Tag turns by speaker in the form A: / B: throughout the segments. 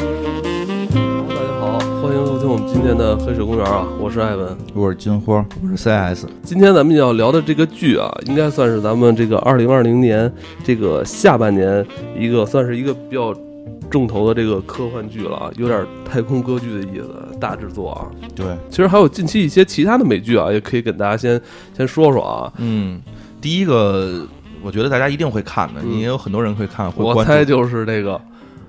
A: 大家好，欢迎收听我们今天的黑水公园啊，我是艾文。
B: 我是金花，我是 CS，
A: 今天咱们要聊的这个剧啊，应该算是咱们这个二零二零年这个下半年一个算是一个比较重头的这个科幻剧了啊，有点太空歌剧的意思，大制作啊。
B: 对，
A: 其实还有近期一些其他的美剧啊，也可以跟大家先先说说啊。
B: 嗯，第一个我觉得大家一定会看的，
A: 嗯
B: 你也有很多人会看，会
A: 我
B: 关
A: 猜
B: 注
A: 就是这个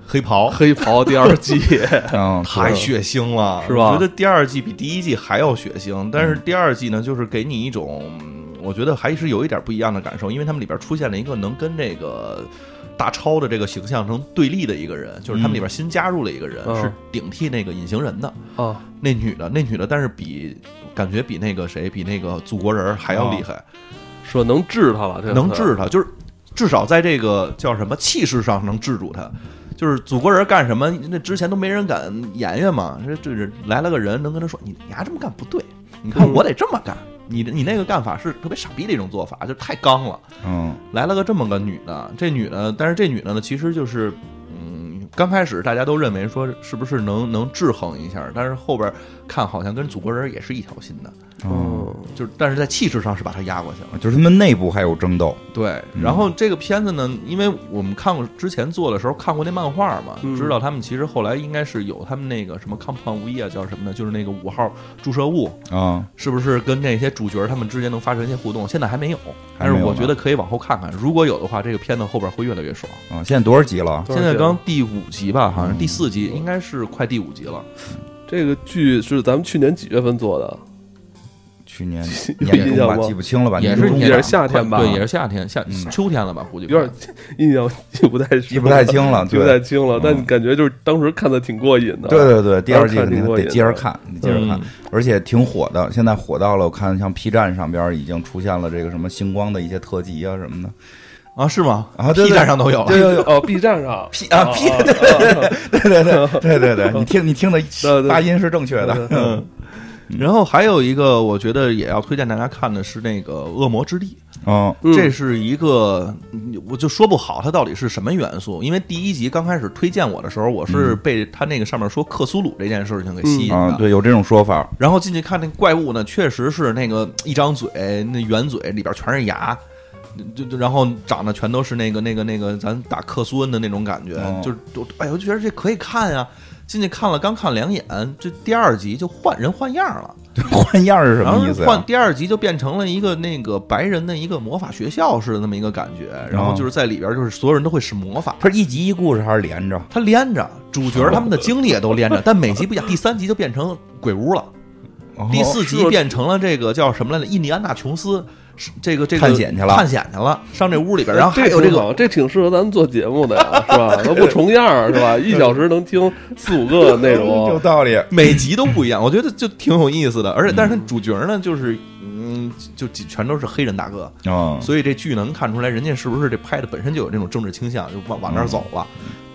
B: 黑
A: 《
B: 袍，
A: 黑袍》第二 季，
C: 嗯，
B: 太
C: 对
B: 血腥了，
A: 是吧嗯
B: 我觉得第二季比第一季还要血腥，但是第二季呢，就是给你一种，嗯我觉得还是有一点不一样的感受，因为他们里边出现了一个能跟这个。大超的这个形象成对立的一个人，就是他们里边新加入了一个人，
A: 嗯
B: 是顶替那个隐形人的
A: 啊，
B: 那女的，那女的，但是比感觉比那个谁，比那个祖国人儿还要
A: 哦
B: 厉害，
A: 说能治他了，这个
B: 能治他，就是至少在这个叫什么气势上能制住他。就是祖国人干什么，那之前都没人敢言语嘛。这这人来了个人能跟他说，你你还这么干不对，你看
A: 嗯
B: 我得这么干。你你那个干法是特别傻逼的一种做法，就太刚了。
C: 嗯
B: 来了个这么个女的，这女的，但是这女的呢，其实就是，嗯，刚开始大家都认为说是不是能能制衡一下，但是后边看好像跟祖国人也是一条心的，
C: 嗯，
A: 嗯，
B: 就是但是在气势上是把她压过去了。
C: 就是他们内部还有争斗，
B: 对，
C: 嗯
B: 然后这个片子呢，因为我们看过之前做的时候看过那漫画嘛，
A: 嗯
B: 知道他们其实后来应该是有他们那个什么康胖无一啊，叫什么呢？就是那个五号注射物，
C: 啊，
B: 是不是跟这些主角他们之间能发生一些互动？现在还没有，
C: 还
B: 但
C: 没
B: 是
C: 有
B: 我觉得
C: 呢
B: 可以往后看看，如果有的话，这个片子后边会越来越爽。
C: 啊，现在多少集了？
A: 多
B: 现
A: 少
B: 在
A: 集
B: 刚
A: 了
B: 第五集吧，好像
C: 嗯
B: 第四集，应该是快第五集了。
A: 这个剧是咱们去年几月份做 的？
C: 去年
A: 有
C: 年
A: 印
C: 中
A: 象
C: 吧，
A: 吗
C: 记不清了吧？
B: 也
C: 年
B: 是
C: 中
A: 也
C: 吧
A: 是夏天吧
B: 对，也是夏天，夏
C: 嗯
B: 秋天了吧？估计
A: 有点 印象记不太深了
C: 记不太清 了，
A: 记不
C: 对
A: 太清了
C: 嗯，
A: 但感觉就是当时看的挺过瘾的。
C: 对对对，第二季
A: 看
C: 肯定
A: 挺过
C: 得
A: 瘾
C: 接着
A: 的
C: 看，得接着看
B: 嗯，
C: 而且挺火的，现在火到了，我看像 P 站上边已经出现了这个什么星光的一些特辑啊什么的，
B: 啊，是吗？
C: 啊对
B: B
C: 对
B: 站上都有了。
C: 对对
A: 哦，B 站上
C: P 啊 P
A: 啊啊啊
C: 对对对对对对，你听你听的
A: 对对
C: 发音是正确
A: 对
C: 的，
A: 对
B: 嗯，然后还有一个，我觉得也要推荐大家看的是那个《恶魔之地
C: 嗯》，
A: 嗯
B: 这是一个，嗯我就说不好它到底是什么元素，因为第一集刚开始推荐我的时候，我是被它那个上面说克苏鲁这件事情给吸引的，
C: 嗯啊，对，有这种说法，
B: 然后进去看那怪物呢，确实是那个一张嘴，那圆嘴里边全是牙，就就然后长得全都是那个那个那个咱打克苏恩的那种感觉，
C: 哦
B: 就是就哎呦，我就觉得这可以看呀。进去看了，刚看两眼，这第二集就换人换样了，
C: 换样是什
B: 然后
C: 么意思呀？
B: 换第二集就变成了一个那个白人的一个魔法学校似的那么一个感觉，然
C: 哦
B: 后就是在里边就是所有人都会使魔法，
C: 它是一集一故事还是连着？
B: 它连着主角他们的经历也都连着，但每集不一样，第三集就变成鬼屋了。
C: 哦
B: 第四
A: 是
B: 集变成了这个叫什么来着？印第安纳琼斯，是这个这个
C: 探险去了
B: 探险去了，上这屋里边，然后还有这
A: 这
B: 个，
A: 个，这挺适合咱们做节目的呀，是吧？它不重样儿是吧？一小时能听四五个内
C: 有
A: 容，
C: 道理，
B: 每集都不一样，我觉得就挺有意思的。而且，但是主角呢，就是嗯，就就全都是黑人大哥，
C: 嗯，
B: 所以这剧能看出来，人家是不是这拍的本身就有这种政治倾向，就往往那
C: 嗯
B: 儿走了。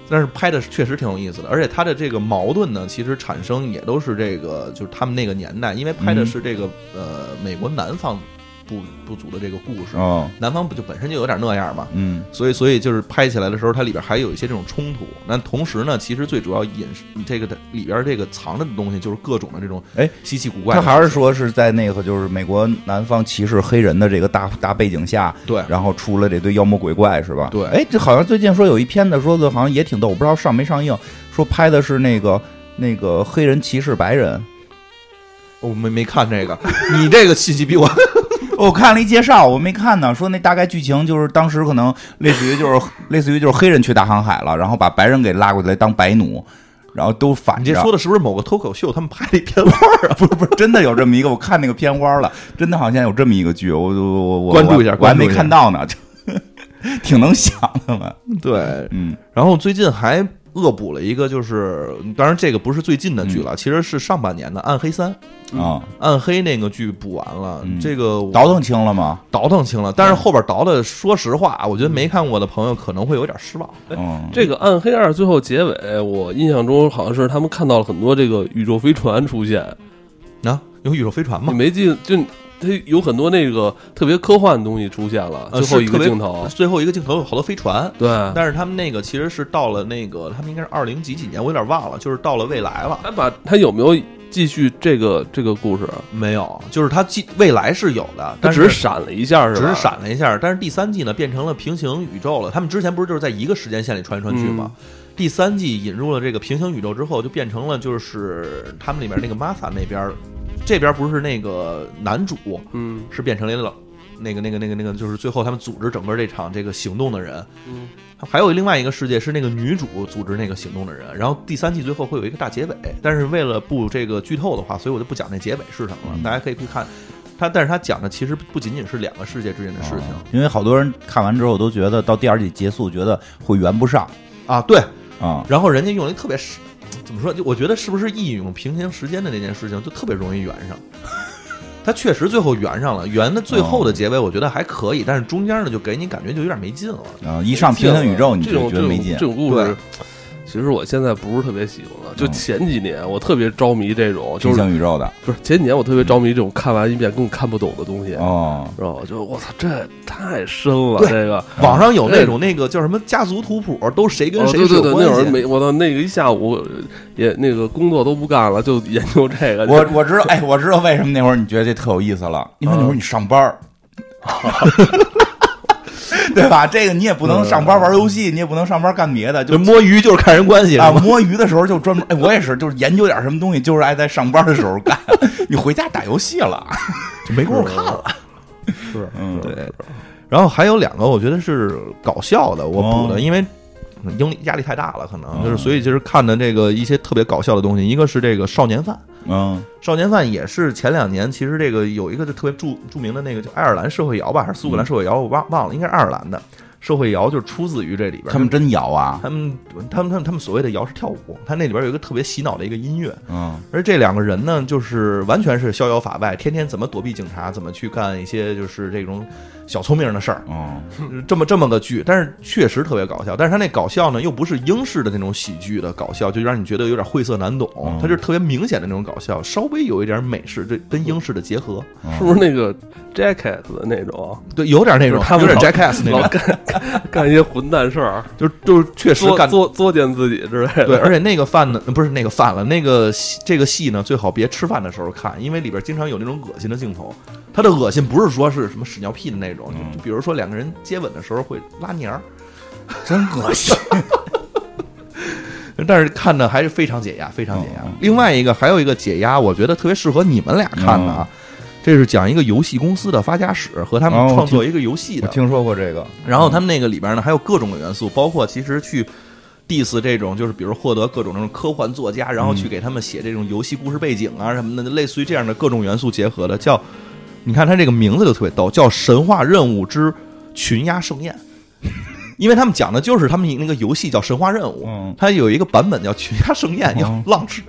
B: 但是拍的确实挺有意思的，而且他的这个矛盾呢，其实产生也都是这个，就是他们那个年代，因为
C: 嗯
B: 拍的是这个、呃美国南方部部族的这个故事，
C: 哦，
B: 南方不就本身就有点那样嘛，
C: 嗯
B: 所以所以就是拍起来的时候，它里边还有一些这种冲突。那同时呢，其实最主要引这个的里边这个藏着的东西，就是各种的这种
C: 哎
B: 稀奇古，怪
C: 他
B: 的。
C: 还是说是在那个就是美国南方歧视黑人的这个大大背景下，
B: 对
C: 然后出了这堆妖魔鬼怪是吧？
B: 对
C: 哎，这好像最近说有一片子说的好像也挺逗，我不知道上没上映，说拍的是那个那个黑人歧视白人，
B: 我没没看这个，你这个信息比我
C: 哦我看了一介绍，我没看呢，说那大概剧情就是当时可能类似于就是类似于就是黑人去大航海了，然后把白人给拉过来当白奴。然后都反
B: 你
C: 着
B: 这，说的是不是某个脱口秀他们拍的一篇 文？
C: 不是不是，真的有这么一个，我看那个片花了，真的好像有这么一个剧，我我我我
B: 关注一下
C: 我还
B: 关注一
C: 没
B: 下
C: 看到呢， 就挺能想的嘛，
B: 对，
C: 嗯
B: 然后最近还恶补了一个，就是当然这个不是最近的剧了，
C: 嗯
B: 其实是上半年的《暗黑三》，《
C: 啊，
B: 暗黑》那个剧补完了，
C: 嗯
B: 这个我
C: 倒腾嗯清了吗？
B: 倒腾清了，但是后边倒的，说实话，啊我觉得没看过的朋友可能会有点失望。
C: 嗯，
A: 这个《暗黑二》最后结尾，我印象中好像是他们看到了很多这个宇宙飞船出现，
B: 啊，有宇宙飞船
A: 你
B: 吗？
A: 没记就它有很多那个特别科幻的东西出现了。
B: 呃
A: 最后一
B: 是特
A: 个
B: 别
A: 镜
C: 嗯
A: 头，
B: 最后一个镜头有好多飞船，
A: 对，
B: 但是他们那个其实是到了那个，他们应该是二零几几年，我有点忘了，就是到了未来了。
A: 他把他有没有继续这个这个故事？啊
B: 没有，就是它既未来是有的，
A: 他
B: 但
A: 只是闪了一下，是
B: 只
A: 吧？
B: 是闪了一下。但是第三季呢，变成了平行宇宙了。他们之前不是就是在一个时间线里穿来穿去吗？
A: 嗯
B: 第三季引入了这个平行宇宙之后，就变成了就是他们里面那个玛萨那边儿，这边不是那个男主
A: 嗯
B: 是变成了一个老那个那个那个那个，就是最后他们组织整个这场这个行动的人。
A: 嗯
B: 还有另外一个世界是那个女主组织那个行动的人，然后第三季最后会有一个大结尾，但是为了不这个剧透的话，所以我就不讲那结尾是什么了，
C: 嗯
B: 大家可以去看。他但是他讲的其实不仅仅是两个世界之间的事情、
C: 哦因为好多人看完之后都觉得到第二季结束，觉得会圆不上
B: 啊，对。
C: 啊。
B: 然后人家用了一个特别是怎么说？就我觉得是不是意用平行时间的那件事情就特别容易圆上。 他确实最后圆上了，圆的最后的结尾我觉得还可以，但是中间呢就给你感觉就有点没劲了。
C: 啊，一上平行宇宙你
A: 这种
C: 就觉得没劲
A: 这。种这种故事
B: 对，
A: 其实我现在不是特别喜欢了。就
C: 嗯
A: 前几年我特别着迷这种，就
C: 平
A: 是
C: 行宇宙的
A: 不是前几年我特别着迷这种看完一遍根本看不懂的东西，
C: 哦，
A: 然后我就我操，这太深了，
B: 对
A: 这个。
B: 网上有那
A: 对
B: 种那个叫什么家族图谱，都谁跟
A: 哦，
B: 谁
A: 对
B: 是
A: 对
B: 有
A: 对，
B: 关
A: 那
B: 系。
A: 会儿没我到那个一下午呃也那个工作都不干了，就研究这个。
C: 我我知道，哎，我知道为什么那会儿你觉得这特有意思了，因为那会儿你上班儿。 对吧？这个你也不能上班玩游戏，你也不能上班干别的，就
B: 就摸鱼就是看人关系是
C: 啊，
B: 吗？
C: 摸鱼的时候就专门，哎，我也是，就是研究点什么东西，就是爱在上班的时候干。 你回家打游戏了，
B: 就没工夫看 了。
A: 是
C: 啊嗯，
B: 对，然后还有两个我觉得是搞笑的，我补的，
C: 哦
B: 因为英力压力太大了，可能
C: 嗯
B: 就是所以就是看的这个一些特别搞笑的东西。一个是这个少年犯，
C: 嗯，
B: 少年犯也是前两年其实这个有一个就特别著著名的那个叫爱尔兰社会摇吧，还是苏格
C: 嗯
B: 兰社会摇，我忘忘了，应该是爱尔兰的社会摇，就是出自于这里边。
C: 他们真摇啊，
B: 他们他们他们他们所谓的摇是跳舞，他那里边有一个特别洗脑的一个音乐，
C: 嗯
B: 而这两个人呢，就是完全是逍遥法外，天天怎么躲避警察，怎么去干一些就是这种小聪明的事儿，
C: 哦，
B: 这么这么个剧。但是确实特别搞笑，但是他那搞笑呢，又不是英式的那种喜剧的搞笑，就让你觉得有点晦涩难懂
C: 嗯，
B: 他就是特别明显的那种搞笑，稍微有一点美式，这跟英式的结合，
C: 嗯
A: 是不是那个 Jackass 的那种，
B: 对，有点那种
A: 就是他，
B: 有
A: 们
B: 点 Jackass 那
A: 老
B: 种，
A: 干干干一些混蛋事儿，
B: 就是就是确实
A: 作
B: 干
A: 作作践自己之类的。
B: 对，而且那个饭呢，不是那个饭了，那个戏这个戏呢，最好别吃饭的时候看，因为里边经常有那种恶心的镜头。他的恶心不是说是什么屎尿屁的那种，
C: 嗯
B: 就就比如说两个人接吻的时候会拉黏儿，
C: 真恶心。
B: 但是看着还是非常解压，非常解压。
C: 嗯嗯
B: 另外一个还有一个解压，我觉得特别适合你们俩看的啊。这是讲一个游戏公司的发家史和他
C: 嗯哦
B: 们
C: 我
B: 创作一个游戏
C: 我
B: 的，
C: 听说过这个，
B: 然后他们那个里边呢还有各种的元素，包括其实去 diss 这种，就是比如获得各种那种科幻作家，然后去给他们写这种游戏故事背景啊什么的，类似于这样的各种元素结合的，叫你看它这个名字就特别逗，叫《神话任务之群鸦盛宴》。 因为他们讲的就是他们那个游戏叫《神话任务》
C: 嗯，
B: 它有一个版本叫《群 鸦盛宴》，叫
C: 哦
B: Launch，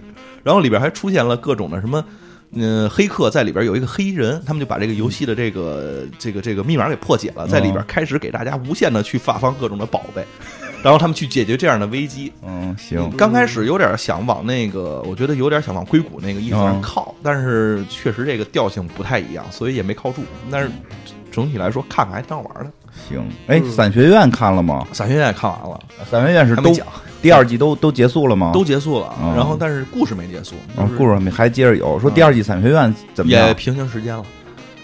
B: 然后里边还出现了各种的什么。嗯，黑客在里边有一个黑衣人，他们就把这个游戏的这个这个这个密码给破解
C: 哦
B: 了，在里边开始给大家无限的去发放各种的宝贝， 然后他们去解决这样的危机。
C: 嗯，行，
B: 刚开始有点想往那个，我觉得有点想往硅谷那个意思上
C: 哦
B: 靠，但是确实这个调性不太一样，所以也没靠住。但是整体来说，看看还挺好玩的。
C: 行。哎，
A: 嗯
C: 伞学院看了吗？
B: 散学院也看完了，
C: 伞学院是
B: 还没
C: 都
B: 讲，
C: 第二季都都结束了吗？
B: 都结束了
C: 嗯，
B: 然后但是故事没结束，就
C: 啊
B: 是，
C: 故事还没还接着有，说第二季伞学院怎么
B: 嗯也
C: 样？
B: 平行时间了，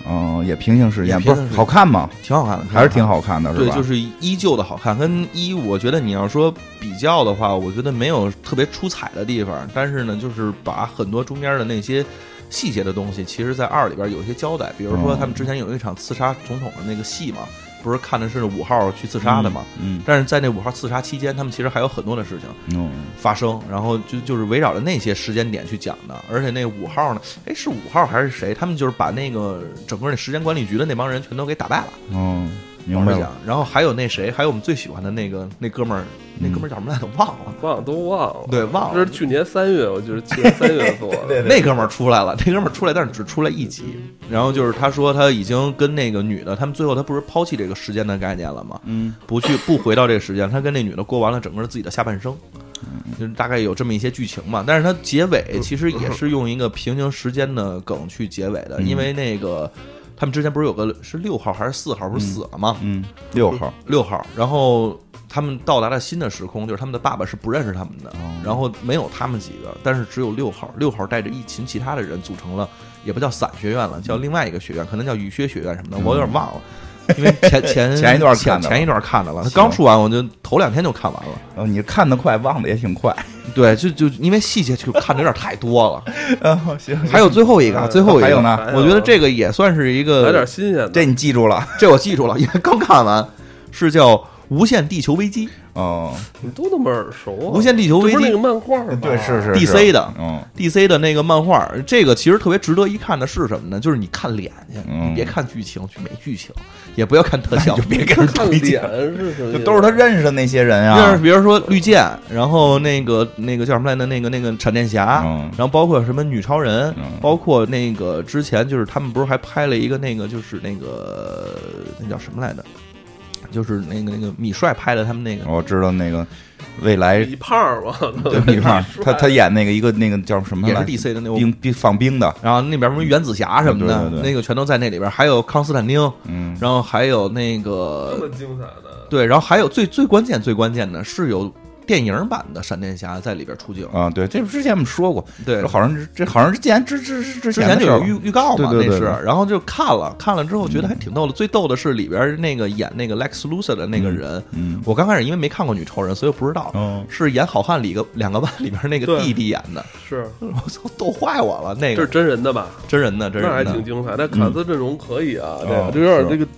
C: 嗯，也平行时间，
B: 也
C: 不
B: 平
C: 是
B: 行时间
C: 好看吗？
B: 挺好看的，
C: 还是挺
B: 好看的。
C: 好看的，
B: 对，
C: 吧？
B: 就是依旧的好看，跟一我觉得你要说比较的话，我觉得没有特别出彩的地方，但是呢，就是把很多中间的那些细节的东西，其实在二里边有一些交代，比如说
C: 嗯
B: 他们之前有一场刺杀总统的那个戏嘛，不是看的是五号去刺杀的嘛，
C: 嗯
B: 但是在那五号刺杀期间，他们其实还有很多的事情
C: 嗯，
B: 发生，然后就就是围绕着那些时间点去讲的，而且那五号呢，哎是五号还是谁，他们就是把那个整个那时间管理局的那帮人全都给打败了。
C: 嗯，明
B: 老
C: 白
B: 实
C: 了
B: 讲。，然后还有那谁，还有我们最喜欢的那个那哥们儿，那哥们儿叫什么来着？忘了。
A: 忘了都忘了。
B: 对，忘
A: 这
B: 了
A: 是。去年三月，我记得去年三月做 的。
B: 那哥们儿出来了，那哥们儿出来，但是只出来一集。然后就是他说他已经跟那个女的，他们最后他不是抛弃这个时间的概念了吗？
C: 嗯，
B: 不去不回到这个时间，他跟那女的过完了整个自己的下半生。就是大概有这么一些剧情嘛。但是它结尾其实也是用一个平行时间的梗去结尾的，因为那个他们之前不是有个是六号还是四号不是死了吗？
C: 嗯，六号，
B: 六号，然后他们到达了新的时空，就是他们的爸爸是不认识他们的，
C: 哦
B: 然后没有他们几个，但是只有六号，六号带着一群其他的人组成了，也不叫伞学院了，
C: 嗯
B: 叫另外一个学院，可能叫雨靴学院什么的，我有点忘了。因为前 前
C: 前一段看的
B: 前
C: 了
B: 前一段看的了，刚出完我就头两天就看完了。
C: 哦，你看得快，忘得也挺快。
B: 对，就就因为细节就看的有点太多了。
C: 嗯，行，
B: 还有最后一个啊，最后一
C: 呃
B: 个
C: 还有呢
A: 还有
B: 我觉得这个也算是一个
A: 来点新鲜的。
C: 这你记住了
B: 这我记住了，因为刚看完，是叫《无限地球危机》。
C: 哦，
A: 你都那么耳熟啊？
B: 无限地球
A: 这不
B: 危
A: 是
B: 机
A: 那个漫画吗？
C: 对，是是
B: DC 的
C: 嗯
B: DC 的那个漫画，这个其实特别值得一看的是什么呢？就是你看脸去，
C: 嗯
B: 你别看剧情，去没剧情，也不要看特 效，
C: 就别给人
A: 看
C: 推荐
A: 脸，是什么意思？
C: 都是他认识的那些人
B: 就是
C: 啊。
B: 比如说绿箭，然后那个那个叫什么来着？那个那个闪电侠，
C: 嗯
B: 然后包括什么女超人，
C: 嗯
B: 包括那个之前就是他们不是还拍了一个那个就是那个那叫什么来着？就是那个那个米帅拍的他们那个
C: 我知道那个未来
A: 李胖儿嘛，
C: 对比方，他他演那个一个那个叫什么
B: 也是
C: 来着
B: DC 的那个
C: 冰冰放冰的，
B: 然后那边什么原子侠什么的，
C: 嗯对对对
B: 那个全都在那里边，还有康斯坦丁，
C: 嗯，
B: 然后还有那
A: 这么
B: 个
A: 精彩的，
B: 对，然后还有最最关键最关键的是有电影版的闪电侠在里边出镜，
C: 啊，对，这之前我们说过，
B: 对
C: 这，好像是这好像是之前之之之之
B: 之
C: 的
B: 前就
C: 事儿
B: 有
C: 了
B: 预预告嘛，
C: 对对对
B: 那
C: 对
B: 是，然后就看了看了之后觉得还挺逗的，最逗的是里边那个演那个 Lex Luthor 的那个人，
C: 嗯
B: 我刚开始因为没看过女超人，所以我不知道。
C: 嗯，
B: 是演《好汉里个两个弯》里边那个
A: 对
B: 弟弟演的，
A: 是
B: 我操，逗坏我了！那
A: 这是
B: 个
A: 真人的吧？
B: 真人的，真
A: 那还
B: 人的
A: 挺，精彩。那卡斯阵容可以啊，这
C: 嗯哦
A: 个就有点
C: 是
A: 这个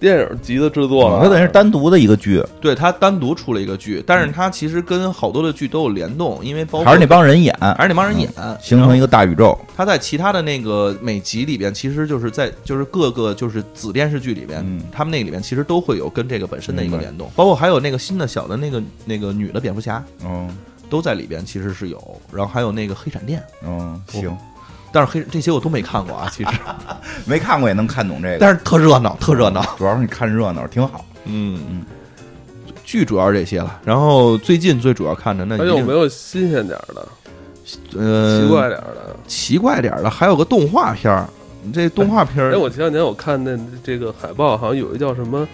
A: 电影级的制作了。
C: 他等于是单独的一个剧，
B: 对他单独出了一个剧，但是他其实跟好多的剧都有联动，因为包
C: 嗯
B: 括
C: 还是那嗯帮人演，
B: 还是那帮人演，
C: 形成一个大宇宙，
B: 他在其他的那个每集里边，其实就是在就是各个就是子电视剧里边，
C: 嗯
B: 他们那里边其实都会有跟这个本身的一个
C: 明白
B: 联动，包括还有那个新的小的那个那个女的蝙蝠侠
C: 嗯
B: 都在里边，其实是有，然后还有那个黑闪电，
C: 嗯，行，
B: 但是黑这些我都没看过啊，其 实，
C: 没看过也能看懂这个，
B: 但是特热闹，特热闹，
C: 主要是你看热闹，挺好。
B: 嗯。剧主要是这些了，然后最近最主要看的那
A: 还
B: 一
A: 有
B: 定
A: 没有新鲜点儿的、
C: 嗯
B: 呃
A: 奇怪点儿的？
B: 奇怪点儿的，还有个动画片儿，这动画片
A: 哎，
B: 儿
A: 我前两年我看那这个海报，好像有一叫什么，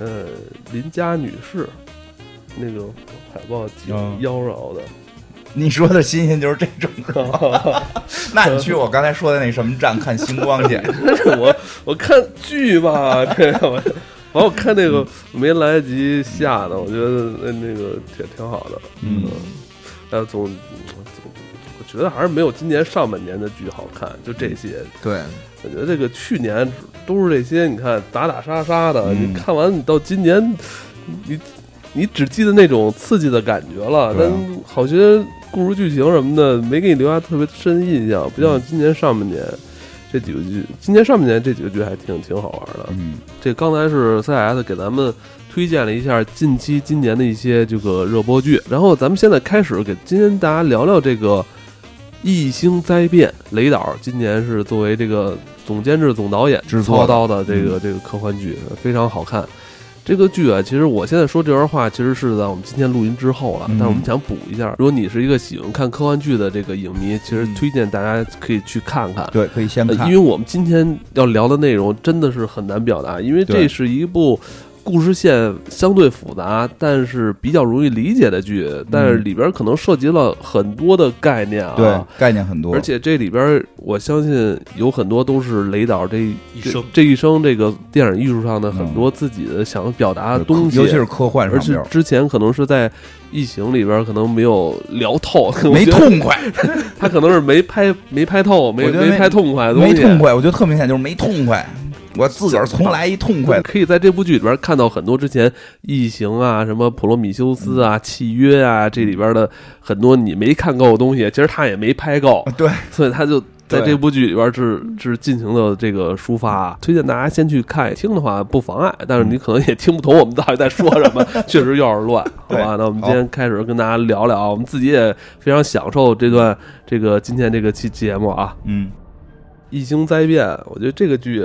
A: 呃，邻家女士，那个海报挺
C: 嗯
A: 妖娆的。
C: 你说的新鲜就是这种，那你去我刚才说的那什么站看星光 去，
A: 我我看剧吧，这个我，然后我看那个
C: 嗯
A: 没来得及下的，我觉得那那个挺挺好的。
C: 嗯，
A: 但总总我觉得还是没有今年上半年的剧好看，就这些。
B: 对，
A: 我觉得这个去年都是这些，你看打打杀杀的，
C: 嗯
A: 你看完你到今年，你你只记得那种刺激的感觉了，
C: 对啊
A: 但好些故事剧情什么的没给你留下特别深印象，不
C: 嗯
A: 像今年上半年。这几个剧，今年上半年这几个剧还挺挺好玩的。
C: 嗯
A: 这刚才是 CIS 给咱们推荐了一下近期今年的一些这个热播剧，然后咱们现在开始给今天大家聊聊这个《异星灾变》。雷导今年是作为这个总监制、总导演
C: 制作的
A: 操刀的这个这个科幻剧，非常好看。这个剧啊，其实我现在说这段话，其实是在我们今天录音之后了。
C: 嗯
A: 但是我们想补一下，如果你是一个喜欢看科幻剧的这个影迷，其实
B: 嗯
A: 推荐大家可以去看看。
C: 对，可以先
A: 呃因为我们今天要聊的内容真的是很难表达，因为
C: 对
A: 这是一部故事线相对复杂，但是比较容易理解的剧，但是里边可能涉及了很多的概念啊。
C: 嗯对，概念很多，
A: 而且这里边我相信有很多都是雷导这
B: 一
A: 这
B: 生
A: 这一生这个电影艺术上的
C: 嗯
A: 很多自己的想表达的东西，
C: 尤其是科幻上
A: 而且
C: 边
A: 之前可能是在。疫情里边可能没有聊透，
C: 没
A: 我觉得
C: 痛 快，
A: 他可能是没拍没拍透，没
C: 我觉得
A: 没
C: 那
A: 拍痛快的东
C: 没
A: 西，
C: 痛快，我觉得特明显就是没痛快。我自个儿从来一 痛快，
A: 可以在这部剧里边看到很多之前《异形》啊、什么《普罗米修斯》
C: 嗯
A: 啊、《契约》啊这里边的很多你没看够的东西，其实他也没拍够，
C: 对，
A: 所以他就在
C: 对
A: 这部剧里边是是进行了这个抒
C: 嗯
A: 发。推荐大家先去看，听的话不妨碍，但是你可能也听不懂我们到底在说 什么，确实有点乱，好
C: 对
A: 吧？那我们
C: 好
A: 今天开始跟大家聊聊，我们自己也非常享受这段这个今天这个期节目啊。
C: 嗯，
A: 《异星灾变》，我觉得这个剧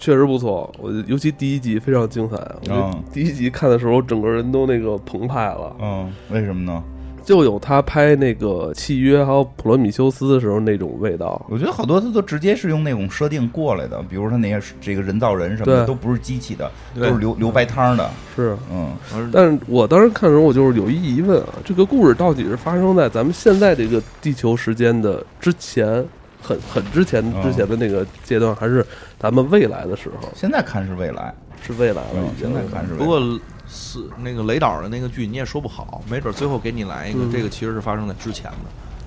A: 确实不错，我觉得尤其第一集非常精彩。我觉得
C: 嗯啊
A: 第一集看的时候，整个人都那个澎湃了。
C: 嗯，为什么呢？
A: 就有他拍那个《契约》还有《普罗米修斯》的时候那种味道。
C: 我觉得好多他都直接是用那种设定过来的，比如他那些这个人造人什么的，
A: 对
C: 都不是机器的，都
B: 对
C: 是留留白汤的。
A: 是，
C: 嗯，
B: 而
A: 但是我当时看的时候，我就是有一疑问啊，这个故事到底是发生在咱们现在这个地球时间的之前，很很之前
C: 嗯
A: 之前的那个阶段，还是咱们未来的时候？
C: 现在看是未来，
A: 是未来了
C: 嗯，
A: 已经
C: 现在看是未来。
B: 不过是那个雷导的那个剧，你也说不好，没准最后给你来一个，
A: 嗯
B: 这个其实是发生在之前的，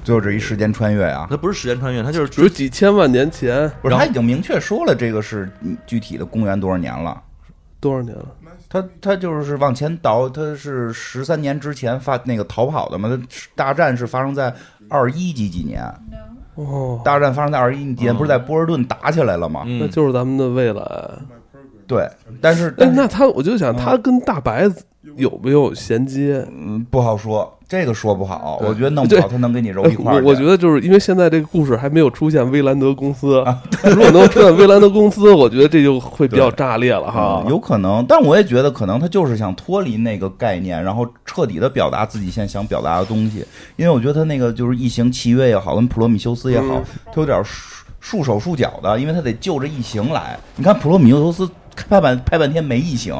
C: 最后这一时间穿越啊，
B: 它不是时间穿越，它就是
A: 只有几千万年前，
C: 不是
B: 然
C: 他
B: 后
C: 已经明确说了这个是嗯具体的公元多少年了。
A: 多少年了？
C: 他他就是往前倒，他是十三年之前发那个逃跑的嘛。他大战是发生在二一几几年，
A: 哦，
C: 大战发生在二一几年，不是在波士顿打起来了吗？
A: 那
B: 嗯，
A: 就是咱们的未来。
C: 对，但是
A: 哎
C: 但，是
A: 那他我就想，他跟大白有没有衔接？
C: 嗯不好说，这个说不好。
B: 对
C: 我觉得弄不好
A: 对
C: 他能跟你揉
A: 哎
C: 一块
A: 我
C: 儿去。
A: 我觉得就是因为现在这个故事还没有出现威兰德公司， 如果能出现威兰德公司，我觉得这就会比较炸裂了哈
C: 嗯。有可能，但我也觉得可能他就是想脱离那个概念，然后彻底的表达自己现在想表达的东西。因为我觉得他那个就是《异形契约》也好，跟《普罗米修斯》也好
A: 嗯，
C: 他有点束束手束脚的，因为他得就着异形来。你看《普罗米修斯》拍半拍半天没异形，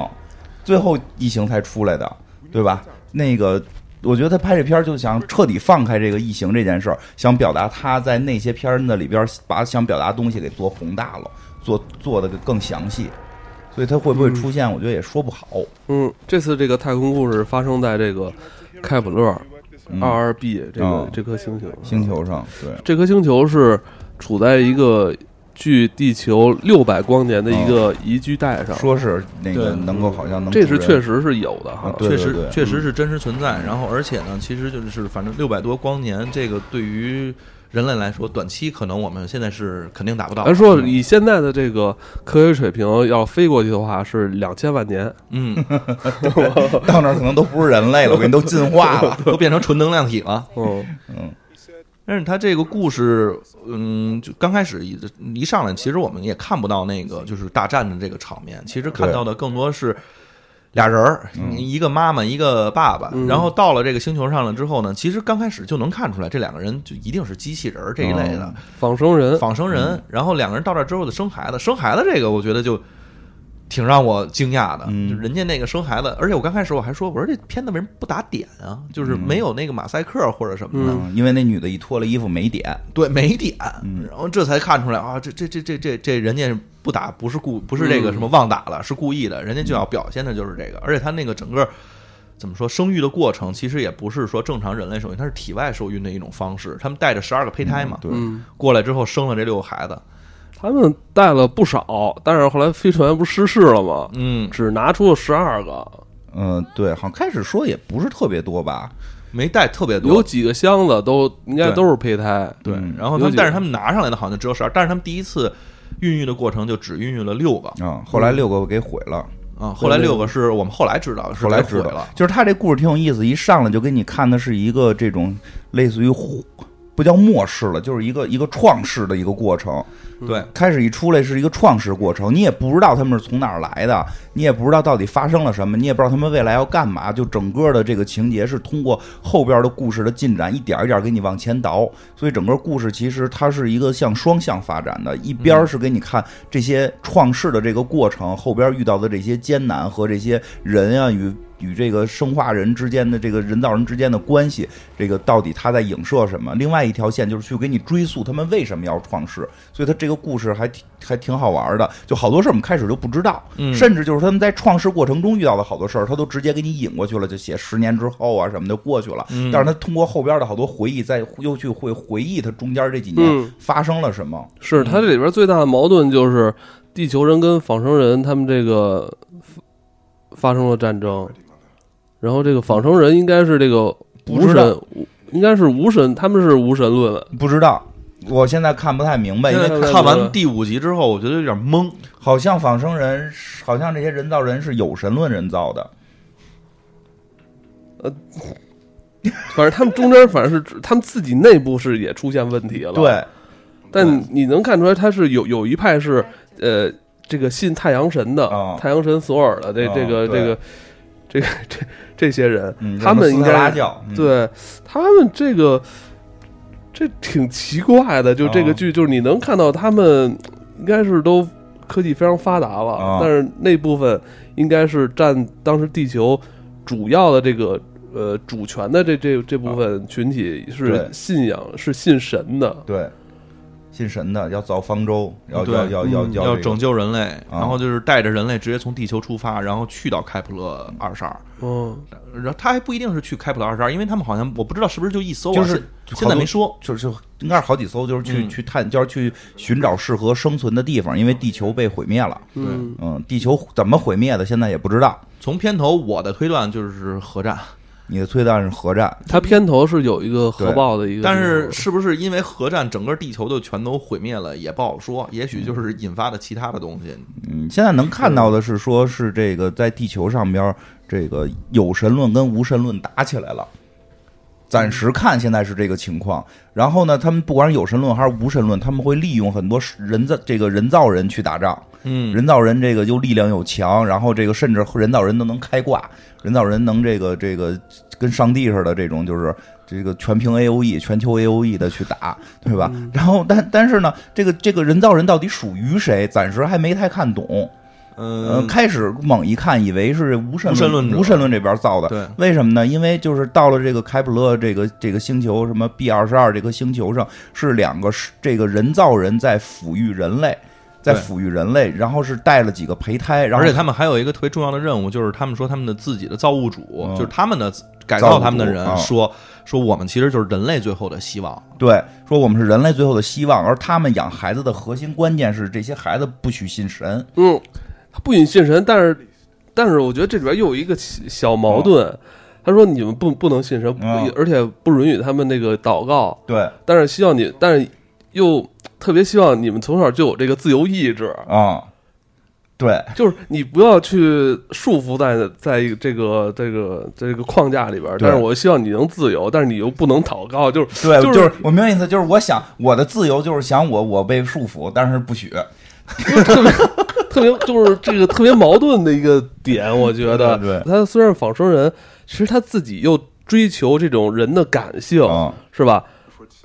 C: 最后异形才出来的，对吧？那个。我觉得他拍这片儿就想彻底放开这个异形这件事儿，想表达他在那些片儿那里边儿把想表达的东西给做宏大了，做做的更详细。所以它会不会出现，我觉得也说不好。
A: 嗯，这次这个太空故事发生在这个开普勒
C: 嗯
A: 二二 b 这个
C: 哦
A: 这颗星球，
C: 星球上，对，
A: 这颗星球啊是处在一个距地球六百光年的一个宜居带上，
C: 说是那个
B: 对
C: 能够好像能
A: 啊这是
C: 确
A: 确实是有的哈
C: 啊。对
B: 确实
C: 对
B: 确实是真实存在。然后而且呢，其实就是反正六百多光年，这个对于人类来说，短期可能我们现在是肯定达不到
A: 咱。哎说以现在的这个科学水平，要飞过去的话是两千万 年，
B: 嗯，
C: 到那儿可能都不是人类了，我跟你都进化了。
B: 都变成纯能量体了。
A: 嗯，
B: 但是他这个故事，嗯，就刚开始一一上来，其实我们也看不到那个就是大战的这个场面，其实看到的更多是俩人儿，一个妈妈，一个爸爸。然后到了这个星球上了之后呢，其实刚开始就能看出来，这两个人就一定是机器人儿这一类的
A: 仿生人，
B: 仿生人。然后两个人到这之后的生孩子，生孩子这个我觉得就。挺让我惊讶的，
C: 嗯
B: 就人家那个生孩子，而且我刚开始我还说，我说这片子为什么不打点啊？就是没有那个马赛克或者什么的，
C: 嗯，因为那女的一脱了衣服没点，
B: 对，没点，
C: 嗯
B: 然后这才看出来啊，这这这这这这人家不打不是故不是这个
A: 嗯
B: 什么忘打了，是故意的，人家就要表现的就是这个，而且他那个整个怎么说生育的过程，其实也不是说正常人类受孕，它是体外受孕的一种方式，他们带着十二个胚胎嘛，
C: 对
A: 嗯，
B: 过来之后生了这六个孩子，
A: 他们带了不少，但是后来飞船不失事了吗？
B: 嗯，
A: 只拿出了十二个，
C: 嗯，对，好像开始说也不是特别多吧，
B: 没带特别多，
A: 有几个箱子都应该
B: 对
A: 都是胚胎，
B: 对
C: 嗯，
B: 然后
A: 有
B: 他们
A: 几
B: 但
A: 个
B: 是他们拿上来的好像只有十二，但是他们第一次孕育的过程就只孕育了六个
C: 嗯，后来六个给毁了，
B: 啊，后来六个是我们后来知道是
C: 后来
B: 给
C: 知
B: 毁
C: 道
B: 了，
C: 就是他这故事挺有意思，一上来就给你看的是一个这种类似于胡不叫末世了，就是一个一个创世的一个过程。
B: 对。
C: 开始一出来是一个创世过程，你也不知道他们是从哪儿来的，你也不知道到底发生了什么，你也不知道他们未来要干嘛。就整个的这个情节是通过后边的故事的进展，一点儿一点儿给你往前倒。所以整个故事其实它是一个向双向发展的，一边儿是给你看这些创世的这个过程，后边遇到的这些艰难和这些人啊与。与这个生化人之间的这个人造人之间的关系，这个到底它在影射什么？另外一条线就是去给你追溯他们为什么要创世，所以它这个故事还挺还挺好玩的。就好多事儿我们开始就不知道，
B: 嗯
C: 甚至就是他们在创世过程中遇到的好多事儿，他都直接给你引过去了，就写十年之后啊什么的过去了。
B: 嗯
C: 但是他通过后边的好多回忆，再又去会回忆他中间这几
A: 嗯
C: 年发生了什么。
B: 嗯
A: 是它这里边最大的矛盾就是地球人跟仿生人他们这个发发生了战争，然后这个仿生人应该是这个无
C: 不知道
A: 神，无应该是无神，他们是无神论了。
C: 不知道，我现在看不太明白，因
B: 现
C: 为
A: 对
B: 在
A: 对
B: 看
A: 对
B: 完第五集之后，我觉得有点懵。
C: 好像仿生人是，好像这些人造人是有神论人造的。
A: 反正他们中间反正是他们自己内部是也出现问题了。，
C: 对，
A: 但你能看出来他是有有一派是呃这个信太阳神的，
C: 哦
A: 太阳神索尔的这
C: 哦
A: 这个、
C: 对
A: 这个这个这这些人，
C: 嗯
A: 他们
C: 什
A: 应
C: 么斯特拉
A: 该
C: 教，嗯，
A: 对他们这个这挺奇怪的，就这个
C: 哦
A: 剧，就是你能看到他们应该是都科技非常发达了，
C: 哦
A: 但是那部分应该是占当时地球主要的这个。呃，主权的这这这部分群体是
C: 哦对
A: 信仰，是信神的，
C: 对，信神的要造方舟，要
B: 对
C: 要要要
A: 嗯
B: 要
C: 这个
B: 拯救人类，
C: 啊
B: 然后就是带着人类直接从地球出发，然后去到开普勒二十二。
A: 嗯，
B: 然后他还不一定是去开普勒二十二，因为他们好像我不知道是不是就一艘啊，
C: 就是
B: 现现在没说。
C: 就是应该是好几艘，就是去、
B: 嗯
C: 去探，就是去寻找适合生存的地方，因为地球被毁灭了。
A: 嗯，
C: 嗯，地球怎么毁灭的，现在也不知道。
B: 从片头我的推断就是核战，
C: 你的推断是核战，
A: 它片头是有一个核
C: 对
A: 爆的一个地方，
B: 但是是不是因为核战整个地球就全都毁灭了也不好说，也许就是引发的其他的东西。
C: 嗯，现在能看到的是，说是这个在地球上边儿，这个有神论跟无神论打起来了。暂时看现在是这个情况，然后呢，他们不管是有神论还是无神论，他们会利用很多人造这个人造人去打仗。
B: 嗯，
C: 人造人这个又力量又强，然后这个甚至人造人都能开挂，人造人能这个这个跟上帝似的这种就是。这个全屏 A O E、全球 A O E 的去打，对吧？然后，但但是呢，这个这个人造人到底属于谁，暂时还没太看懂。呃，
B: 嗯，
C: 开始猛一看，以为是无神
B: 无神论者
C: 无神论这边造的，
B: 对，
C: 为什么呢？因为就是到了这个开普勒这个这个星球，什么 B 二十二这颗星球上，是两个是这个人造人在抚育人类，在
B: 对
C: 抚育人类，然后是带了几个胚胎，然后
B: 而且他们还有一个特别重要的任务，就是他们说他们的自己的造物主，
C: 嗯
B: 就是他们的改造他们的
C: 造物
B: 人
C: 主啊
B: 说说我们其实就是人类最后的希望。
C: 对说我们是人类最后的希望，而他们养孩子的核心关键是这些孩子不许信神，
A: 嗯，他不仅信神，但是但是我觉得这里边又有一个小小矛盾。他说：“你们不不能信神，不
C: 嗯
A: 而且不允许他们那个祷告，
C: 对啊、
A: 但是希望你，但是又特别希望你们从小就有这个自由意 志，
C: 啊对
A: 就是你不要去束缚在在这个这个这个框架里边。
C: 对
A: 但是我希望你能自由，但是你又不能祷告，就是
C: 对，
A: 就是
C: 是我明白意思，就是我想我的自由就是想我我被束缚，但是不许，
A: 特别特别就是这个特别矛盾的一个点，我觉得。
C: 对对
A: 他虽然是仿生人，其实他自己又追求这种人的感性，
C: 嗯
A: 是吧？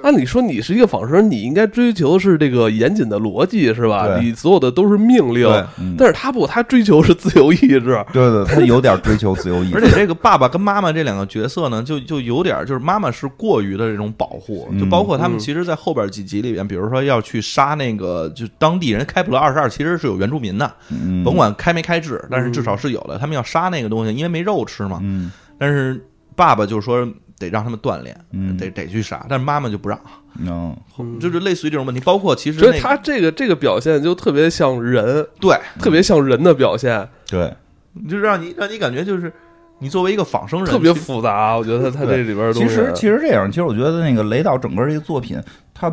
A: 按理说你是一个仿生人，你应该追求是这个严谨的逻辑，是吧？
C: 对嗯
A: 你所有的都是命令
B: 对，
A: 但是他不，他追求是自由意志。
C: 对对，他有点追求自由意
B: 而
C: 志，
B: 且这个爸爸跟妈妈这两个角色呢，就就有点就是妈妈是过于的这种保护，
C: 嗯
B: 就包括他们其实，在后边几集里边，比如说要去杀那个就当地人开普勒二十二，其实是有原住民的，
C: 嗯
B: 甭管开没开智，但是至少是有的。他们要杀那个东西，因为没肉吃嘛。
C: 嗯
B: 但是爸爸就说得让他们锻炼，
C: 嗯
B: 得得去杀，但是妈妈就不让，
C: 嗯
B: 就是类似于这种问题。包括其实
A: 所
B: 那
A: 以他这个这个表现就特别像人，
B: 对，
A: 特别像人的表现，
C: 对。
B: 就让你让你感觉就是你作为一个仿嗯生人，
A: 特别
B: 其实
A: 复杂。我觉得他这里边的东西，
C: 其实其实这样，其实我觉得那个雷导整个这个作品，他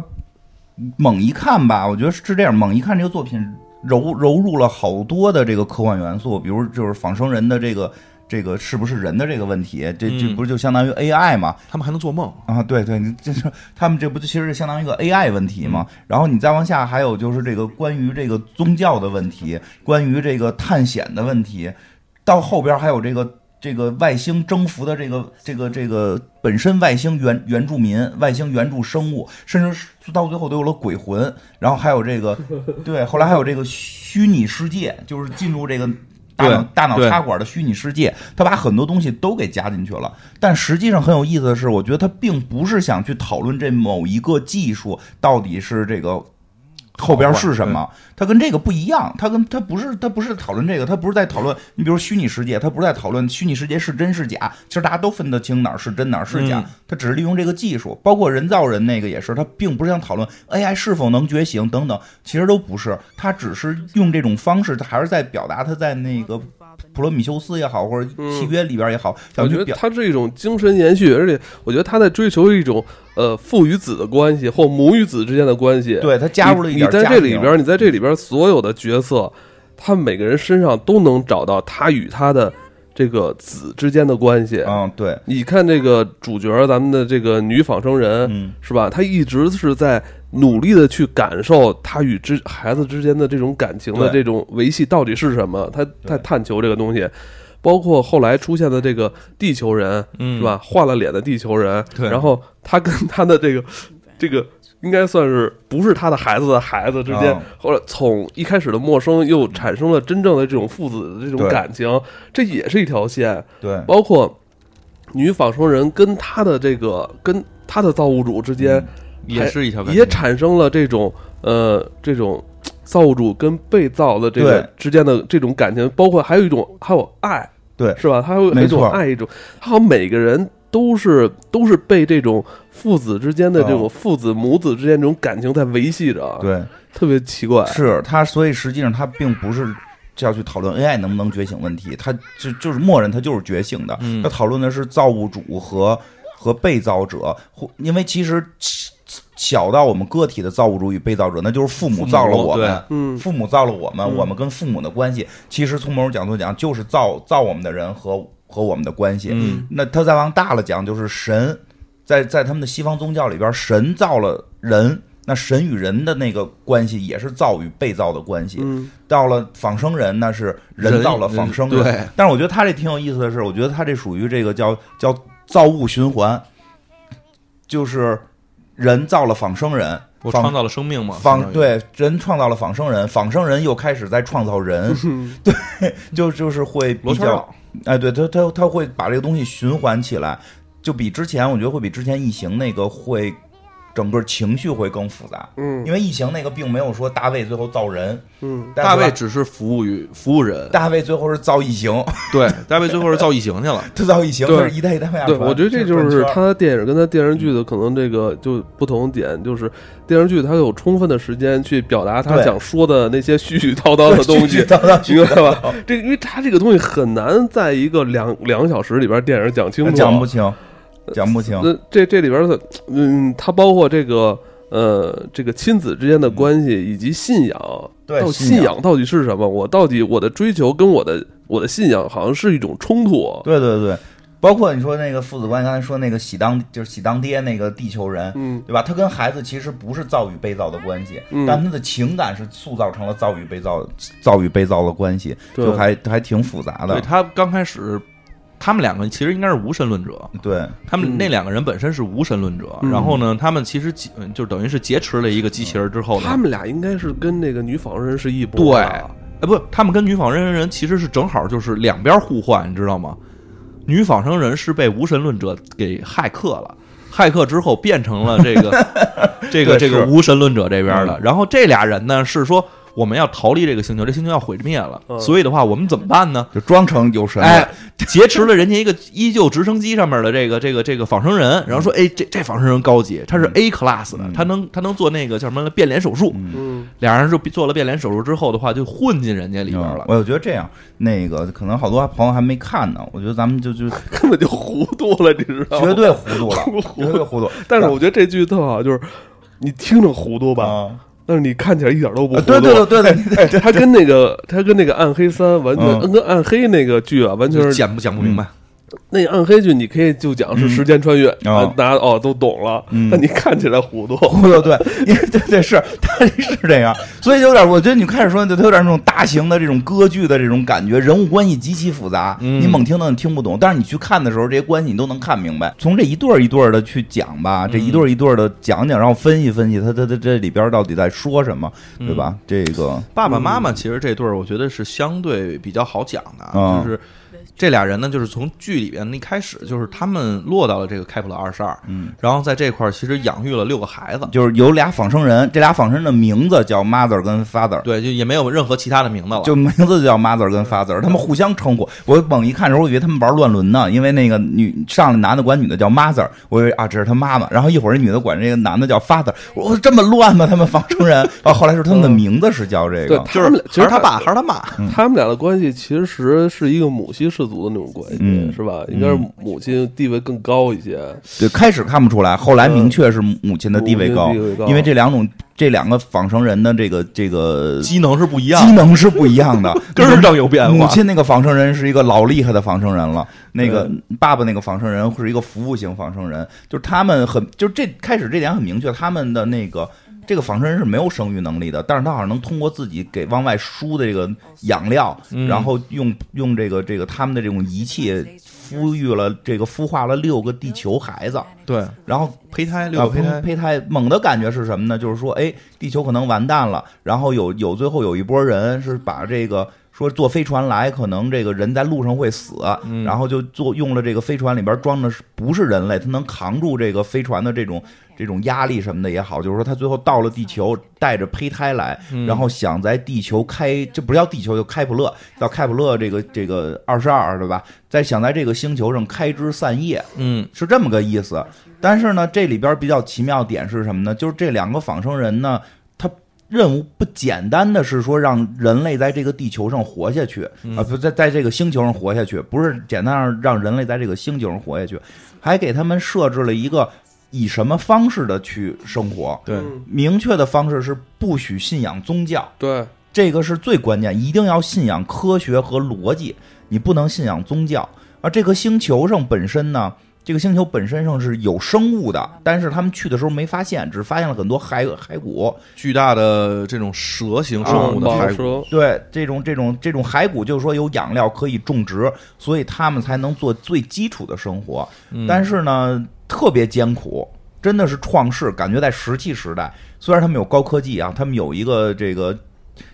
C: 猛一看吧，我觉得是这样，猛一看这个作品揉揉入了好多的这个科幻元素，比如就是仿生人的这个这个是不是人的这个问题，这这
B: 嗯
C: 不是就相当于 AI 嘛？
B: 他们还能做梦。
C: 啊，对对，你这是他们这不就其实是相当于一个 AI 问题嘛？
B: 嗯
C: 然后你再往下还有就是这个关于这个宗教的问题，关于这个探险的问题，到后边还有这个这个外星征服的这个这个这个本身外星原原住民、外星原住生物，甚至是到最后都有了鬼魂，然后还有这 个对，后来还有这个虚拟世界，就是进入这个。大脑
B: 对
C: 大脑
B: 对
C: 插管的虚拟世界，他把很多东西都给加进去了。但实际上很有意思的是，我觉得他并不是想去讨论这某一个技术到底是这个后边是什么，它跟这个不一样，它跟它不是它不是讨论这个，它不是在讨论你比如虚拟世界，它不是在讨论虚拟世界是真是假，其实大家都分得清哪儿是真哪儿是假
B: 嗯，
C: 它只是利用这个技术，包括人造人那个也是，它并不是想讨论 AI 是否能觉醒等等，其实都不是，它只是用这种方式，它还是在表达它在那个普罗米修斯也好，或者契约里边也好，
A: 嗯我
C: 想
A: 觉
C: 去
A: 得
C: 表
A: 他是一种精神延续，而且我觉得他在追求一种呃父与子的关系或母与子之间的关系。，
C: 对它加入了一
A: 你
C: 点
A: 你在
C: 家
A: 这里
C: 庭
A: 边，你在这里边所有的角色，他每个人身上都能找到他与他的这个子之间的关系。
C: 嗯对
A: 你看这个主角，咱们的这个女仿生人，
C: 嗯
A: 是吧？她一直是在努力的去感受她与之孩子之间的这种感情的
C: 对
A: 这种维系到底是什么，她在探求这个东西。包括后来出现的这个地球人，
B: 嗯
A: 是吧？换了脸的地球人，
B: 对
A: 然后他跟他的这个这个。应该算是不是他的孩子的孩子之间
C: 哦，
A: 后来从一开始的陌生，又产生了真正的这种父子的这种
C: 对
A: 感情，这也是一条线。
C: 对，
A: 包括女仿生人跟她的这个跟她的造物主之
C: 嗯
A: 间，
B: 也是一条感
A: 也
B: 情
A: 产生了这种呃这种嘖造物主跟被造的这个
C: 对
A: 之间的这种感情，包括还有一种还有爱，
C: 对
A: 是吧？还有一
C: 没
A: 种
C: 错
A: 爱，一种，他好像每个人。都是都是被这种父子之间的这种
C: 哦
A: 父子母子之间这种感情在维系着，，啊
C: 对，
A: 特别奇怪。
C: 是他，所以实际上他并不是要去讨论 AI 能不能觉醒问题，他就就是默认他就是觉醒的，
B: 嗯
C: 他讨论的是造物主和和被造者，或因为其实小到我们个体的造物主与被造者，那就是父母造了我们
B: 对。
A: 嗯，
C: 父母造了我们，
A: 嗯
C: 我们跟父母的关系，其实从某种角度讲，就是造造我们的人和和我们的关系。
B: 嗯
C: 那他再往大了讲，就是神，在在他们的西方宗教里边，神造了人，那神与人的那个关系也是造与被造的关系。
A: 嗯，
C: 到了仿生人，那是人
B: 人
C: 造了仿生人。
B: 嗯对，
C: 但是我觉得他这挺有意思的是，我觉得他这属于这个叫叫造物循环，就是人造了仿生人，
B: 我
C: 仿
B: 创造了生命嘛，相当
C: 仿
B: 于，
C: 对人创造了仿生人，仿生人又开始在创造人，对，就就是会比
B: 罗圈
C: 较
B: 儿，
C: 哎，对他他他会把这个东西循环起来，就比之前我觉得会比之前异形那个会整个情绪会更复杂，
A: 嗯
C: 因为异形那个并没有说大卫最后造人，
A: 嗯，
C: 但
B: 大
C: 是吧
B: 卫只是服务于服务人，
C: 大卫最后是造异形，
B: 对，大卫最后是造异形去了，
C: 他造异形，
A: 对
C: 他是一代一代往下
A: 对，
C: 传，
A: 我觉得这就
C: 转
A: 是
C: 圈儿
A: 他电影跟他电视剧的可能这个就不同点，就是电视剧他有充分的时间去表达他
C: 对
A: 想说的那些絮絮叨叨的 东西，
C: 造造
A: 明白吧？这因为他这个东西很难在一个两两个小时里边电影讲清楚，啊
C: 讲不清，讲不清，
A: 那这这里边的，嗯，它包括这个呃，这个亲子之间的关系以及信仰，
C: 对
A: 到
C: 信
A: 嗯
C: 仰
A: 信仰到底是什么？我到底我的追求跟我的我的信仰好像是一种冲突，
C: 对对对，包括你说那个父子关系，刚才说那个喜当就是喜当爹那个地球人，
A: 嗯，
C: 对吧？他跟孩子其实不是造与被造的关系，
A: 嗯
C: 但他的情感是塑造成了造与被造、造与被造的关系，
A: 对
C: 就还还挺复杂
B: 对
C: 的。
B: 他刚开始，他们两个其实应该是无神论者，
C: 对
B: 他们
A: 嗯
B: 那两个人本身是无神论者，
A: 嗯
B: 然后呢，他们其实几嗯就等于是劫持了一个机器人之后呢，
A: 他们俩应该是跟那个女仿生人是一
B: 对，
A: 波的，
B: 哎不，他们跟女仿生人其实是正好就是两边互换，你知道吗？女仿生人是被无神论者给骇客了。骇客之后变成了 这个这个
C: 对
B: 这个
C: 是嗯
B: 无神论者这边的，然后这俩人呢是说我们要逃离这个星球，这星球要毁灭了，
A: 嗯
B: 所以的话我们怎么办呢？
C: 就装成有神了，
B: 哎，劫持了人家一个依旧直升机上面的这个这个这个仿生人，然后说，哎，这这仿生人高级，他是 A class 的，
C: 嗯
B: 他能他能做那个叫什么变脸手术。
C: 嗯
A: 嗯，
B: 俩人就做了变脸手术之后的话，就混进人家里边了。
C: 我觉得这样，那个可能好多朋友还没看呢，我觉得咱们就就
A: 根本就糊涂了，你知道吗？
C: 绝对糊涂了
A: 糊，涂
C: 绝对糊涂。
A: 但是我觉得这剧特好，就是你听着糊涂吧，
C: 啊，
A: 但是你看起来一点都不糊
C: 对
A: 涂。
C: 对对对对，
A: 哎，他跟那个他跟那个《暗黑三》完全，跟
C: 嗯
A: 《暗黑》那个剧啊，完全
B: 就是讲不讲不明白，
A: 那《暗黑》剧，你可以就讲是时间穿越，
C: 嗯
A: 啊
C: 哦，
A: 大家哦都懂了，
C: 嗯
A: 但你看起来糊涂。
C: 不对对，因为对对是，他是这样，所以有点，我觉得你开始说，就他有点那种大型的这种歌剧的这种感觉，人物关系极其复杂，
B: 嗯
C: 你猛听到你听不懂，但是你去看的时候，这些关系你都能看明白。从这一对儿一对儿的去讲吧，这一对儿一对儿的讲讲，然后分析分析，他他他这里边到底在说什么，对吧？这个
B: 爸爸妈妈其实这对儿，我觉得是相对比较好讲的，
C: 嗯
B: 就是这俩人呢，就是从剧里边一开始，就是他们落到了这个开普勒二十二，
C: 嗯，
B: 然后在这块儿其实养育了六个孩子，
C: 就是有俩仿生人，这俩仿生人的名字叫 mother 跟 father。
B: 对，就也没有任何其他的名字了，
C: 就名字就叫 mother 跟 father，他们互相称呼。我猛一看的时候，我以为他们玩乱伦呢，因为那个女上来男的管女的叫 mother，我以为啊这是他妈妈，然后一会儿这女的管这个男的叫 father，我说这么乱吗？他们仿生人？啊，后来是他们的名字是叫这
A: 对
C: 个，，
B: 就
A: 他
B: 是
A: 们俩其
B: 还
A: 实
B: 是他爸，还是他妈，
A: 他们俩的关系其实是一个母系氏族的那种关系，
C: 嗯
A: 是吧？应该是母亲地位更高一些。
C: 对，开始看不出来，后来明确是母亲的地位高
A: 母亲的地位高，
C: 因为这两种这两个仿生人的这个这个
B: 机能是不一样
C: 机，能是不一样的，
B: 根儿上有变化
C: 母亲那个仿生人是一个老厉害的仿生人了，那个爸爸那个仿生人是一个服务型仿生人，就是他们很，就是这开始这点很明确，他们的那个这个仿生人是没有生育能力的，但是他好像能通过自己给往外输的这个养料，
B: 嗯
C: 然后用用这个这个他们的这种仪器孵育了这个孵化了六个地球孩子，
B: 对，
C: 然后
B: 胚胎六
C: 啊，
B: 个胚胎，
C: 胚胎猛的感觉是什么呢？就是说，哎，地球可能完蛋了。然后有有最后有一波人是把这个说坐飞船来，可能这个人在路上会死，
B: 嗯
C: 然后就做用了这个飞船里边装的是不是人类，它能扛住这个飞船的这种这种压力什么的也好，就是说它最后到了地球，带着胚胎来，
B: 嗯
C: 然后想在地球开，这不叫地球，就开普勒，到开普勒这个这个二十二对吧？在想在这个星球上开枝散叶，
B: 嗯
C: 是这么个意思。但是呢，这里边比较奇妙的点是什么呢？就是这两个仿生人呢，他任务不简单的是说让人类在这个地球上活下去啊、不在在这个星球上活下去，不是简单让让人类在这个星球上活下去，还给他们设置了一个以什么方式的去生活。
B: 对，
A: 嗯
C: 明确的方式是不许信仰宗教，
A: 对，
C: 这个是最关键，一定要信仰科学和逻辑，你不能信仰宗教。而这个星球上本身呢，这个星球本身上是有生物的，但是他们去的时候没发现，只发现了很多骸骸骨。
B: 巨大的这种蛇形生物
C: 啊
A: 蟒
B: 的骸骨，
A: 蛇，
C: 对，这种这种这种骸骨，就是说有养料可以种植，所以他们才能做最基础的生活。
B: 嗯
A: 嗯
C: 但是呢，特别艰苦，真的是创世，感觉在石器时代。虽然他们有高科技啊，他们有一个这个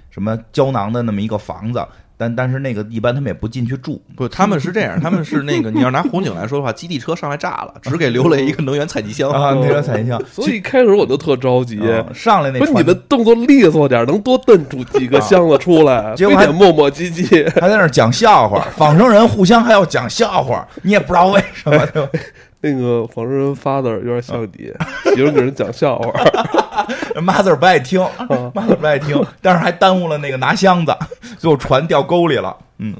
C: 什么胶囊的那么一个房子，但但是那个一般他们也不进去住。
B: 不，他们是这样，他们是那个，你要拿红警来说的话，基地车上来炸了，只给留了一个能源采集箱。
C: 啊，那个 彩像，
A: 所以一开始我就特着急。
C: 啊上来那
A: 不是你
C: 船
A: 们动作利索点儿，能多蹬出几个箱子出来，
C: 结
A: 非
C: 果还
A: 得磨磨唧唧。
C: 还在那儿讲笑话，仿生人互相还要讲笑话，你也不知道为什么，对吧？
A: 那个仿生人 father 有点像你，喜欢给人讲笑话。
C: 妈字儿不爱听，
A: 嗯
C: 妈字儿不爱听，但是还耽误了那个拿箱子， 最后船掉沟里了。嗯，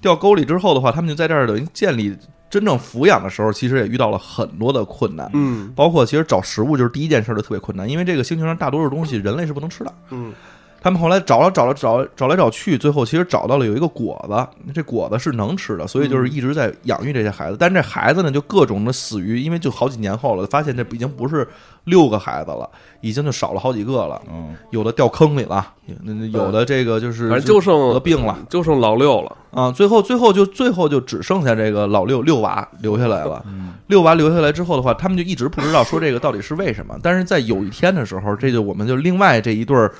B: 掉沟里之后的话，他们就在这儿等于建立真正抚养的时候，其实也遇到了很多的困难，
A: 嗯
B: 包括其实找食物就是第一件事儿就特别困难，因为这个星球上大多数东西人类是不能吃的。
A: 嗯，
B: 他们后来找了找了找了找来找去，最后其实找到了有一个果子，这果子是能吃的，所以就是一直在养育这些孩子。但这孩子呢，就各种的死于，因为就好几年后了，发现这已经不是六个孩子了，已经就少了好几个了。
C: 嗯，
B: 有的掉坑里了，有有的这个就是
A: 嗯反正就剩
B: 得病了，
A: 就剩老六了。
B: 啊，最后最后就最后就只剩下这个老六六娃留下来了。
A: 嗯
B: 六娃留下来之后的话，他们就一直不知道说这个到底是为什么。 但是在有一天的时候，这就我们就另外这一对儿，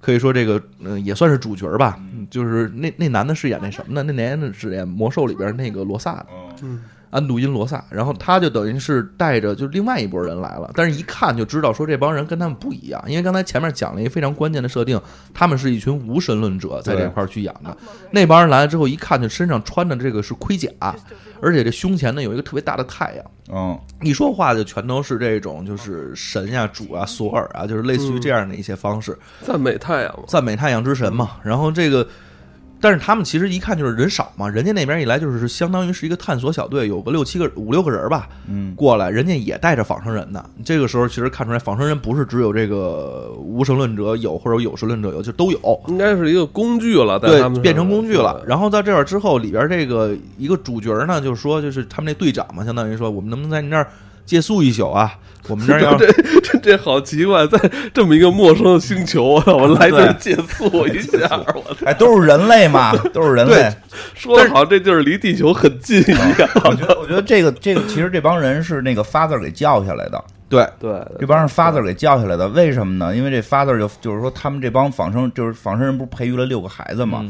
B: 可以说这个嗯、呃也算是主角吧，嗯就是那那男的饰演那什么呢？那男的饰演魔兽里边那个罗萨的
A: 嗯，
B: 安度因罗萨，然后他就等于是带着就另外一拨人来了，但是一看就知道说这帮人跟他们不一样，因为刚才前面讲了一个非常关键的设定，他们是一群无神论者在这块儿去养的，那帮人来了之后一看就身上穿的这个是盔甲，而且这胸前呢有一个特别大的太阳。
C: 嗯，
B: 一说话就全都是这种，就是神呀、主啊、索尔啊，就是类似于这样的一些方式。
A: 赞美太阳嘛。
B: 赞美太阳之神嘛。然后这个，但是他们其实一看就是人少嘛，人家那边一来就是相当于是一个探索小队，有个六七个、五六个人吧，
C: 嗯，
B: 过来，人家也带着仿生人呢。这个时候其实看出来，仿生人不是只有这个无神论者有，或者有神论者有，就都有。
A: 应该是一个工具了，在
B: 对
A: 他们，呃上
B: 变成工具了。
A: 对
B: 然后到这儿之后，里边这个一个主角呢，就是说，就是他们那队长嘛，相当于说，我们能不能在你那儿借宿一宿啊？我们 这儿要
A: 这 这这好奇怪，在这么一个陌生的星球啊，我来这儿借宿一 下，我
C: 哎，都是人类嘛，都是人类
B: 对。
A: 说的好像这地儿离地球很近一样。
C: 我觉得，我觉得这个这个其实这帮人是那个 father 给叫下来的，
B: 对，
A: 对，
C: 这帮人 father 给叫下来的。为什么呢？因为这 father 就就是说他们这帮仿生就是仿生人不是培育了六个孩子
A: 嗯
B: 嗯
C: 吗？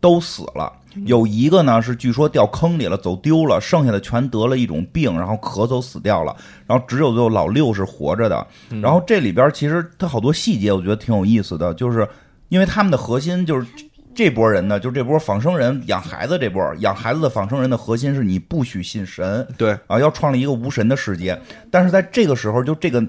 C: 都死了，有一个呢是据说掉坑里了，走丢了，剩下的全得了一种病，然后咳嗽死掉了，然后只有最后老六是活着的。
A: 嗯
C: 然后这里边其实它好多细节，我觉得挺有意思的，就是因为他们的核心就是这这波人呢，就是这波仿生人养孩子这波养孩子的仿生人的核心是你不许信神，
B: 对
C: 啊，要创立一个无神的世界。但是在这个时候，就这个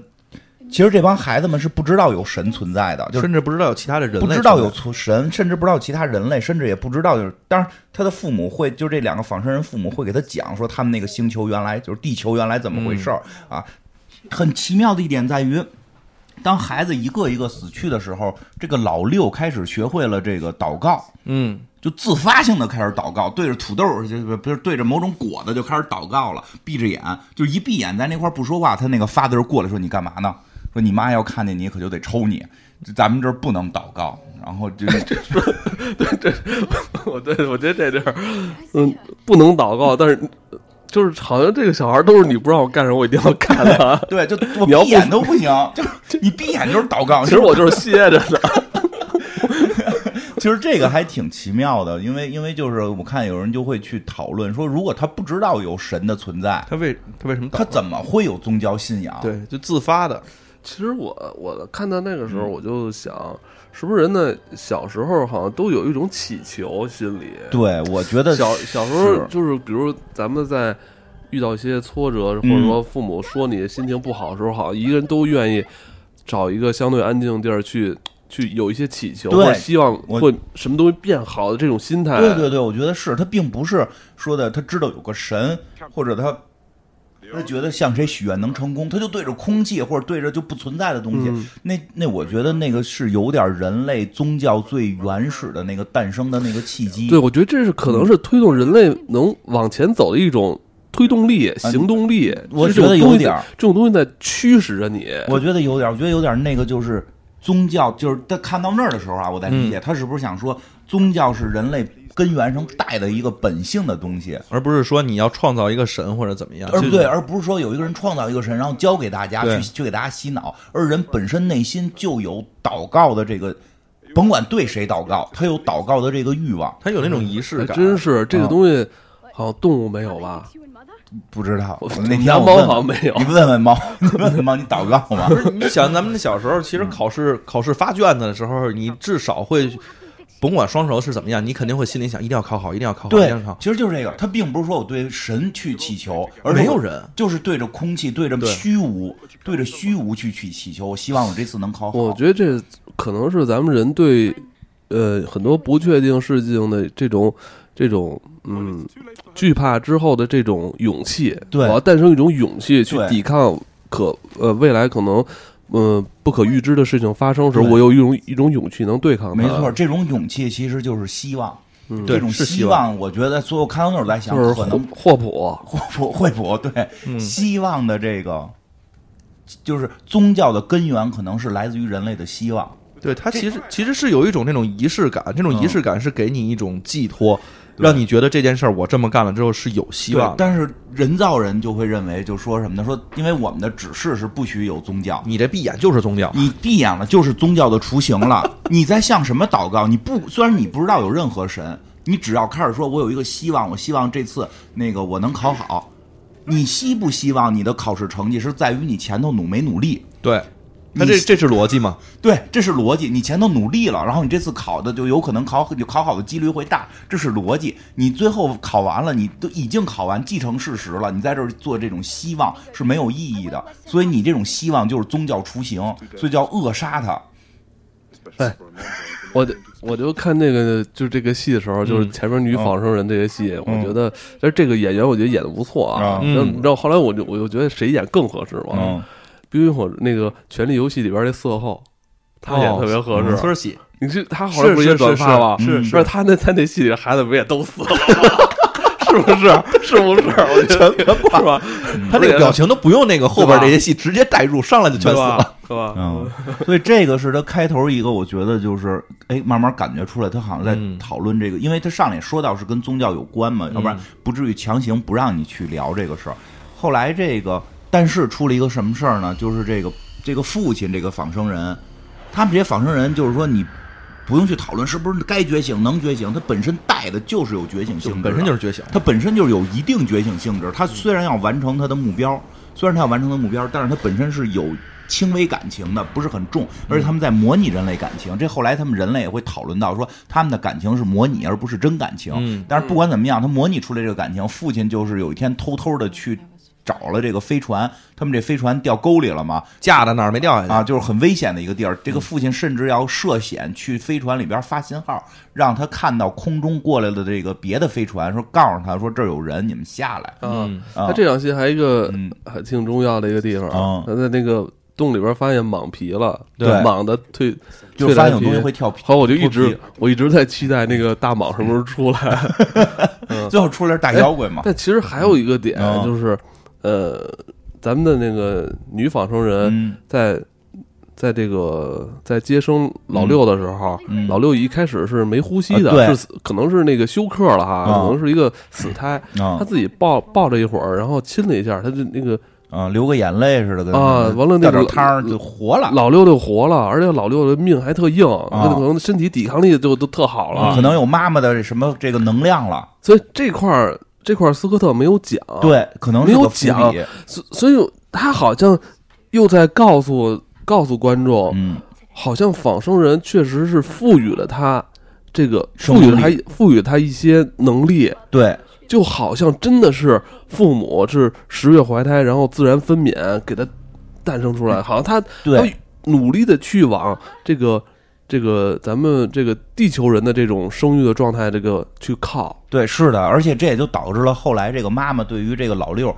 C: 其实这帮孩子们是不知道有神存在的，就是
B: 甚至不知道有其他的人类
C: 不
B: 存在，
C: 知道有存神，甚至不知道其他人类，甚至也不知道就是，当然他的父母会，就这两个仿生人父母会给他讲说他们那个星球原来就是地球原来怎么回事儿、啊。
B: 嗯
C: 很奇妙的一点在于，当孩子一个一个死去的时候，这个老六开始学会了这个祷告，
B: 嗯。
C: 就自发性的开始祷告，对着土豆儿，就不不是对着某种果子就开始祷告了，闭着眼，就一闭眼在那块儿不说话，他那个 father 过来说你干嘛呢？说你妈要看见你可就得抽你，就咱们这儿不能祷告。然后 就。
A: 我对我觉得这地儿，嗯，不能祷告，但是就是好像这个小孩都是你不让我干什么，我一定要干的、啊
C: 对，就我
A: 你要
C: 闭
A: 不
C: 眼都 不行，就是你闭眼就是祷告。
A: 其实我就是歇着的，
C: 其实这个还挺奇妙的，因为因为就是我看有人就会去讨论说，如果他不知道有神的存在，
B: 他为他为什么
C: 他
B: 祷告？
C: 怎么会有宗教信仰？，
B: 对，就自发的，
A: 其实我我看到那个时候，我就想，是不是人的小时候好像都有一种祈求心理？
C: 对我觉得
A: 小小时候
C: 是
A: 就是，比如咱们在遇到一些挫折，或
C: 嗯
A: 者说父母说你心情不好的时候，好像一个人都愿意找一个相对安静的地儿去去有一些祈求，
C: 对
A: 或者希望
C: 我
A: 会什么东西变好的这种心态。
C: 对对对，我觉得是他并不是说的他知道有个神，或者他他觉得向谁许愿能成功，他就对着空气或者对着就不存在的东西。那那我觉得那个是有点人类宗教最原始的那个诞生的那个契机。
A: 对，我觉得这是可能是推动人类能往前走的一种推动力、行动力。
C: 嗯我
A: 这种
C: 觉得有
A: 东西
C: 点儿
A: 这种东西在驱使着你。
C: 我觉得有点，我觉得有点那个就是宗教，就是他看到那儿的时候啊，我在理解、他是不是想说宗教是人类根源上带的一个本性的东西。
B: 而不是说你要创造一个神或者怎么样。
C: 而
B: 就
C: 不
B: 是
C: 对，而不是说有一个人创造一个神，然后教给大家去
B: 对
C: 去给大家洗脑，而人本身内心就有祷告的这个，甭管对谁祷告，他有祷告的这个欲望。
B: 他有那种仪式
A: 还
B: 感，啊
A: 真是
C: 嗯
A: 这个东西，好像动物没有
D: 好吧
A: 吧？？
C: 不知道
A: 我
C: 那
A: 家
C: 天我
A: 猫
C: 问
A: 好像没有
C: 你。问问猫， 你问问猫，你祷告吗
B: 不？是你想，咱们小时候其
C: 嗯
B: 实考试考试发卷子的时候，你至少会，甭管双手是怎么样，你肯定会心里想，一定要考好，一定要考好，一定
C: 对
B: 要考，好。
C: 其实就是这个，他并不是说我对神去祈求，而
B: 没
C: 是
B: 有
C: 我
B: 人
C: 就是对着空气，对着
B: 对
C: 虚无，对着虚无去去祈求。我希望我这次能考好。
A: 我觉得这可能是咱们人对呃很多不确定事情的这种这种嗯惧怕之后的这种勇气，
C: 对
A: 我要诞生一种勇气去
C: 对
A: 抵抗可呃未来可能。嗯，不可预知的事情发生时候，
C: 对
A: 我有一种一种勇气能对抗它。
C: 没错，，这种勇气其实就是希望。这种
B: 是
C: 希
B: 希望
C: 望，我觉得所有看到那儿我在想，
A: 就是
C: 可
A: 霍
C: 能
A: 霍普，
C: 惠普惠普对、
B: 嗯
C: 希望的这个，就是宗教的根源可能是来自于人类的希望。
B: 对他其实其实是有一种那种仪式感，这种仪式感是给你一种寄托，让你觉得这件事儿我这么干了之后是有希
C: 对
B: 望，的。
C: 但是人造人就会认为，就说什么呢？说因为我们的指示是不许有宗教，
B: 你这闭眼就是宗教，
C: 你闭眼了就是宗教的雏形 了。你在向什么祷告？你不，虽然你不知道有任何神，你只要开始说，我有一个希望，我希望这次那个我能考好。你希不希望你的考试成绩是在于你前头努没努力？
B: 对，他这
C: 你
B: 这是逻辑嘛？
C: 对，这是逻辑。你前头努力了，然后你这次考的就有可能考就考好的几率会大，这是逻辑。你最后考完了，你都已经考完，既成事实了。你在这儿做这种希望是没有意义的，所以你这种希望就是宗教雏形，所以叫扼杀它。
A: 我就我就看那个就是这个戏的时候，就是前面
C: 嗯
A: 女仿生人这个戏，我觉得，但是这个演员我觉得演的不错啊。
C: 啊
A: 你知道你知道后来我就我就觉得谁演更合适吗？
C: 嗯
A: 冰与火那个《权力游戏》里边那色后，他演得
B: 哦
A: 特别合
C: 嗯
A: 适。
B: 村儿喜
A: 你这他后来不是也转发
B: 嗯
A: 吗？
C: 是是是是是
A: 不是他那在那戏里孩子不也都死了吗？是不是？是不是？我觉得是吧？
B: 他那个表情都嗯不用那个后
A: 对
B: 边
A: 吧
B: 这些戏，直接带入，上来就全
A: 对
B: 死了。
A: 吧？是吧？
C: 嗯， 所以这个是他开头一个，我觉得就是哎，慢慢感觉出来，他好像在
B: 嗯
C: 讨论这个，因为他上来也说到是跟宗教有关嘛，要不然不至于强行不让你去聊这个事儿。后来这个，但是出了一个什么事儿呢？就是这个这个父亲这个仿生人，他们这些仿生人就是说你。不用去讨论是不是该觉醒，能觉醒，他本身带的就是有觉醒性质的，
B: 本 身就是觉醒，
C: 它本身就是有一定觉醒性质。它虽然要完成它的目标，虽然它要完成它的目标，但是它本身是有轻微感情的，不是很重。而且他们在模拟人类感情，这后来他们人类也会讨论到说，他们的感情是模拟而不是真感情。
B: 嗯
C: 但是不管怎么样，他模拟出来这个感情，父亲就是有一天偷偷的去找了这个飞船，他们这飞船掉沟里了嘛，
B: 架在那儿没掉下去
C: 啊，就是很危险的一个地儿。这个父亲甚至要涉险去飞船里边发信号，让他看到空中过来的这个别的飞船，说告诉他说这儿有人，你们下来。
A: 啊
B: 嗯，
C: 啊
A: 他这场戏还有一个
C: 嗯
A: 还挺重要的一个地
C: 啊
A: 方，他在那个洞里边发现蟒皮了，
C: 对
A: 蟒的蜕
C: 就
A: 蜕
C: 发
A: 来
C: 现有
A: 皮
C: 东西会跳皮
A: 好，我就一
C: 脱
A: 直
C: 皮
A: 我一直在期待那个大蟒什么时候出来。嗯
C: 最后出来是大
A: 哎
C: 摇滚嘛？
A: 但其实还有一个点
C: 嗯
A: 就是，呃，咱们的那个女仿生人
C: 嗯
A: 在在这个在接生老六的时候，
C: 嗯
A: 老六一开始是没呼吸的，
C: 啊对
A: 是死可能是那个休克了哈，
C: 啊
A: 可能是一个死胎，
C: 啊
A: 他自己抱抱着一会儿，然后亲了一下，他就那个
C: 啊，流个眼泪似的跟
A: 啊完了那
C: 掉
A: 个
C: 点汤儿就活了，
A: 老六就活了，而且老六的命还特硬，他可能身体抵抗力就都特好了，
C: 啊嗯可能有妈妈的什么这个能量了，
A: 所以这块儿这块儿斯科特没有讲，，
C: 对，可能是个伏
A: 没有
C: 笔，
A: 所所以他好像又在告诉告诉观众，
C: 嗯，
A: 好像仿生人确实是赋予了他这个
C: 生
A: 赋予了
C: 命
A: 他赋予他一些能力，
C: 对，
A: 就好像真的是父母是十月怀胎，然后自然分娩给他诞生出来，好像他
C: 嗯对
A: 他努力的去往这个这个咱们这个地球人的这种生育的状态这个去靠，
C: 对，是的，而且这也就导致了后来这个妈妈对于这个老六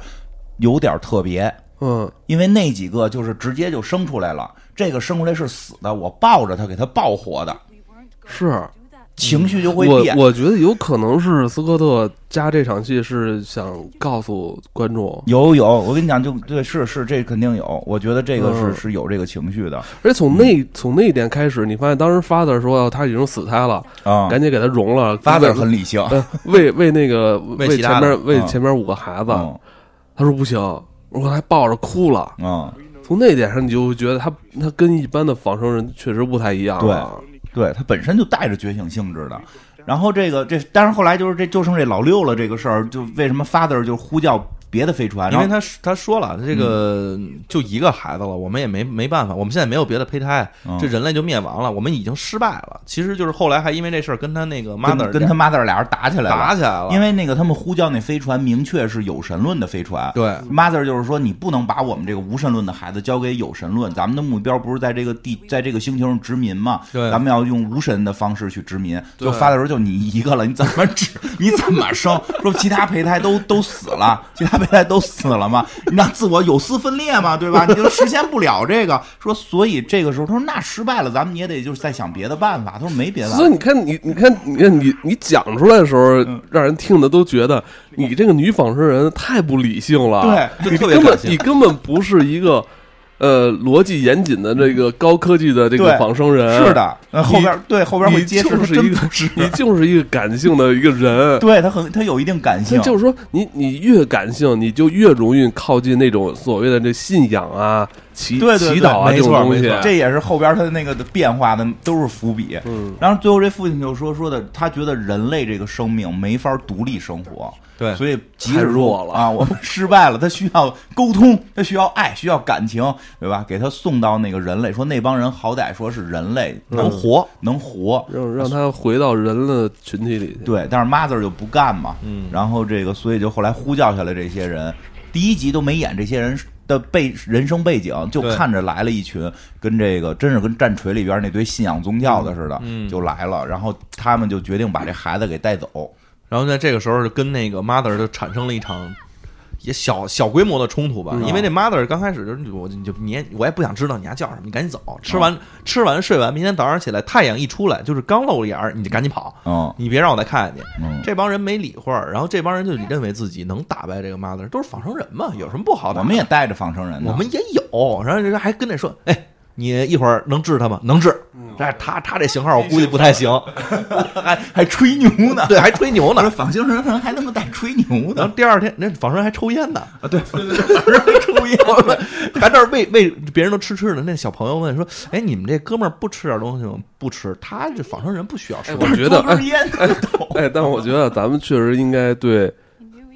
C: 有点特别，
A: 嗯，
C: 因为那几个就是直接就生出来了，这个生出来是死的，我抱着他给他抱活的，
A: 是。
C: 情绪就会
A: 嗯我
C: 变。
A: 我觉得有可能是斯科特加这场戏是想告诉观众，
C: 有有，我跟你讲，就对，是是，这肯定有。我觉得这个是、
A: 嗯
C: 是有这个情绪的
A: 而且从那从那一点开始，你发现当时 father 说要他已经死胎了，
C: 啊。
A: 赶紧给他融了。
C: 发
A: 为
C: 字很理性，
A: 呃为为那个
B: 为
A: 为
B: 其
A: 前
B: 他的
A: 面为
C: 嗯
A: 前面五个孩子，
C: 嗯
A: 他说不行，我还抱着哭了。
C: 嗯，
A: 从那一点上，你就觉得他他跟一般的仿生人确实不太一样啊了。
C: 对他本身就带着觉醒性质的。然后这个这，但是后来就是这就剩这老六了这个事儿，就为什么 father 就呼叫别的飞船？
B: 啊因
C: 然
B: 为
C: 后
B: 他他说了，这个就一个孩子了，我们也没没办法，我们现在没有别的胚胎
C: 嗯，
B: 这人类就灭亡了，我们已经失败了。其实就是后来还因为这事儿跟他那个
C: 跟
B: mother
C: 跟他 mother 俩人打起来了，
B: 打起来了，
C: 因
B: 为
C: 为那个他们呼叫那飞船明确是有神论的飞船，
B: 对
C: ，mother 就是说你不能把我们这个无神论的孩子交给有神论，咱们的目标不是在这个地在这个星球上殖民嘛，
B: 对
C: 咱们要用无神的方式去殖民。
A: 对
C: 就 father 说就你一个了，你怎么 治？你怎么生？说其他胚胎都都死了，其他胚胎都死了嘛，你让自我有丝分裂嘛，对吧？你就实现不了这个。说所以这个时候他说那失败了，咱们也得就是再想别的办法。他说没别的办法
A: 所以。你看，你你看，你看你你讲出来的时候，让人听的都觉得你这个女仿生人太不理性了。
C: 对
A: 你
B: 就啊特别
A: 根本
B: 感性
A: 你根本不是一个呃逻辑严谨的这个高科技的这个
C: 嗯对
A: 仿生人。
C: 是，的，呃后边对后边会
A: 你
C: 揭示
A: 就
C: 他
A: 是
C: 真
A: 一个
C: 不是
A: 你就是一个感性的一个人。
C: 对他很他有一定感
A: 那
C: 性，
A: 就是说你，你越感性，你就越容易靠近那种所谓的这信仰啊、祈
C: 对对对
A: 祈祷啊
B: 没
A: 这种
B: 错
A: 东
B: 没
A: 西
B: 错。
C: 这也是后边他的那个的变化的都是伏笔。
A: 嗯，
C: 然后最后这父亲就说说的，他觉得人类这个生命没法独立生活，
B: 对
C: 所以即使
A: 太弱
C: 说
A: 了
C: 啊，我们失败了，他需要沟通， 他需要爱，需要感情，对吧？给他送到那个人类，说那帮人好歹说是人类能活能活，
A: 让让他回到人的群体里去。
C: 对，但是 mother 就不干嘛，
B: 嗯
C: 然后这个所以就后来呼叫下来这些人，第一集都没演这些人的背人生背景，就
B: 对
C: 看着来了一群跟这个真是跟战锤里边那堆信仰宗教的似的，
B: 嗯
C: 就来了，然后他们就决定把这孩子给带走，
B: 然后在这个时候就跟那个 mother 就产生了一场也小小规模的冲突吧，
A: 嗯
B: 因为那 mother 刚开始就是我你就你也我也不想知道你家叫什么，你赶紧走，吃
C: 嗯
B: 完吃完睡完，明天早上起来太阳一出来就是刚露眼儿你就赶紧跑，
C: 嗯
B: 你别让我再看见你。
C: 嗯，
B: 这帮人没理会儿，然后这帮人就认为自己能打败这个 mother，都是仿生人嘛，有什么不好的？
C: 哦我们也带着仿生人呢，
B: 我们也有，然后人家还跟那说，哎，你一会儿能治他吗？能治。
C: 嗯
B: 但是他他这型号我估计不太行，
C: 还还吹牛 呢，
B: 对，还吹牛
C: 我说
B: 呢。
C: 仿生人还他妈带吹牛
B: 然
C: 呢
B: 后，第二天，那仿生人还抽烟呢，
C: 啊，对，还抽烟，
B: 还那儿喂喂别人都吃吃的。那小朋友问说：“哎，你们这哥们儿不吃点东西吗？”不吃，他这仿生人不需要吃
A: 哎，
B: 东
A: 我
B: 西。
A: 觉得，
C: 抽
A: 哎
C: 根烟呢都
A: 哎，但我觉得咱们确实应该对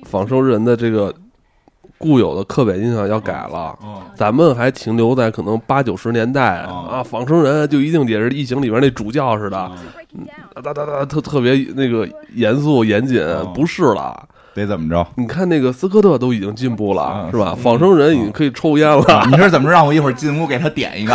A: 仿生人的这个固有的刻板印象要改了。
C: 嗯
A: 咱们还停留在可能八九十年代
C: 嗯
A: 啊，仿生人就一定也是《异形》里边那主教似
C: 啊
A: 的，哒哒哒，特特别那个严肃严谨，不是了。
C: 得怎么着？
A: 你看那个斯科特都已经进步了
C: 嗯，
A: 是吧？仿生人已经可以抽烟了。
C: 你是怎么让我一会儿进屋给他点一个？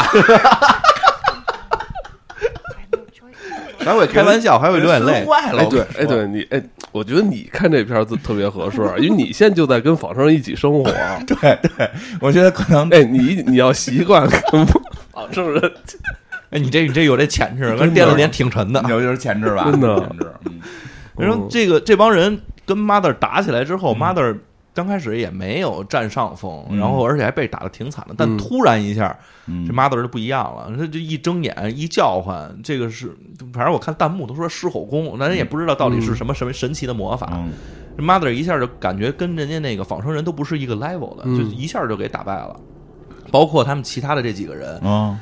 B: 还会开玩笑，还会流眼泪
C: 人。坏了，
A: 哎，对，哎，对你，哎，我觉得你看这片儿就特别合 适，因为你现在就在跟仿生人一起生 活。
C: 对对，我觉得可能
A: 哎，你你要习惯跟 仿生人
B: 哎，你这你这有这潜质，跟电了点挺沉的。
C: 有点潜质吧，
A: 真的
C: 潜质，嗯
B: 嗯然后这个这帮人跟 mother 打起来之后，mother 刚开始也没有占上风，
C: 嗯
B: 然后而且还被打的挺惨的，但
A: 嗯
B: 突然一下，
C: 嗯
B: 这 mother 就不一样了，这这一睁眼一叫唤，这个是反正我看弹幕都说狮吼功，咱也不知道到底是什么什么神奇的魔法，
C: 嗯
B: 这 mother 一下就感觉跟人家那个仿生人都不是一个 level 的，
A: 嗯
B: 就一下就给打败了。包括他们其他的这几个人，
C: 嗯，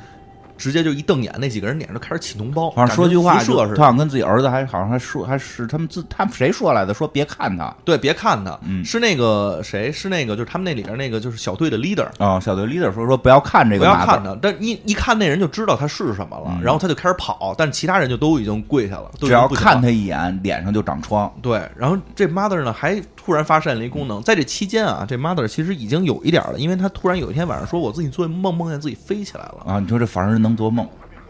B: 直接就一瞪眼，那几个人脸上就开始起脓包，
C: 好像说句话
B: 感觉
C: 就，
B: 辐射似
C: 他
B: 的
C: 好像跟自己儿子还好像还说还是他们自他们谁说来的，说别看他
B: 对，别看他，
C: 嗯
B: 是那个谁，是那个，就是他们那里边那个就是小队的 leader，
C: 啊、小队 leader 说说不要看这
B: 不
C: 个
B: 要
C: 麻
B: 看
C: 烦，
B: 他，但一一看那人就知道他是什么了，
C: 嗯
B: 然后他就开始跑，但其他人就都已经跪下了，都已
C: 只
B: 经
C: 要
B: 不行
C: 看
B: 了
C: 他一眼，脸上就长疮。
B: 对，然后这 mother 呢还突然发现了一功能，在这期间啊，这 mother 其实已经有一点了，因为他突然有一天晚上说，我自己做梦梦见自己飞起来了，
C: 啊，你说这凡人能做梦，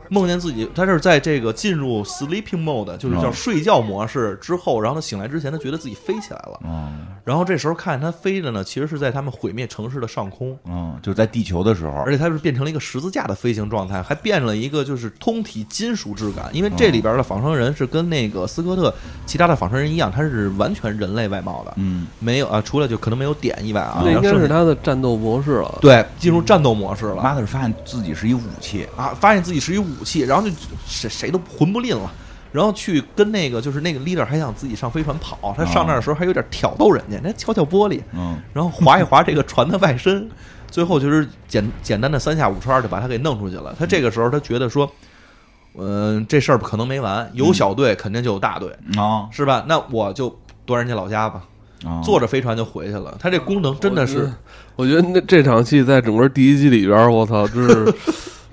B: 梦见自己，他是在这个进入 sleeping mode，就是叫
C: 嗯
B: 睡觉模式之后，然后他醒来之前，他觉得自己飞起来了，
C: 嗯
B: 然后这时候看见他飞着呢，其实是在他们毁灭城市的上空。
C: 嗯，就在地球的时候
B: 而，且它是变成了一个十字架的飞行状态，还变了一个就是通体金属质感，因为这里边的仿生人是跟那个斯科特其他的仿生人一样，他是完全人类外貌的，
C: 嗯
B: 没有啊，除了就可能没有点以外啊，
A: 那应该
B: 然
A: 是
B: 后剩下
A: 他的嗯战斗模式了。
B: 对进入战斗模式了。
C: 妈的发现自己是一武器，
B: 啊，发现自己是一武器，然后就谁谁都魂不吝了，然后去跟那个就是那个 leader 还想自己上飞船
A: 啊
B: 跑，他上那儿的时候还有点挑逗人家，人家敲敲玻璃，
C: 嗯
B: 然后划一划这个船的外身， 最后就是简简单的三下五除二就把他给弄出去了。他这个时候他觉得说，嗯、这事儿可能没完，有小队肯定就有大队，
C: 啊
B: 是吧？那我就夺人家老家吧，
C: 啊，
B: 坐着飞船就回去了。他这功能真的是。
A: 嗯我觉得，我觉得那这场戏在整个第一季里边儿，我操，真是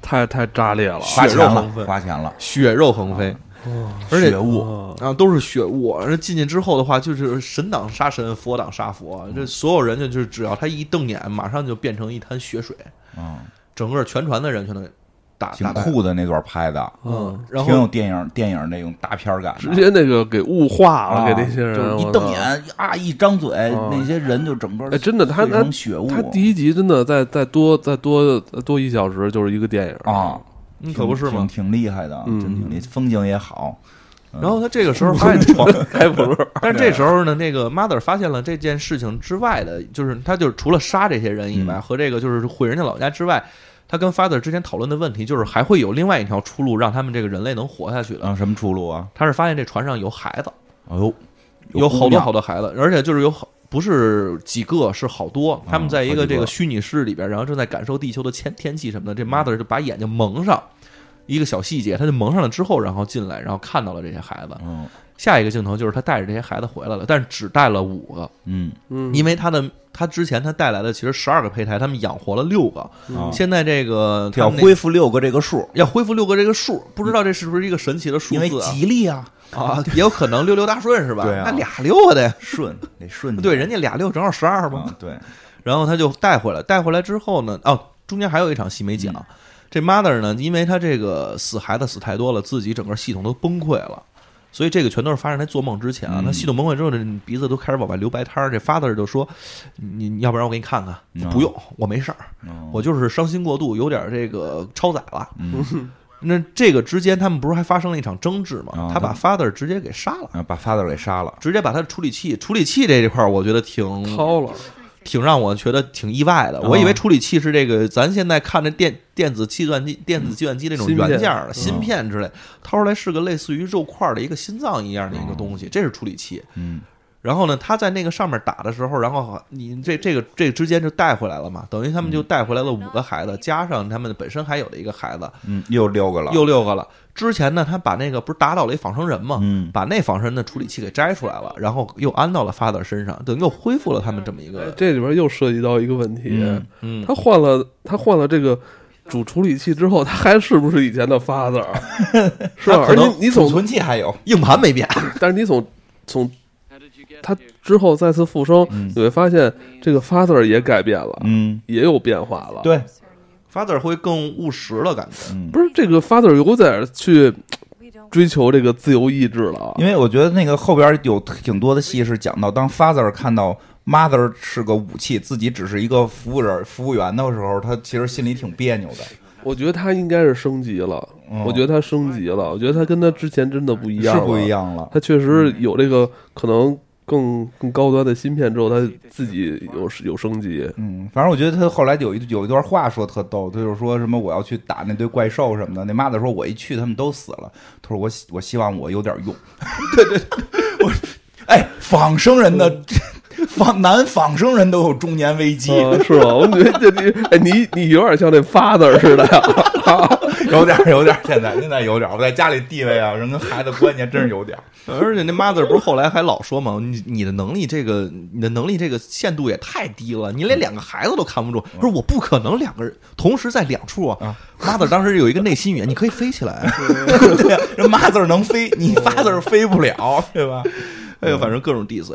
A: 太太炸裂了。
C: 花钱
B: 血肉
C: 了
B: 横，飞
C: 花钱了，
B: 血肉横飞，而且
C: 血雾，
B: 啊，都是血雾。而进去之后的话，就是神挡杀神，佛挡杀佛，这所有人就就是只要他一瞪眼，马上就变成一滩血水，
C: 嗯，
B: 整个全船的人全都给打
C: 挺
B: 打败了。
C: 酷的那段拍的，
A: 嗯，
B: 呃然
C: 挺有
B: 后
C: 电影电影那种大片儿感的，
A: 直接那个给雾化了，
C: 啊
A: 给那些
C: 就
A: 人
C: 是一瞪。眼啊，一张嘴，那些人就整个
A: 哎真的他
C: 碎成血
A: 我
C: 雾
A: 操他第一集真的再再多再多再多一小时就是一个电影
C: 啊，，
B: 嗯可不是
C: 挺
B: 吗？
C: 挺厉害的，
A: 嗯
C: 真挺厉，风景也 好，
B: 然后他这个时候发现床，
A: 开普勒
B: 但是这时候呢，那个 mother 发现了这件事情之外的，就是他就是除了杀这些人以外，
C: 嗯
B: 和这个就是毁人家老家之外，他跟 father 之前讨论的问题就是还会有另外一条出路，让他们这个人类能活下去的。
C: 啊，什么出路啊？
B: 他是发现这船上有孩子。
C: 哎呦，
B: 有好
C: 姑
B: 多
C: 娘
B: 好多孩子，而且就是有好不是几个，是好多。他们在一
C: 啊好
B: 个
C: 几个
B: 这个虚拟室里边，然后正在感受地球的天天气什么的。这 mother 就把眼睛蒙上，一个小细节，他就蒙上了之后，然后进来，然后看到了这些孩子。
C: 嗯
B: 下一个镜头就是他带着这些孩子回来了，但是只带了五个，
C: 嗯，
A: 嗯，
B: 因为他的他之前他带来的其实十二个胚胎，他们养活了六个，
C: 啊
B: 现在这个他
C: 要
B: 们那
C: 恢复六个这个数，
B: 要恢复六个这个数，不知道这是不是一个神奇的数
C: 因为
B: 字啊？
C: 吉利 啊，
B: 啊，也有可能六六大顺是吧？
C: 对啊
B: 那俩六的呀，
C: 顺得顺
B: 对，人家俩六正好十二嘛
C: 啊，， 对，
B: 然后他就带回来，带回来之后呢，哦，中间还有一场戏没
C: 嗯
B: 讲，这 mother 呢，因为他这个死孩子死太多了，自己整个系统都崩溃了。所以这个全都是发生在做梦之前啊，
C: 嗯
B: 他系统崩溃之后，这鼻子都开始往外流白摊儿。这 father 就说：“你你要不然我给你看看？”
C: 嗯
B: 不用，我没事儿，
C: 嗯
B: 我就是伤心过度，有点这个超载了。
C: 嗯
B: 那这个之间，他们不是还发生了一场争执吗
C: 啊？
B: 他把 father 直接给杀了，
C: 啊，把 father 给杀了，
B: 直接把他的处理器，处理器这一块儿，我觉得挺
A: 掏了，
B: 挺让我觉得挺意外的。
C: 啊
B: 我
A: 嗯
B: 以为处理器是这个咱现在看的电电子计算机、电子计算机那种
A: 芯片嗯
B: 元件儿、芯片之类，掏出来是个类似于肉块儿的一个心脏一样的一
A: 嗯
B: 个东西，这是处理器。
C: 嗯
B: 然后呢，他在那个上面打的时候，然后你这这个这个之间就带回来了嘛，等于他们就
A: 嗯
B: 带回来了五个孩子，加上他们本身还有的一个孩子，
C: 嗯，又六个了，
B: 又六个了。之前呢，他把那个不是打倒了一仿生人嘛，
C: 嗯
B: 把那仿生人的处理器给摘出来了，然后又安到了 father 身上，等于又恢复了他们这么一个，
A: 这里边又涉及到一个问题，
C: 嗯
B: 嗯，
A: 他换了他换了这个主处理器之后，他还是不是以前的 father？是吧？
B: 他可
A: 而且
B: 能
A: 你
C: 储
A: 从，
C: 存器还有，
B: 硬盘没变。
A: 但是你从从他之后再次复生，
C: 嗯
A: 你会发现这个 father 也改变了，
C: 嗯，
A: 也有变化了。，
C: 对，
B: father 会更务实了，感觉。
C: 嗯
A: 不。是这个 father 有点去追求这个自由意志了啊。
C: 因为我觉得那个后边有挺多的戏是讲到，当 father 看到 mother 是个武器，自己只是一个服务人、服务员的时候，他其实心里挺别扭的。
A: 我觉得他应该是升级了，
C: 嗯
A: 我觉得他升级了，我觉得他跟他之前真的不一样，
C: 是不一。样了。
A: 他确实有这个可能更更高端的芯片之后，它自己有有升级。
C: 嗯，反正我觉得他后来有一有一段话说特逗，他就说什么我要去打那堆怪兽什么的，那妈的说我一去他们都死了，他说我希我希望我有点 用，对对，我哎，仿生人的 仿男仿生人都有中年危机，
A: 啊，是吗？我觉得这你，哎，你你有点像那 father 似的呀、
C: 有点儿有点儿，现在现在有点儿，我在家里地位啊，人跟孩子关系真是有点儿，
B: 而且那 mother 不是后来还老说嘛，你你的能力这个你的能力这个限度也太低了，你连两个孩子都看不住。说我不可能两个人同时在两处啊。mother 当时有一个内心语言，你可以飞起来。
C: 对呀、人妈字儿能飞，你发字儿飞不了，对吧？
B: 哎呦，反正各种 diss。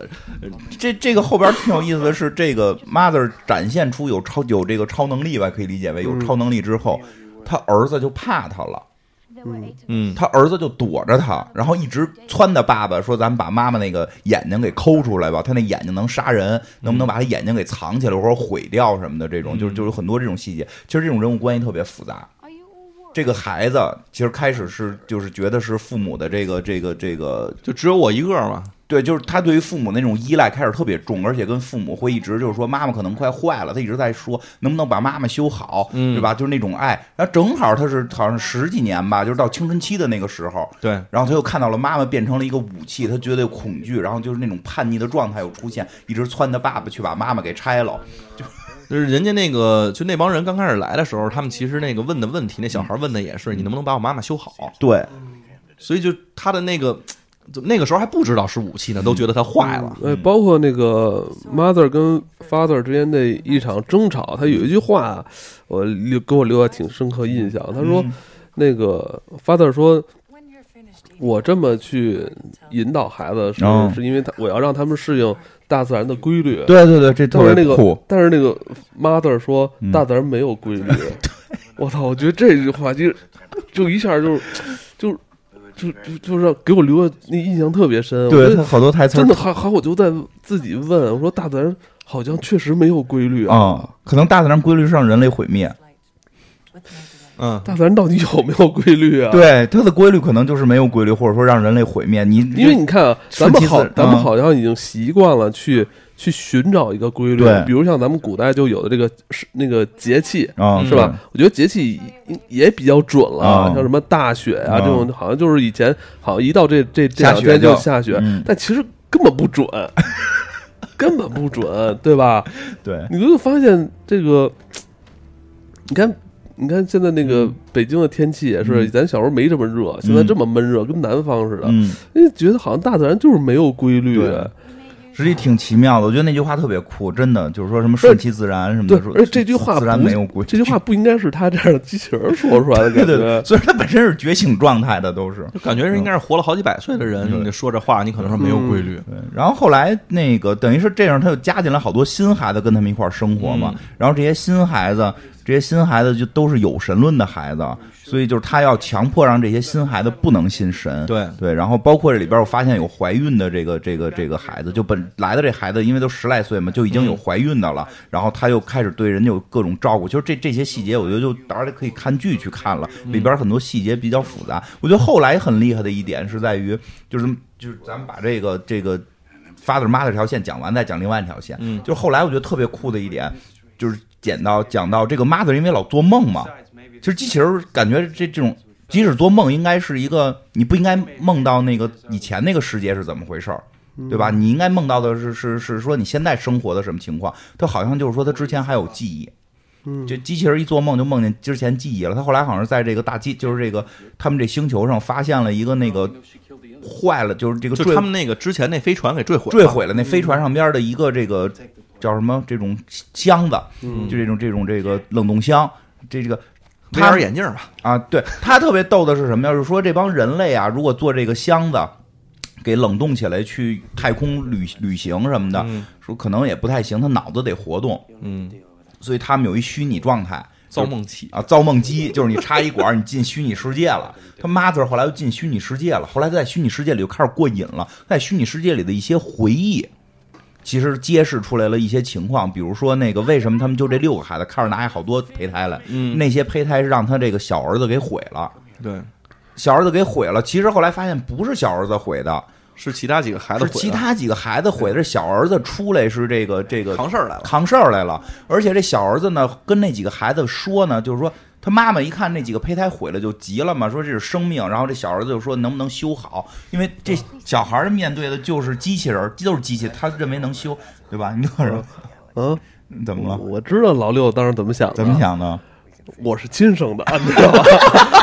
C: 这这个后边挺有意思的是，这个 mother 展现出有超有这个超能力吧，可以理解为有超能力之后，哦他儿子就怕他了，
B: 嗯，
C: 他儿子就躲着他，然后一直撺掇爸爸说：“咱们把妈妈那个眼睛给抠出来吧，他那眼睛能杀人，能不能把他眼睛给藏起来或者毁掉什么的？”这种就是就是有很多这种细节。其实这种人物关系特别复杂。这个孩子其实开始是就是觉得是父母的这个这个这个
B: 就只有我一个嘛。
C: 对，就是他对于父母那种依赖开始特别重，而且跟父母会一直就是说妈妈可能快坏了，他一直在说能不能把妈妈修好，
B: 嗯
C: 对吧？就是那种爱。然后正好他是好像十几年吧，就是到青春期的那个时候，
B: 对，
C: 然后他又看到了妈妈变成了一个武器，他觉得有恐惧，然后就是那种叛逆的状态又出现，一直撺掇爸爸去把妈妈给拆了。
B: 就是人家那个，就那帮人刚开始来的时候，他们其实那个问的问题，那小孩问的也是，你能不能把我妈妈修好？
C: 对，
B: 所以就他的那个，怎么那个时候还不知道是武器呢，都觉得他坏了。
A: 哎，包括那个 mother 跟 father 之间的一场争吵，他有一句话，我留给我留下挺深刻印象。
C: 嗯
A: 他说，那个 father 说，我这么去引导孩子是、
C: 哦
A: 是因为他我要让他们适应大自然的规律。
C: 对对对，这
A: 但是那个，但是那个 mother 说，大自然没有规律。我操！我觉得这句话就就一下就就就就就是给我留下那印象特别深。我觉得
C: 他好多台词
A: 真的还还我就在自己问我说大自然好像确实没有规律啊，
C: 啊、可能大自然规律是让人类毁灭。
B: 嗯，
A: 大自然到底有没有规律啊？，
C: 对，它的规律可能就是没有规律，或者说让人类毁灭。你
A: 因为你看啊，咱
C: 顺
A: 们
C: 其自
A: 好
C: 然，
A: 咱们好像已经习惯了去去寻找一个规律
C: 对，
A: 比如像咱们古代就有的这个是那个节气。
C: 啊，
A: 是吧？我觉得节气也也比较准了啊，
C: 嗯
A: 像什么大雪啊、这
C: 嗯
A: 种，好像就是以前好像一到这这这
C: 下
A: 两
C: 雪
A: 天
C: 就
A: 就下雪，
C: 嗯
A: 但其实根本不 准，根本不准，对吧？
C: 是？对，
A: 你就会发现这个，你看，你看现在那个北京的天气也是，
C: 嗯
A: 咱小时候没这么热，现在这么闷热，跟南方似的，
C: 嗯，
A: 因为觉得好像大自然就是没有规律。啊
C: 对嗯实际挺奇妙的。我觉得那句话特别酷，真的就是说什么
A: 对
C: 顺其自然什么
A: 对
C: 的。说
A: 而且这句话
C: 自然
A: 不
C: 没有规律，
A: 这句话不应该是他这样的机器人说出来的
C: 对
A: 感
C: 对
A: 觉
C: 对，。所以它本身是觉醒状态的，都是。
B: 就感觉是应该是活了好几百岁的
C: 嗯
B: 人，你说这话，你可能说没有规律。
C: 对，然后后来那个等于是这样，他又加进来好多新孩子跟他们一块儿生活嘛。然后这些新孩子，这些新孩子就都是有神论的孩子，所以就是他要强迫让这些新孩子不能信神。
B: 对
C: 对，然后包括这里边我发现有怀孕的这个这个这个孩子，就本来的这孩子因为都十来岁嘛，就已经有怀孕的了，然后他又开始对人家有各种照顾，就是这这些细节，我觉得就当然可以看剧去看了，里边很多细节比较复杂。我觉得后来很厉害的一点是在于，就是就是咱们把这个这个 father mother 这条线讲完，再讲另外一条线。
B: 嗯
C: 就是后来我觉得特别酷的一点，就是讲到讲到这个 mother，因为老做梦嘛，其实机器人儿感觉这这种。即使做梦，应该是一个你不应该梦到那个以前那个世界是怎么回事儿，
A: 嗯
C: 对吧？你应该梦到的是是是说你现在生活的什么情况。他好像就是说他之前还有记忆，
A: 嗯
C: 这机器人一做梦就梦见之前记忆了。他后来好像是在这个大机，就是这个他们这星球上发现了一个那个坏了，就是这个
B: 就
C: 坠
B: 他们那个之前那飞船给坠毁了，
C: 坠毁了那飞船上边的一个这个叫什么这种箱子，
A: 嗯
C: 就这种这种这个冷冻箱，这这个
B: 他
C: 他
B: 眼镜吧，
C: 啊，对他特别逗的是什么呀？就是说这帮人类啊，如果做这个箱子。给冷冻起来去太空旅旅行什么的，
B: 嗯
C: 说可能也不太行，他脑子得活动，
B: 嗯，
C: 所以他们有一虚拟状态，
B: 造梦器，
C: 啊，造梦机就是你插一管儿，你进虚拟世界了。他妈字儿后来又进虚拟世界了，后来他在虚拟世界里就开始过瘾了，在虚拟世界里的一些回忆。其实揭示出来了一些情况，比如说那个为什么他们就这六个孩子，开始拿下好多胚胎来，
B: 嗯
C: 那些胚胎是让他这个小儿子给毁了，
B: 对，
C: 小儿子给毁了。其实后来发现不是小儿子毁的，
B: 是其他几个孩子
C: 是
B: 毁了
C: 其他几个孩子毁的，是小儿子出来是这个这个
B: 扛事儿来了，
C: 扛事儿来了，而且这小儿子呢跟那几个孩子说呢，就是说他妈妈一看那几个胚胎毁了就急了嘛，说这是生命，然后这小儿子就说能不能修好，因为这小孩儿面对的就是机器人儿，都是机器，他认为能修，对吧？你这是
A: 嗯，
C: 怎么
A: 我
C: 了？
A: 我知道老六当时怎么想的，
C: 怎么？想的？
A: 我是亲生的，你知道吧？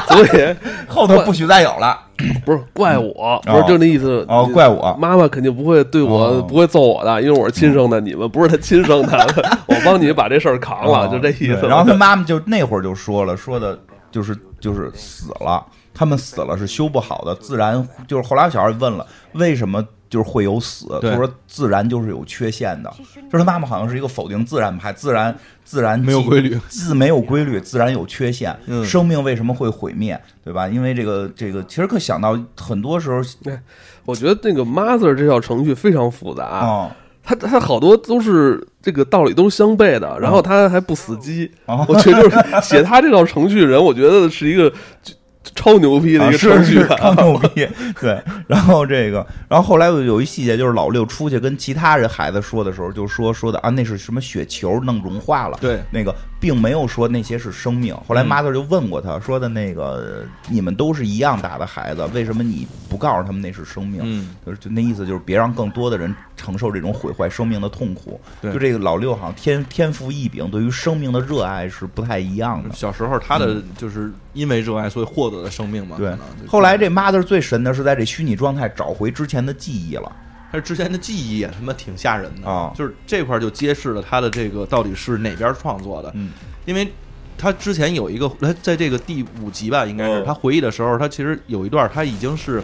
A: 所以
C: 后头不许再有了
A: 不是怪我，不是就那意思
C: 哦，
A: 你
C: 怪我。
A: 妈妈肯定不会对我
C: 哦嗯
A: 不会揍我的，因为我是亲生的，你们不是他亲生的， 我帮你把这事儿扛了，就这意思。
C: 哦啊对然后他妈妈就那会儿就说了，说的就是就是死了，他们死了是修不好的，自然就是后来有小孩问了，为什么就是会有死？
B: 对
C: 他说自然就是有缺陷的，就是他妈妈好像是一个否定自然派，自然自然
B: 没有规律，
C: 自没有规律，自然有缺陷，
B: 嗯
C: 生命为什么会毁灭？对吧？因为这个这个，其实可想到很多时候
A: 我觉得那个 mother 这套程序非常复杂，
C: 啊。
A: 它它好多都是这个道理都是相悖的，然后它还不死机
C: 哦，
A: 我觉得就是写它这套程序人，我觉得是一个就超牛逼的一
C: 啊
A: 个
C: 是
A: 程序
C: 是
A: 员。
C: 超牛逼，对。然后这个，然后后来有一细节，就是老六出去跟其他人孩子说的时候，就说说的啊，那是什么雪球弄融化了，
B: 对
C: 那个并没有说那些是生命。
A: 嗯
C: 后来 mother 就问过他说的那个，呃你们都是一样大的孩子，为什么你不告诉他们那是生命？
B: 嗯，
C: 就是就那意思，就是别让更多的人承受这种毁坏生命的痛苦。
B: 对
C: 就这个老六好像天天赋异禀，对于生命的热爱是不太一样的。
B: 嗯小时候他的就是因为热爱，所以获得了生命嘛。
C: 嗯对
B: 可能，
C: 后来这 mother 最神的是在这虚拟状态找回之前的记忆了。
B: 他之前的记忆也他妈挺吓人的
C: 啊
B: 就是这块儿就揭示了他的这个到底是哪边儿创作的，
C: 嗯，
B: 因为他之前有一个，他在这个第五集吧，应该是
A: 嗯
B: 他回忆的时候，他其实有一段他已经是。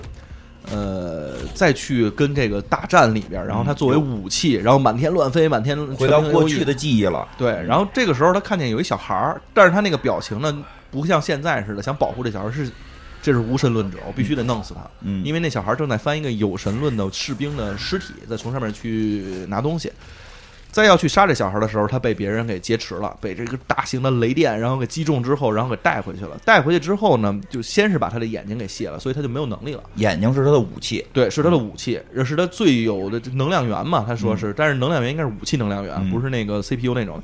B: 呃，再去跟这个大战里边儿，然后他作为武器，然后满天乱飞，满天
C: 嗯回到
B: 全都
C: 过
B: 有
C: 去的记忆了。
B: 对，然后这个时候他看见有一小孩儿，但是他那个表情呢，不像现在似的想保护这小孩儿，是这是无神论者，我必须得弄死他，
C: 嗯
B: 因为那小孩儿正在翻一个有神论的士兵的尸体，在从上面去拿东西。在要去杀这小孩儿的时候，他被别人给劫持了，被这个大型的雷电然后给击中之后，然后给带回去了。带回去之后呢，就先是把他的眼睛给卸了，所以他就没有能力了。
C: 眼睛是他的武器，
B: 对，是他
C: 嗯
B: 的武器，也是他最有的能量源嘛。他说是，但是能量源应该是武器能量源，
C: 嗯
B: 不是那个 CPU 那种。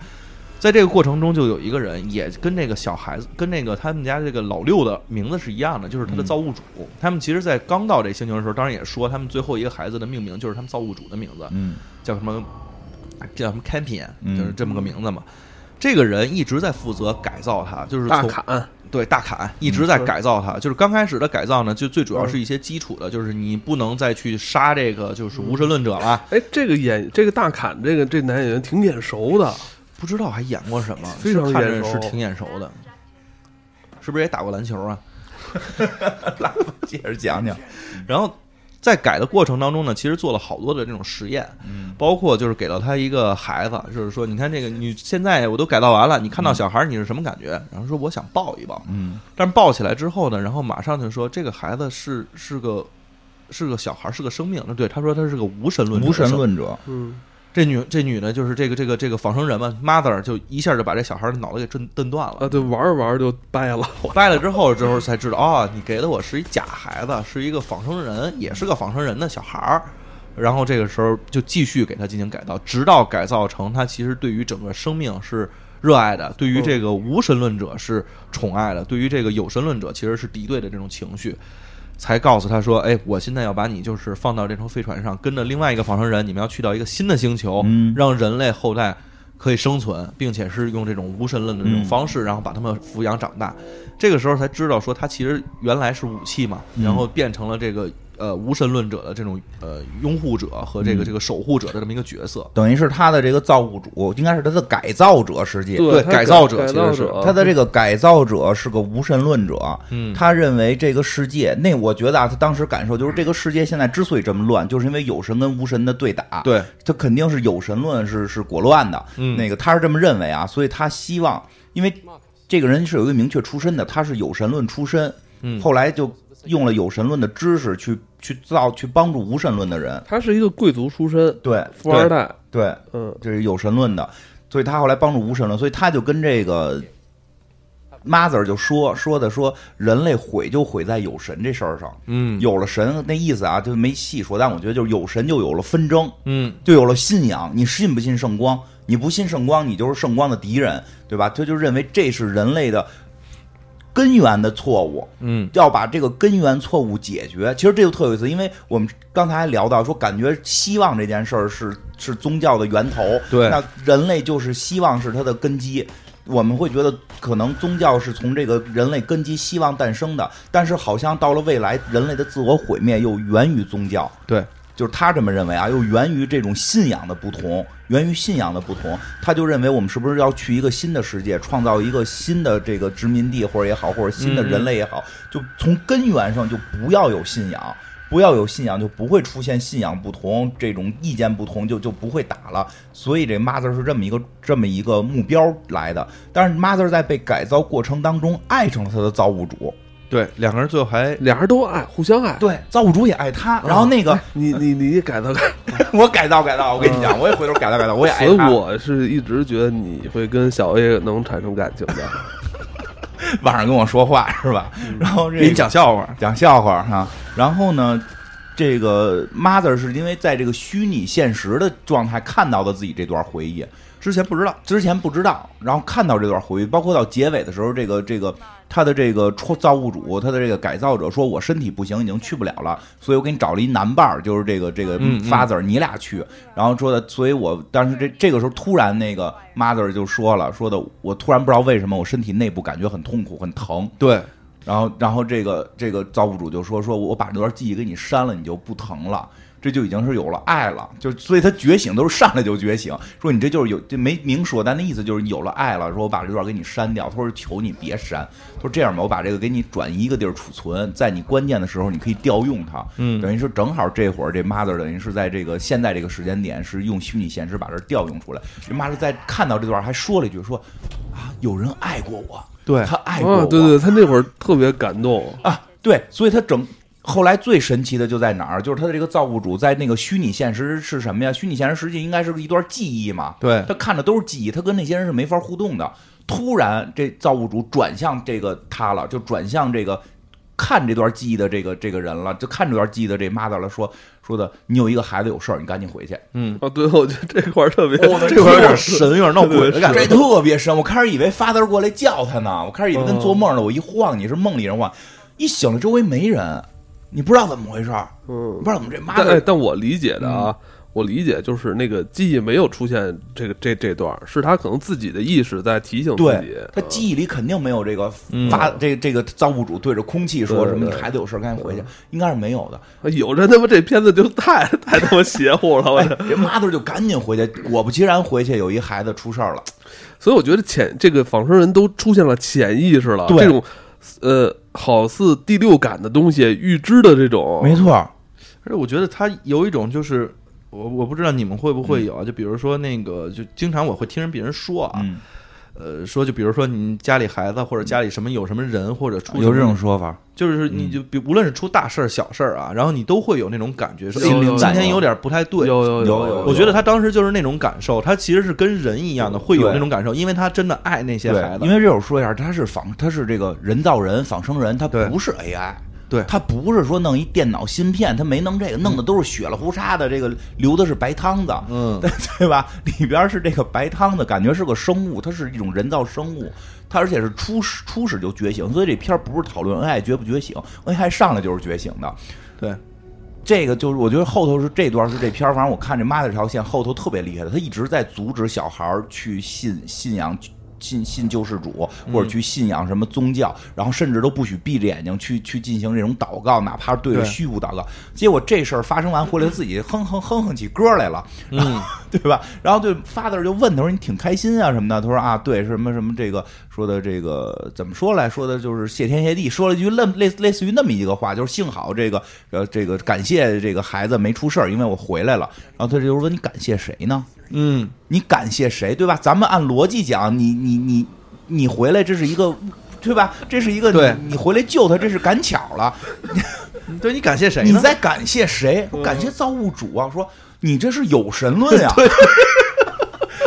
B: 在这个过程中，就有一个人也跟那个小孩子，跟那个他们家这个老六的名字是一样的，就是
C: 嗯
B: 他的造物主。他们其实，在刚到这星球的时候，当然也说他们最后一个孩子的命名就是他们造物主的名字，
C: 嗯，
B: 叫什么叫什么 Campion，
C: 嗯
B: 就是这么个名字嘛。这个人一直在负责改造他，就是
A: 大
B: 从
A: 砍，
B: 对大砍一直
A: 嗯
B: 在改造它，就是刚开始的改造呢，就最主要是一些基础的，就是你不能再去杀这个就是无神论者了。
A: 哎，这个演这个大砍，这个这男演员挺眼熟的，
B: 不知道还演过什么，
A: 非常
B: 是看着
A: 眼熟
B: 是挺眼熟的，是不是也打过篮球啊？
C: 嗯接着讲讲。
B: 然后在改的过程当中呢，其实做了好多的这种实验，
C: 嗯
B: 包括就是给了他一个孩子，就是说，你看这个你现在我都改造完了，你看
A: 嗯
B: 到小孩儿你是什么感觉？然后说我想抱一抱，
C: 嗯，
B: 但是抱起来之后呢，然后马上就说这个孩子是是个是个小孩儿，是个生命。对，他说他是个无神论者，
C: 无神。论者，
A: 嗯，
B: 这女这女的就是这个这个这个仿生人嘛，mother 就一下就把这小孩儿的脑袋给震震断了。
C: 呃
A: 啊，对，玩着玩着就掰了，
B: 掰了之后，之后才知道啊、你给的我是一假孩子，是一个仿生人，也是个仿生人的小孩儿。然后这个时候就继续给他进行改造，直到改造成他其实对于整个生命是热爱的，对于这个无神论者是宠爱的，对于这个有神论者其实是敌对的这种情绪。才告诉他说：“哎，我现在要把你就是放到这艘飞船上，跟着另外一个仿生人，你们要去到一个新的星球，
C: 嗯
B: 让人类后代可以生存，并且是用这种无神论的这种
C: 嗯
B: 方式，然后把他们抚养长大。这个时候才知道说，他其实原来是武器嘛，然后变成了这个呃无神论者的这种呃拥护者和这个这个守护者的这么一个角色。
C: 等于是他的这个造物主，应该是他的改造者，实际。
B: 对
A: 他
B: 改造者
A: 改
B: 其实
A: 造
B: 是
A: 者
C: 他的这个改造者是个无神论者，
B: 嗯
C: 他认为这个世界，那我觉得啊，他当时感受就是这个世界现在之所以这么乱，就是因为有神跟无神的对打，
B: 对，
C: 他肯定是有神论是是裹乱的，
B: 嗯
C: 那个他是这么认为啊，所以他希望，因为这个人是有一个明确出身的，他是有神论出身，
B: 嗯
C: 后来就用了有神论的知识去去造去帮助无神论的人，
A: 他是一个贵族出身，
C: 对
A: 富二代，
C: 对，
A: 嗯，
C: 这是有神论的，所以他后来帮助无神论，所以他就跟这个 Mother 就说说的说人类毁就毁在有神这事儿上，
B: 嗯
C: 有了神那意思啊，就没细说，但我觉得就是有神就有了纷争，
B: 嗯，
C: 就有了信仰。你信不信圣光？你不信圣光，你就是圣光的敌人，对吧？他就认为这是人类的根源的错误，
B: 嗯，
C: 要把这个根源错误解决。其实这就特有意思，因为我们刚才还聊到说，感觉希望这件事儿是是宗教的源头，
B: 对
C: 那人类就是希望是它的根基。我们会觉得，可能宗教是从这个人类根基希望诞生的，但是好像到了未来，人类的自我毁灭又源于宗教。
B: 对，
C: 就是他这么认为啊，又源于这种信仰的不同，源于信仰的不同，他就认为我们是不是要去一个新的世界，创造一个新的这个殖民地或者也好，或者新的人类也好，就从根源上就不要有信仰，不要有信仰就不会出现信仰不同这种意见不同，就就不会打了。所以这 mother 是这么一个这么一个目标来的，但是 mother 在被改造过程当中爱上了他的造物主，
B: 对，两个人最后还
A: 俩人都爱，互相爱。
C: 对，造物主也爱他，然后那个、
A: 哎你你你改造改，
C: 我改造改造，我跟你讲，我也回头改造改造，我也爱
A: 哎所以
C: 他。
A: 我是一直觉得你会跟小 A 能产生感情的。
C: 晚上跟我说话是吧？然后这
B: 给你讲笑话，
C: 讲笑话哈、然后呢，这个 mother 是因为在这个虚拟现实的状态看到的自己这段回忆，之前不知道，之前不知道，然后看到这段回忆，包括到结尾的时候，这个这个他的这个创造物主，他的这个改造者说，我身体不行，已经去不了了，所以我给你找了一男伴儿，就是这个这个
B: 嗯嗯
C: father，、你俩去。然后说的，所以我当时这这个时候突然那个 mother 就说了，说的我突然不知道为什么我身体内部感觉很痛苦，很疼。
B: 对，
C: 然后，然后这个这个造物主就说：“说我把这段记忆给你删了，你就不疼了。”这就已经是有了爱了，就所以他觉醒都是上来就觉醒，说你这就是有这没明说，但那意思就是有了爱了。说我把这段给你删掉，他说求你别删，他说这样吧，我把这个给你转移一个地儿储存，在你关键的时候你可以调用它。
B: 嗯
C: 等于说正好这会儿这 mother 等于是在这个现在这个时间点是用虚拟现实把这调用出来。这 mother 在看到这段还说了一句说啊，有人爱过我，
B: 对
C: 他 爱过我，
A: 啊，对对，他那会儿特别感动。
C: 啊，对，所以他整后来最神奇的就在哪儿？就是他的这个造物主在那个虚拟现实是什么呀？虚拟现实实际应该是一段记忆嘛，
B: 对
C: 他看的都是记忆，他跟那些人是没法互动的。突然，这造物主转向这个他了，就转向这个看这段记忆的这个这个人了，就看这段记忆的这 mother 了，说说的，你有一个孩子有事儿，你赶紧回去。
B: 嗯，
A: 啊，对，我觉得这块儿特别，
B: 这块儿
C: 啊
B: 有点
A: 是
B: 神，有点闹鬼的感
C: 这
B: 觉，
C: 特别深。我开始以为 father 过来叫他呢，我开始以为跟做梦了。我一晃，你是梦里人晃，一醒了周围没人，你不知道怎么回事儿，
A: 嗯
C: 不知道怎么这妈
A: 但哎，
C: 的嗯
A: 但我理解的啊，我理解就是那个记忆没有出现这个这这段儿，是他可能自己的意识在提醒自己
C: 对。他
A: 嗯
C: 记忆里肯定没有这个发、这这个造物主对嗯着空气说
A: 对
C: 什么“
A: 对
C: 你孩子有事儿赶紧回去”，应该是没有的。
A: 有人他妈哎这片子就太太他妈邪乎了，我
C: 哎
A: 觉得。，
C: 这 mother 就赶紧回去，果不其然回去有一孩子出事儿了。
A: 所以我觉得潜这个仿生人都出现了潜意识了，
C: 对
A: 这种呃，好似第六感的东西预知的这种，
C: 没错，
B: 而且我觉得他有一种就是。我我不知道你们会不
C: 嗯
B: 会有啊？就比如说那个，就经常我会听人别人说啊，
C: 嗯，
B: 呃，说就比如说你家里孩子或者家里什么有什么人或者出什么
C: 有这种，嗯说法。
B: 就是你就比无论是出大事儿小事儿啊，然后你都会有那种感觉，说哎
A: 心灵
B: 今
A: 感
B: 天
C: 受
B: 有点不太对，
A: 有有
C: 有有
A: 有，
B: 我觉得他当时就是那种感受，他其实是跟人一样的，会有
C: 对
B: 那种感受，因为他真的爱那些
C: 对
B: 孩，子。
C: 因为这首说一下，他是仿，他是这个人造人、仿生人，他
B: 对
C: 不是 AI。
B: 对
C: 他不是说弄一电脑芯片，他没弄这个，弄的都是血了胡沙的，这个流的是白汤子，
B: 嗯
C: 对吧？里边是这个白汤子，感觉是个生物，它是一种人造生物，它而且是初始初始就觉醒，所以这片儿不是讨论 AI 觉不觉醒，AI 上来就是觉醒的。
B: 对，
C: 这个就是我觉得后头是这段是这片儿，反正我看这妈的这条线后头特别厉害的，他一直在阻止小孩儿去信信仰。信信救世主，或者去信仰什么宗教，然后甚至都不许闭着眼睛去去进行这种祷告，哪怕是对着
B: 对
C: 虚无祷告。结果这事儿发生完回来，自己哼哼哼哼起歌来了，嗯，对吧？然后对 father 就问他说：“你挺开心啊什么的？”他说：“啊，对，什么什么这个说的这个怎么说来说的，就是谢天谢地，说了一句类类类似于那么一个话，就是幸好这个呃这个感谢这个孩子没出事儿，因为我回来了。”然后他就说：“你感谢谁呢？
B: 嗯，
C: 你感谢谁？对吧？咱们按逻辑讲，你你你你回来，这是一个。”对吧？这是一个
B: 对
C: 你，你回来救他，这是赶巧了。
B: 对你感谢谁
C: 你
B: 呢？
C: 在感 谢谁？我感谢造物主啊！说你这是有神论呀、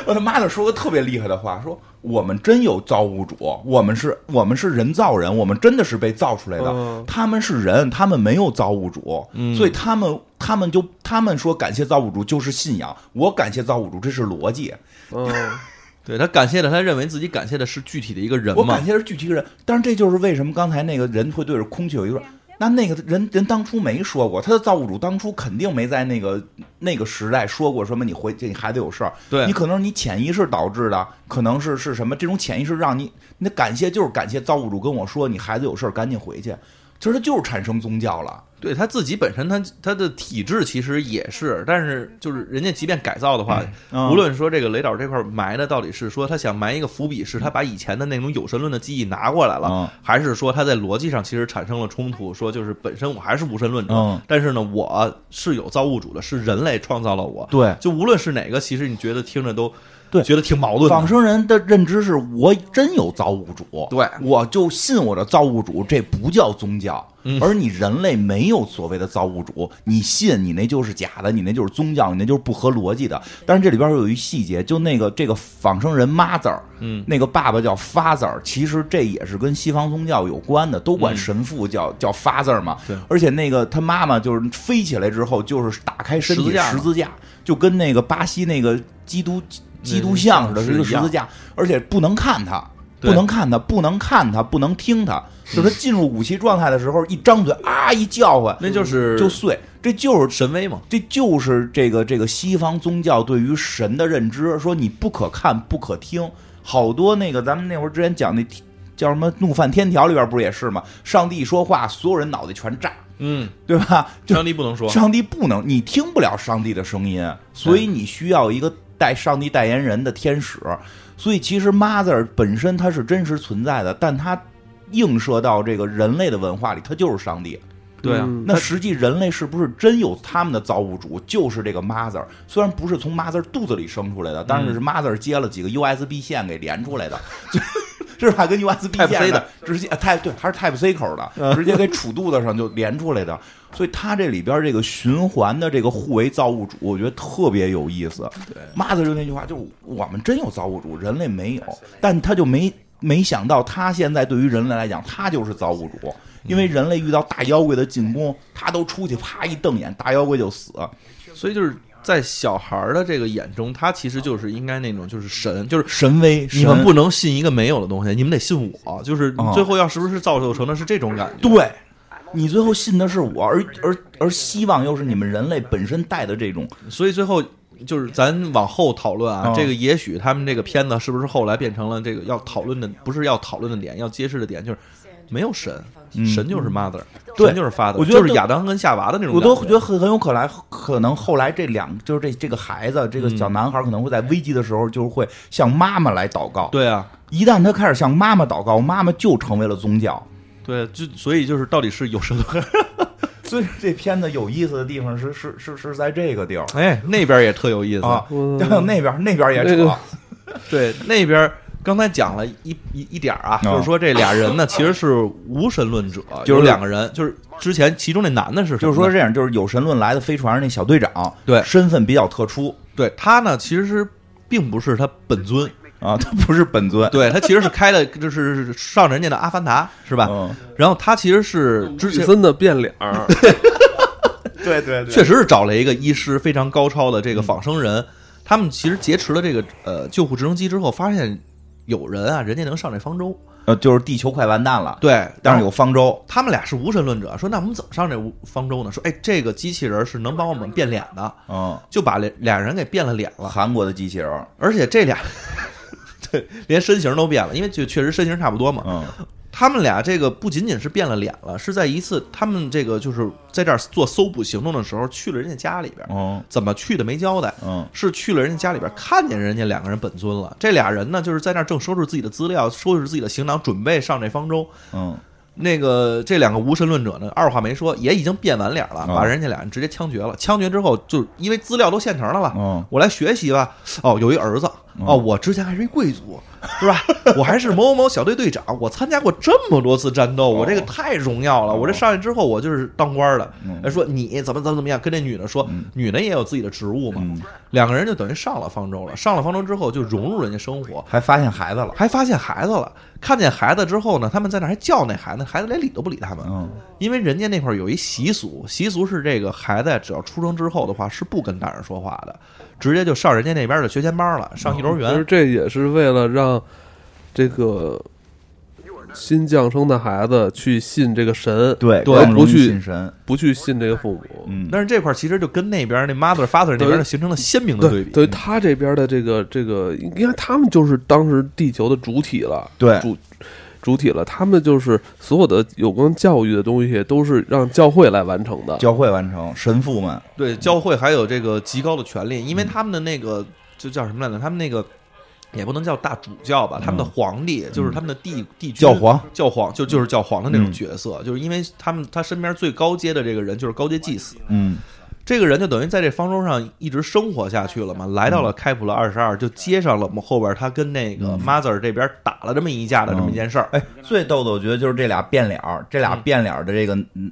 C: 我他妈的说个特别厉害的话，说我们真有造物主，我们是，我们是人造人，我们真的是被造出来的，
A: 嗯
C: 他们是人，他们没有造物主，所以他们他们就他们说感谢造物主就是信仰，我感谢造物主这是逻辑，
A: 嗯，
B: 对他感谢的，他认为自己感谢的是具体的一个人
C: 我
B: 嘛
C: 感，谢的是具体一个人，但是这就是为什么刚才那个人会对着空气有一个。那那个人人当初没说过，他的造物主当初肯定没在那个那个时代说过什么你回你孩子有事儿，
B: 对
C: 你可能是你潜意识导致的，可能是是什么这种潜意识让你那感谢就是感谢造物主跟我说你孩子有事儿赶紧回去，其实就是产生宗教了。
B: 对他自己本身他他的体质其实也是，但是就是人家即便改造的话，
C: 嗯
B: 无论说这个雷导这块埋的到底是说他想埋一个伏笔，是他把以前的那种有神论的记忆拿过来了，
C: 嗯
B: 还是说他在逻辑上其实产生了冲突？说就是本身我还是无神论者，
C: 嗯
B: 但是呢我是有造物主的，是人类创造了我。
C: 对
B: 就无论是哪个，其实你觉得听着都
C: 对
B: 觉得挺矛盾
C: 仿
B: 的。
C: 生人的认知是我真有造物主，
B: 对
C: 我就信我的造物主，这不叫宗教。
B: 嗯
C: 而你人类没有所谓的造物主，你信你那就是假的，你那就是宗教，你那就是不合逻辑的。但是这里边有一细节，就那个这个仿生人 mother，
B: 嗯，
C: 那个爸爸叫 father，其实这也是跟西方宗教有关的，都管
B: 嗯
C: 神父叫、叫 father 嘛。
B: 对
C: 而且那个他妈妈就是飞起来之后，就是打开身体
B: 十字架嘛
C: 十字架，就跟那个巴西那个基督基督
B: 嗯
C: 像似的，
B: 是
C: 是一个
B: 一
C: 十
B: 样
C: 字架，而且不能看他。
B: 对
C: 不能看他，不能看他，不能听他。就是他进入武器状态的时候，一张嘴啊，一叫唤
B: 那就是
C: 就碎。这就是
B: 神威嘛。
C: 这就是这个这个西方宗教对于神的认知，说你不可看不可听。好多那个咱们那会儿之前讲那叫什么《怒犯天条》里边不是也是吗？上帝一说话，所有人脑袋全炸，
B: 嗯，
C: 对吧？就
B: 上帝不能说。
C: 上帝不能，你听不了上帝的声音，所以你需要一个代上帝代言人的天使。所以其实 Mother 本身它是真实存在的，但它映射到这个人类的文化里，它就是上帝。
B: 对啊，
A: 嗯
C: 那实际人类是不是真有他们的造物主，就是这个 mother？虽然不是从 mother 肚子里生出来的，但是是 mother 接了几个 USB 线给连出来的，就是吧？跟 USB
B: ，Type C
C: 线似
B: 的，
C: 直接太对，还是 Type C 口的，直接给杵肚子上就连出来的。所以它这里边这个循环的这个互为造物主，我觉得特别有意思。mother 就那句话，就我们真有造物主，人类没有，但他就没没想到，他现在对于人类来讲，他就是造物主，因为人类遇到大妖怪的进攻，他都出去啪一瞪眼，大妖怪就死。
B: 所以就是在小孩儿的这个眼中，他其实就是应该那种就是神，就是
C: 神威，
B: 你们
C: 嗯神
B: 不能信一个没有的东西，你们得信我。就是你
C: 啊
B: 最后要是不是造就成的是这种感觉？
C: 对，你最后信的是我，而而而希望又是你们人类本身带的这种
B: 所以最后就是咱往后讨论啊，
C: 嗯
B: 这个也许他们这个片子是不是后来变成了这个要讨论的，不是要讨论的点，要揭示的点就是没有神，神就是 mother，
C: 嗯对
B: 神就是 father，
C: 我觉得
B: 就是亚当跟夏娃的那种
C: 我
B: 感
C: 都觉得很很有可能，可能后来这两就是这这个孩子，这个
B: 嗯
C: 小男孩可能会在危机的时候，就是会向妈妈来祷告。
B: 对啊，
C: 一旦他开始向妈妈祷告，妈妈就成为了宗教。
B: 对，啊就所以就是到底是有神 论，
C: 所以这片子有意思的地方是是是是在这个地儿
B: 哎， 那边也特有意思
C: 啊，
A: 嗯
C: 然后那边那边也
A: 那
C: 扯
A: 个，
B: 对，那边儿刚才讲了一一一点儿啊，
C: 嗯
B: 就是说这俩 人呢其实是无神论者，
C: 就是
B: 有两个人，就是之前其中那男的是什
C: 就
B: 么呢，
C: 是说这样，就是有神论来的飞船上那小队长，
B: 对
C: 身份比较特殊
B: 对他呢其实是并不是他 本尊，
C: 啊，他不是本尊，
B: 对他其实是开了就是上人家的阿凡达是吧？
C: 嗯，
B: 然后他其实是之
A: 吕
B: 前
A: 森的变脸 儿，
C: 对对
B: 确实是找了一个医师，非常高超的
C: 嗯
B: 这个仿生人。他们其实劫持了这个呃救护直升机之后，发现有人啊，人家能上这方舟。
C: 呃，就是地球快完蛋了，
B: 对，
C: 但
B: 但
C: 是
B: 是
C: 有方舟，
B: 他们俩是无神论者，说那我们怎么上这无方舟呢？说哎，这个机器人是能帮我们变脸的，
C: 嗯，
B: 就把俩俩人给变了脸了，
C: 韩国的机器人，
B: 而且这俩 对连身形都变了，因为就确实身形差不多嘛。
C: 嗯
B: 他们俩这个不仅仅是变了脸了，是在一次他们这个就是在这儿做搜捕行动的时候去了人家家里边，
C: 嗯
B: 怎么去的没交代。
C: 嗯
B: 是去了人家家里边，看见人家两个人本尊了。这俩人呢，就是在那儿正收拾自己的资料，收拾自己的行囊，准备上这方舟。
C: 嗯，
B: 那个这两个无神论者呢，二话没说，也已经变完脸了，
C: 嗯
B: 把人家俩人直接枪决了。枪决之后，就因为资料都现成的了，
C: 嗯
B: 我来学习吧。哦，有一儿子，
C: 嗯
B: 哦，我之前还是一贵族，是吧？ 我还是某某某小队队长，我参加过这么多次战斗，我这个太荣耀了。我这上去之后，我就是当官的。
C: 嗯
B: 哎说你怎么怎么怎么样，跟这女的说，女的也有自己的职务
C: 嗯
B: 嘛。两个人就等于上了方舟了，上了方舟之后就融入人家生活，
C: 还发现孩子了，
B: 还发现孩子了。看见孩子之后呢，他们在那儿还叫那孩子，孩子连理都不理他们，
C: 嗯
B: 因为人家那块儿有一习俗，习俗是这个孩子只要出生之后的话是不跟大人说话的，直接就上人家那边的学前班了，上幼儿
A: 其实
B: 园。
A: 这也是为了让这个新降生的孩子去信这个神，
C: 对
B: 对
C: 更容
A: 不
C: 易
A: 去
C: 信神，
A: 不去信这个父母。
C: 嗯，
B: 但是这块儿其实就跟那边那 mother father 那边就形成了鲜明的对比。
A: 对他这边的这个这个，应该他们就是当时地球的主体了，
C: 对
A: 主主体了。他们就是所有的有关教育的东西，都是让教会来完成的。
C: 教会完成，神父们
B: 对，嗯教会还有这个极高的权利，因为他们的那个就叫什么来着？他们那个也不能叫大主教吧，他们的皇帝就是他们的地地区
C: 教皇，
B: 嗯教皇就就是教皇的那种
C: 嗯
B: 角色，就是因为他们他身边最高阶的这个人就是高阶祭司，
C: 嗯，
B: 这个人就等于在这方舟上一直生活下去了嘛，来到了开普勒二十二，就接上了我们后边他跟那个 mother 这边打了这么一架的这么一件事儿。
C: 哎，最逗的我觉得就是这俩变脸儿，这俩变脸儿的这个，嗯，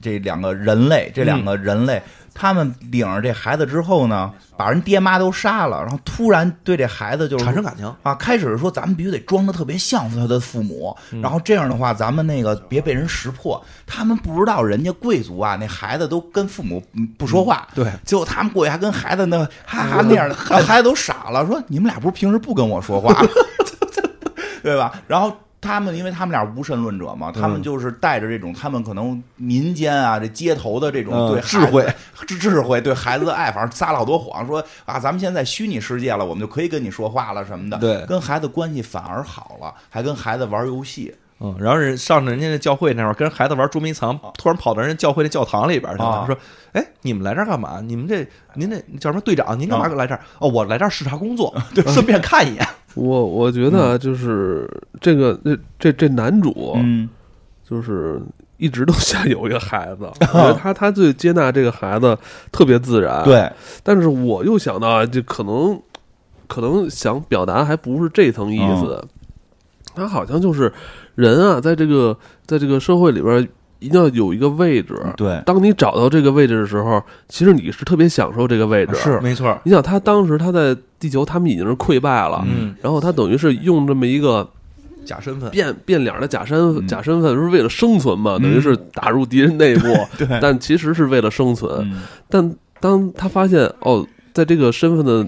C: 这两个人类，这两个人类，他们领着这孩子之后呢，把人爹妈都杀了，然后突然对这孩子就是
B: 产生感情，
C: 啊，开始说咱们必须得装的特别像他的父母，
B: 嗯
C: 然后这样的话，咱们那个别被人识破。他们不知道人家贵族啊，那孩子都跟父母嗯不说话，
B: 对嗯
C: 结果他们过去还跟孩子那哈哈那样的，孩孩子都傻了，说你们俩不是平时不跟我 说话吗，对吧？然后。他们因为他们俩无神论者嘛，他
B: 嗯
C: 们就是带着这种他们可能民间啊这街头的这种
B: 嗯
C: 对
B: 智
C: 孩子
B: 慧
C: 智智慧对孩子的爱，反正撒了好多谎，说啊，咱们现在虚拟世界了，我们就可以跟你说话了什么的。
B: 对
C: 跟孩子关系反而好了，还跟孩子玩游戏
B: 嗯，然后人上人家那教会那块儿跟孩子玩捉迷藏，突然跑到人家教会那教堂里边去了，
C: 啊
B: 说：“哎，你们来这儿干嘛？你们这您这叫什么队长？您干嘛来这儿？哦，我来这儿视察工作，顺便看一眼。
A: 我我觉得啊，就是这个这这这男主，
C: 嗯，
A: 就是一直都 想有一个孩 子，我觉得他他对接纳这个孩子特别自然。，
C: 对，
A: 但是我又想到啊，就可能可能想表达还不是这层意
C: 嗯
A: 思，他好像就是人啊，在这个在这个社会里边。一定要有一个位置，
C: 对
A: 当你找到这个位置的时候，其实你是特别享受这个位置。
C: 是
B: 没错，
A: 你想他当时他在地球，他们已经是溃败了，
B: 嗯，
A: 然后他等于是用这么一个
B: 假身份。
A: 变变脸的假身假身份是为了生存嘛，等于是打入敌人内 部，但其实是为了生存。
C: 嗯
A: 但当他发现哦，在这个身份的，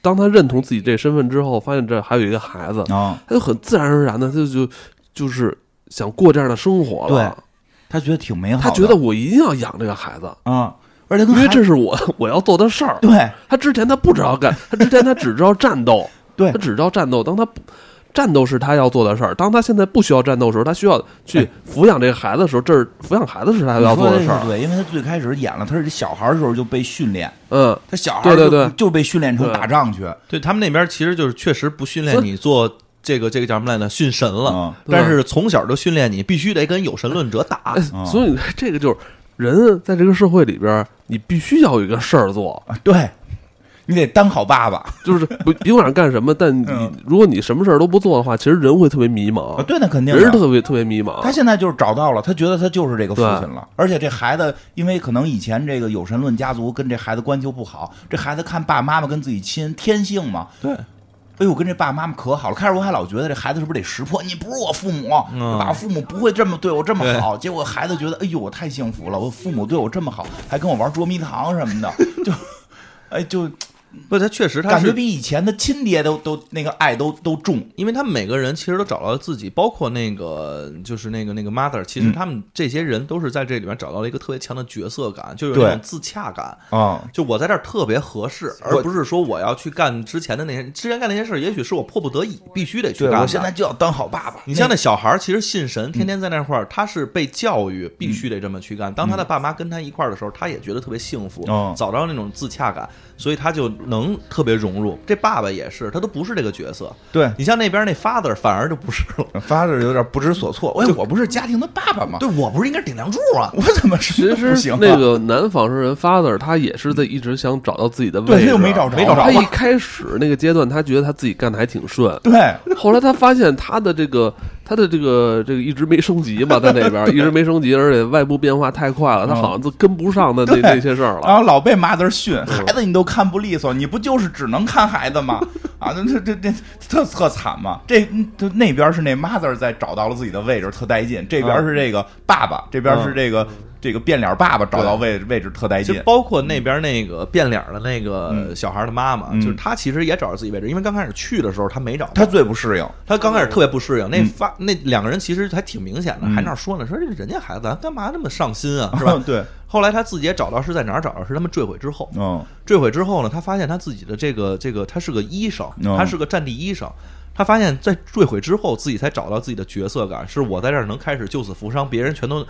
A: 当他认同自己这身份之后，发现这还有一个孩子，
C: 啊，
A: 他就很自然而然的，他就就就是想过这样的生活了。
C: 他觉得挺美好的，
A: 他觉得我一定要养这个孩子，
C: 啊，而且跟
A: 因
C: 孩
A: 为这是我 我要做的事儿。
C: 对
A: 他之前他不知道干，他之前他只知道战斗，
C: 对
A: 他只知道战斗。当他不战斗是他要做的事儿，当他现在不需要战斗的时候，他需要去抚养这个孩子的时候，这是抚养孩子是他
C: 哎你
A: 要做
C: 说
A: 的
C: 这
A: 事
C: 是
A: 儿。
C: 对，因为他最开始演了，他是小孩儿的时候就被训练，
A: 嗯，
C: 他小孩
A: 对
C: 儿
A: 对
C: 就
A: 对
C: 就被训练成打仗去，
B: 对他们那边其实就是确实不训练
A: 所以
B: 你做这个这个叫什么来着？训神了
C: 嗯，
B: 但是从小就训练你必须得跟有神论者打
A: 哎。
C: 啊
A: 所以这个就是人在这个社会里边儿，你必须要有一个事儿 做，
C: 啊对，你得当好爸爸
A: 就是不甭管是干什么，但你
C: 嗯
A: 如果你什么事儿都不做的话，其实人会特别迷
C: 啊，
A: 茫，
C: 对，那肯定
A: 人是
C: 的。
A: 特别特别迷茫。
C: 他现在就是找到了，他觉得他就是这个父
A: 对
C: 亲了。而且这孩子，因为可能以前这个有神论家族跟这孩子关系就不好，这孩子看爸妈妈跟自己亲，天性嘛。
B: 对，
C: 哎呦，跟这爸妈妈可好了。开始我还老觉得这孩子是不是得识破，你不是我父母，
B: 嗯
C: 爸父母不会这么对我这么好。结果孩子觉得，哎呦，我太幸福了，我父母对我这么好，还跟我玩捉迷藏什 么的，就，哎，就
B: 不，他确实他
C: 感觉
B: 是
C: 比以前的亲爹都都那个爱都都重。
B: 因为他们每个人其实都找到了自己，包括那个就是那个那个 mother，其实他们这些人都是在这里面找到了一个特别强的角色感，就有那种
C: 对
B: 自洽感。
C: 啊、
B: 就我在这儿特别合适，而不是说我要去干之前的那些，之前干那些事儿，也许是我迫不得已必须得去
C: 对
B: 干的。
C: 我现在就要当好爸爸。
B: 你像那嗯小孩儿，其实信神，天天在那块儿，他是被教育必须得这嗯么去干。当他的爸妈跟他一块儿的时候，他也觉得特别幸福
C: 哦，
B: 找到那种自洽感，所以他就能特别融入。这爸爸也是，他都不是这个角色。
C: 对，
B: 你像那边那 father 反而就不是了。
C: 发着有点不知所措。哎，我不是家庭的爸爸吗？
B: 对我不是应该是顶梁柱啊？
C: 我怎么什
A: 其
C: 么都 不
A: 实
C: 行啊？
A: 那个男仿生人 father 他也是在一直想找到自己的位
C: 对，
A: 置，
C: 他又没找着，
B: 没找着
A: 他
C: 啊
A: 一开始那个阶段，他觉得他自己干的还挺顺，
C: 对，
A: 后来他发现他的这个他的这个这个一直没升级嘛，在那边一直没升级，而且外部变化太快了， 他好像就跟不上那那
C: 对
A: 那些事儿
C: 然
A: 了。
C: 后老被 mother 训，孩子你都看不利索，你不就是只能看孩子吗？啊，那这这这特特惨嘛！这这那边是那 mother 在找到了自己的位置，特带劲；这边是这个爸爸，这边是这个这个变脸爸爸找到位位置特带
B: 就
C: 劲。
B: 包括那边那个变脸的那个
C: 嗯
B: 小孩的妈妈，
C: 嗯
B: 就是她其实也找着自己位置，因为刚开始去的时候她没找到，
C: 他最不适应，？
B: 她刚开始特别不适应。那发那两个人其实还挺明显的，还那儿说呢，说这人家孩子咱啊干嘛这么上心啊，是吧
C: 对，
B: 后来她自己也找到是在哪儿找到，是他们坠毁之后，
C: 嗯，
B: 坠毁之后呢，她发现她自己的这个这个，她是个医生，
C: 嗯
B: 她是个战地医生。她发现，在坠毁之后，自己才找到自己的角色感，是我在这儿能开始救死扶伤，别人全都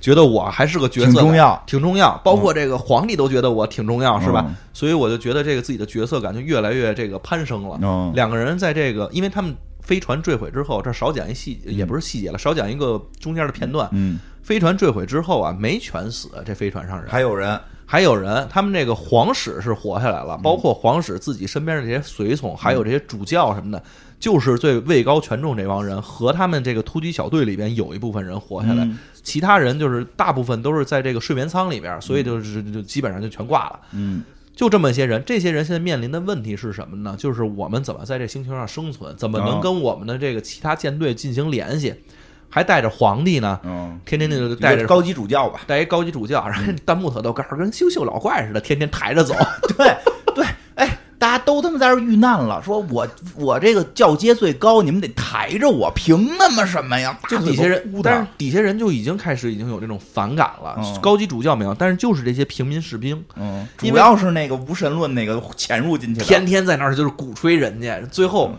B: 觉得我还是个角色
C: 挺
B: 感
C: 重要
B: 挺重要，包括这个皇帝都觉得我挺重要，是吧
C: 嗯？
B: 所以我就觉得这个自己的角色感就越来越这个攀升了。
C: 嗯
B: 两个人在这个，因为他们飞船坠毁之后，这儿少讲一细，也不是细节了，少讲一个中间的片段。
C: 嗯，
B: 飞船坠毁之后啊，没全死，这飞船上人
C: 还有人，
B: 还有人，他们这个皇室是活下来
C: 嗯
B: 了，包括皇室自己身边的这些随从，还有这些主教什么的，就是最位高权重这帮人和他们这个突击小队里边有一部分人活
C: 嗯
B: 下来，其他人就是大部分都是在这个睡眠舱里边，所以就是就基本上就全挂了。
C: 嗯，
B: 就这么些人，这些人现在面临的问题是什么呢？就是我们怎么在这星球上生存，怎么能
C: 哦
B: 跟我们的这个其他舰队进行联系，还带着皇帝呢，
C: 嗯，
B: 天天就带着
C: 高级主教吧，
B: 带一高级主教，然后弹幕特逗，告诉跟修修老怪似的，天天抬着 走。
C: 对对，哎，大家都他妈在这儿遇难了，说我我这个教阶最高，你们得抬着我，凭那么什么呀？
B: 就底下人，但是底下人就已经开始已经有这种反感了。
C: 嗯
B: 高级主教没有，但是就是这些平民士兵，
C: 嗯，
B: 因
C: 主
B: 为
C: 要是那个无神论那个潜入进去的，
B: 天天在那儿就是鼓吹人家，最后。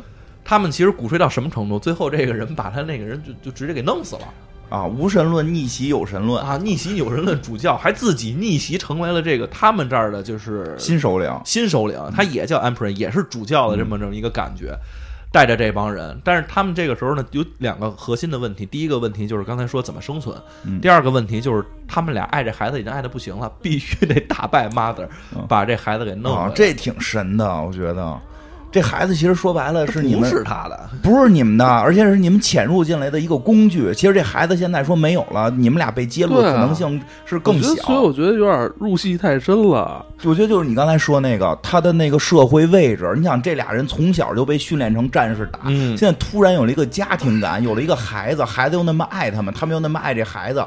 B: 他们其实鼓吹到什么程度？最后这个人把他那个人就就直接给弄死了
C: 啊，无神论逆袭有神论，
B: 啊！逆袭有人论主教还自己逆袭成为了这个他们这儿的就是
C: 新首领，
B: 新首领，他也叫 emperor，也是主教的这么这么一个感觉，带着这帮人。但是他们这个时候呢，有两个核心的问题。第一个问题就是刚才说怎么生存，
C: 嗯
B: 第二个问题就是他们俩爱这孩子已经爱的不行了，必须得打败 mother，、
C: 嗯
B: 把这孩子给弄回来。
C: 啊，这挺神的，我觉得。这孩子其实说白了是你
B: 不
C: 们
B: 是他的，
C: 不是你们的，而且是你们潜入进来的一个工具。其实这孩子现在说没有了，你们俩被揭露的
A: 对啊
C: 可能性是 更
A: 我觉
C: 小
A: 得。所以我觉得有点入戏太深了。
C: 我觉得就是你刚才说那个，他的那个社会位置，你想这俩人从小就被训练成战士打，
B: 嗯
C: 现在突然有了一个家庭感，有了一个孩子，孩子又那么爱他们，他们又那么爱这孩子，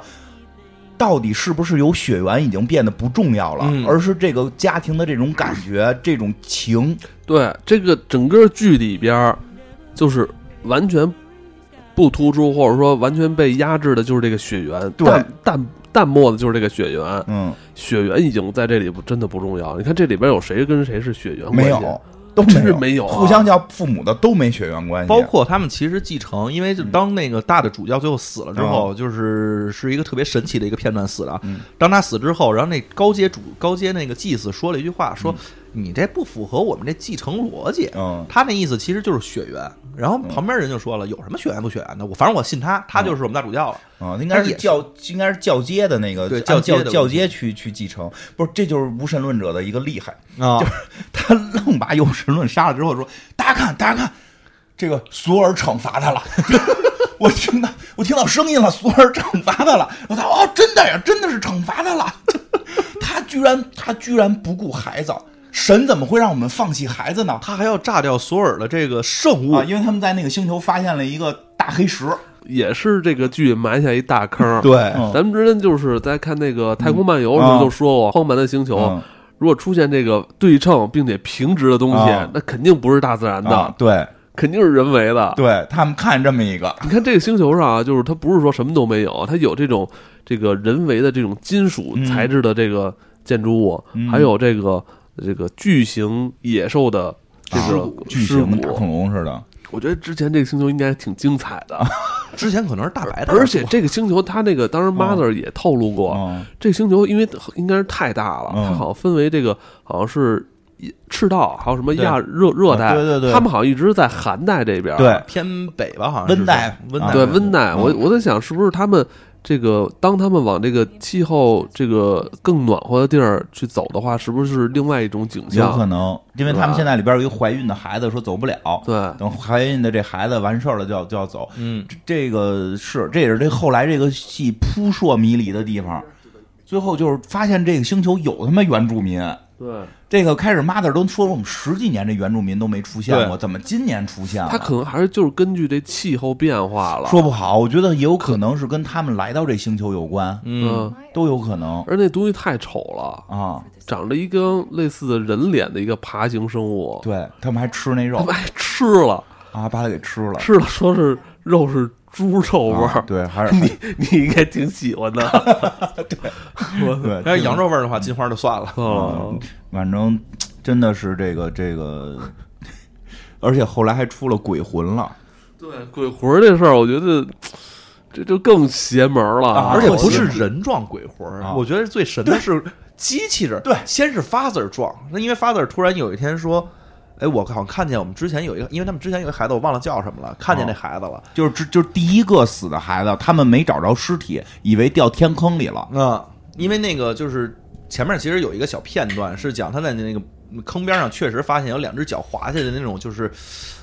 C: 到底是不是有血缘已经变得不重要了，
B: 嗯
C: 而是这个家庭的这种感觉、这种情，
A: 对这个整个剧里边儿，就是完全不突出，或者说完全被压制的，就是这个血缘，
C: 对
A: 淡淡淡漠的就是这个血缘，
C: 嗯，
A: 血缘已经在这里不真的不重要。你看这里边有谁跟谁是血缘关系？
C: 没有，都
A: 真是
C: 没
A: 没有啊
C: 互相叫父母的都没血缘关系，啊
B: 包括他们其实继承，因为就当那个大的主教最后死了之后，就是是一个特别神奇的一个片段死了啊。
C: 嗯
B: 当他死之后，然后那高阶主高阶那个祭司说了一句话，说、你这不符合我们这继承逻辑。
C: 嗯
B: 他那意思其实就是血缘，然后旁边人就说了，有什么血缘不血缘的？我反正我信他，他就是我们大主教了。
C: 啊、应该
B: 但
C: 是
B: 也是
C: 教，应该是教阶的那个，
B: 对
C: 按
B: 教
C: 教
B: 阶的
C: 教
B: 问题
C: 阶去去继承，不是，这就是无神论者的一个厉害，
B: 啊，
C: 他愣把有神论杀了之后说：“大家看，大家看，这个索尔惩罚他了。” 我听到我听到声音了，索尔惩罚他了。我操！哦，真的呀，真的是惩罚他了。 他居然他居然不顾孩子，神怎么会让我们放弃孩子呢？
B: 他还要炸掉索尔的这个圣物
A: 嗯
C: 啊，，因为他们在那个星球发现了一个大黑石。
A: 也是这个剧埋下一大坑。
B: 对，
C: 嗯
A: 咱们之前就是在看那个《太空漫游》时
C: 嗯
A: 候就说过，荒蛮的星球
C: 嗯
A: 如果出现这个对称并且平直的东西
C: 啊，
A: 那肯定不是大自然
C: 啊
A: 的，，
C: 对
A: 肯定是人为的。
C: 对，他们看这么一个，
A: 你看这个星球上啊，就是它不是说什么都没有，它有这种这个人为的这种金属
C: 嗯
A: 材质的这个建筑物，还有这个这个巨型野兽的这
C: 啊
A: 个
C: 巨
A: 尸
C: 型
A: 骨
C: 跟大恐龙似的。
A: 我觉得之前这个星球应该挺精彩的，
C: 啊
B: 之前可能是大白的，
A: 而且这个星球它那个
C: 啊
A: 当时 Mother 也透露过，
C: 嗯
A: 这个星球因为应该是太大了，
C: 嗯
A: 它好像分为这个好像是赤道，还有什么
B: 对
A: 亚热热带，
C: 啊对对对
A: 他们好像一直在寒带这边，
C: 对
B: 偏北吧，好像是
C: 温带
B: 温带
C: 啊
A: 对
B: 吧
A: 温带，我我在想是不是他们这个，当他们往这个气候这个更暖和的地儿去走的话，是不是另外一种景
C: 有可
A: 象？
C: 能，因为他
A: 是
C: 们
A: 吧
C: 现在里边有一个怀孕的孩子说走不了，
A: 对，
C: 等怀孕的这孩子完事儿了就要就要走，
B: 嗯，
C: 这这个是这也是这后来这个戏扑朔迷离的地方，最后就是发现这个星球有他妈原住民。
A: 对，
C: 这个开始 mother 都说我们十几年这原住民都没出现过，
B: 对
C: 怎么今年出现了？
A: 他可能还是就是根据这气候变化了。
C: 说不好，我觉得也有可能是跟他们来到这星球有关，
A: 嗯，
C: 都有可能
A: 而那东西太丑了，
C: 啊。
A: 长着一根类似人脸的一个爬行生物，
C: 对他们还吃那
A: 他
C: 肉
A: 们还吃了，
C: 啊，把它给吃了，
A: 吃了说是肉是猪肉味
C: 啊
A: 儿，
C: 对，还是你
A: 你应该挺喜欢 的。
C: 对，
B: 要是羊肉味儿的话，金花就算了。
A: 哦，
C: 嗯反正真的是这个这个，而且后来还出了鬼魂了，
A: 对，鬼魂儿这事儿，我觉得这就更邪门儿了，
C: 啊
B: 而且不是
C: 特邪
B: 人撞鬼魂儿
C: 啊，
B: 我觉得最神的是机器人。
C: 对
B: 先是 father 撞，那因为 father 突然有一天说：“哎，我好像看见我们之前有一个，因为他们之前有一个孩子，我忘了叫什么了，看见
C: 啊
B: 那孩子了。
C: 就是这就是第一个死的孩子，他们没找着尸体，以为掉天坑里了。
B: 啊，因为那个就是前面其实有一个小片段是讲他在那个坑边上确实发现有两只脚滑下去的那种就是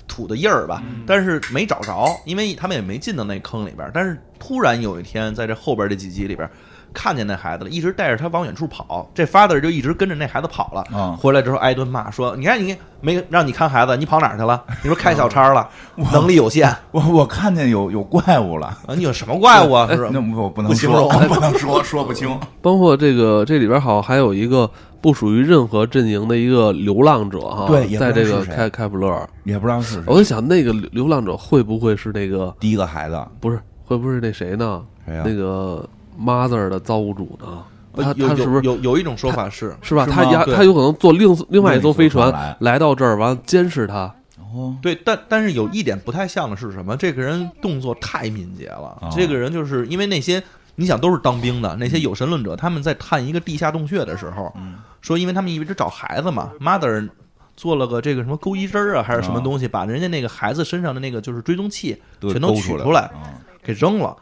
B: 土的印儿吧，但是没找着，因为他们也没进到那坑里边儿。但是突然有一天在这后边这几集里边。看见那孩子了，一直带着他往远处跑。这 father 就一直跟着那孩子跑了。
C: 嗯
B: 回来之后挨顿骂说：“你看你没让你看孩子，你跑哪儿去了？你说开小差了，能力有限啊！
C: 我我看见有有怪物了，
B: 你有什么怪物啊？是吧
C: 那我不
B: 不
C: 能
B: 形
C: 说，
B: 容
C: 不能说，说不清。
A: 包括这个这里边好像还有一个不属于任何阵营的一个流浪者哈，
C: 对也不知
A: 在
C: 道
A: 这个
C: 是谁
A: 开开普勒尔，
C: 也不知道是谁
A: 我在想那个流流浪者会不会是那个
C: 哦第一个孩子，哎
A: 不是会不会是那谁呢？
C: 谁呀
A: 那个 mother 的造物主呢？
C: 呃
A: 他
B: 有
A: 他是不
B: 有
A: 是？
B: 有有一种说法是
A: 是吧？
C: 是
A: 他
C: 吗
A: 也
B: 对
A: 他有可能坐另另外一艘飞
C: 另
A: 船
C: 一艘船
A: 来到这儿，完了监视他。
C: 哦，
B: 对，但但是有一点不太像的是什么？这个人动作太敏捷了。
C: 啊
B: 这个人就是因为那些你想都是当兵的那些有神论者，他们在探一个地下洞穴的时候，
C: 嗯
B: 说因为他们一直找孩子嘛，mother 做了个这个什么钩衣针儿啊，还是什么
C: 啊
B: 东西，把人家那个孩子身上的那个就是追踪器
C: 都
B: 全都
C: 勾
B: 取
C: 出来
B: 出来
C: 了啊
B: 给扔了，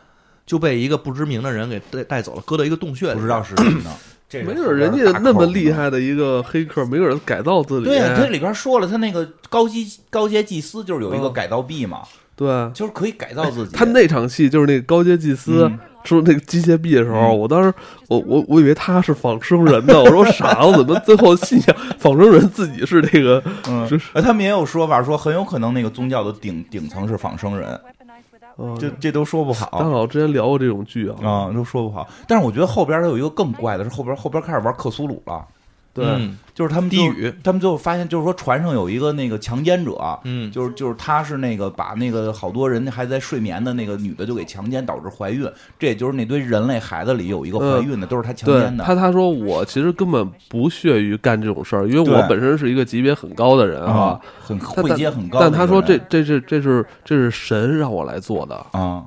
B: 就被一个不知名的人给带带走了，搁到一个洞穴里。
C: 嗯不知道是谁呢。这个
A: 没准人
C: 后
A: 家
C: 边
A: 那么
C: 大扣
A: 厉
C: 呢
A: 害的一个黑客，没准改造自己。
C: 对，这里边说了，他那个高级高阶祭司就是有一个
A: 嗯
C: 改造币嘛，
A: 对啊
C: 就是可以改造自己。
A: 他那场戏就是那个高阶祭司
C: 嗯
A: 说那个机械臂的时候，
C: 嗯
A: 我当时我我我以为他是仿生人呢，我说傻，我怎么最后信仰仿生人自己是这个？
C: 嗯
A: 是是，
C: 呃他们也有说法说，很有可能那个宗教的顶顶层是仿生人，
A: 嗯
C: 这这都说不
A: 大
C: 好
A: 佬之前聊过这种剧啊，
C: 啊，都说不好。但是我觉得后边儿有一个更怪的是，后边儿后边儿开始玩克苏鲁了。
A: 对，
B: 嗯
C: 就是他们就
B: 低语，
C: 他们最后发现，就是说船上有一个那个强奸者，
B: 嗯
C: 就是就是他是那个把那个好多人还在睡眠的那个女的就给强奸，导致怀孕。这也就是那堆人类孩子里有一个怀孕的，都是他强
A: 呃对
C: 奸的。
A: 他他说我其实根本不屑于干这种事儿，因为
C: 对
A: 我本身是一个级别很高的人
C: 啊
A: 啊。，
C: 很
A: 他
C: 会
A: 但
C: 接很高的
A: 但
C: 一个人。
A: 他说这这是这是这是神让我来做的，
C: 啊，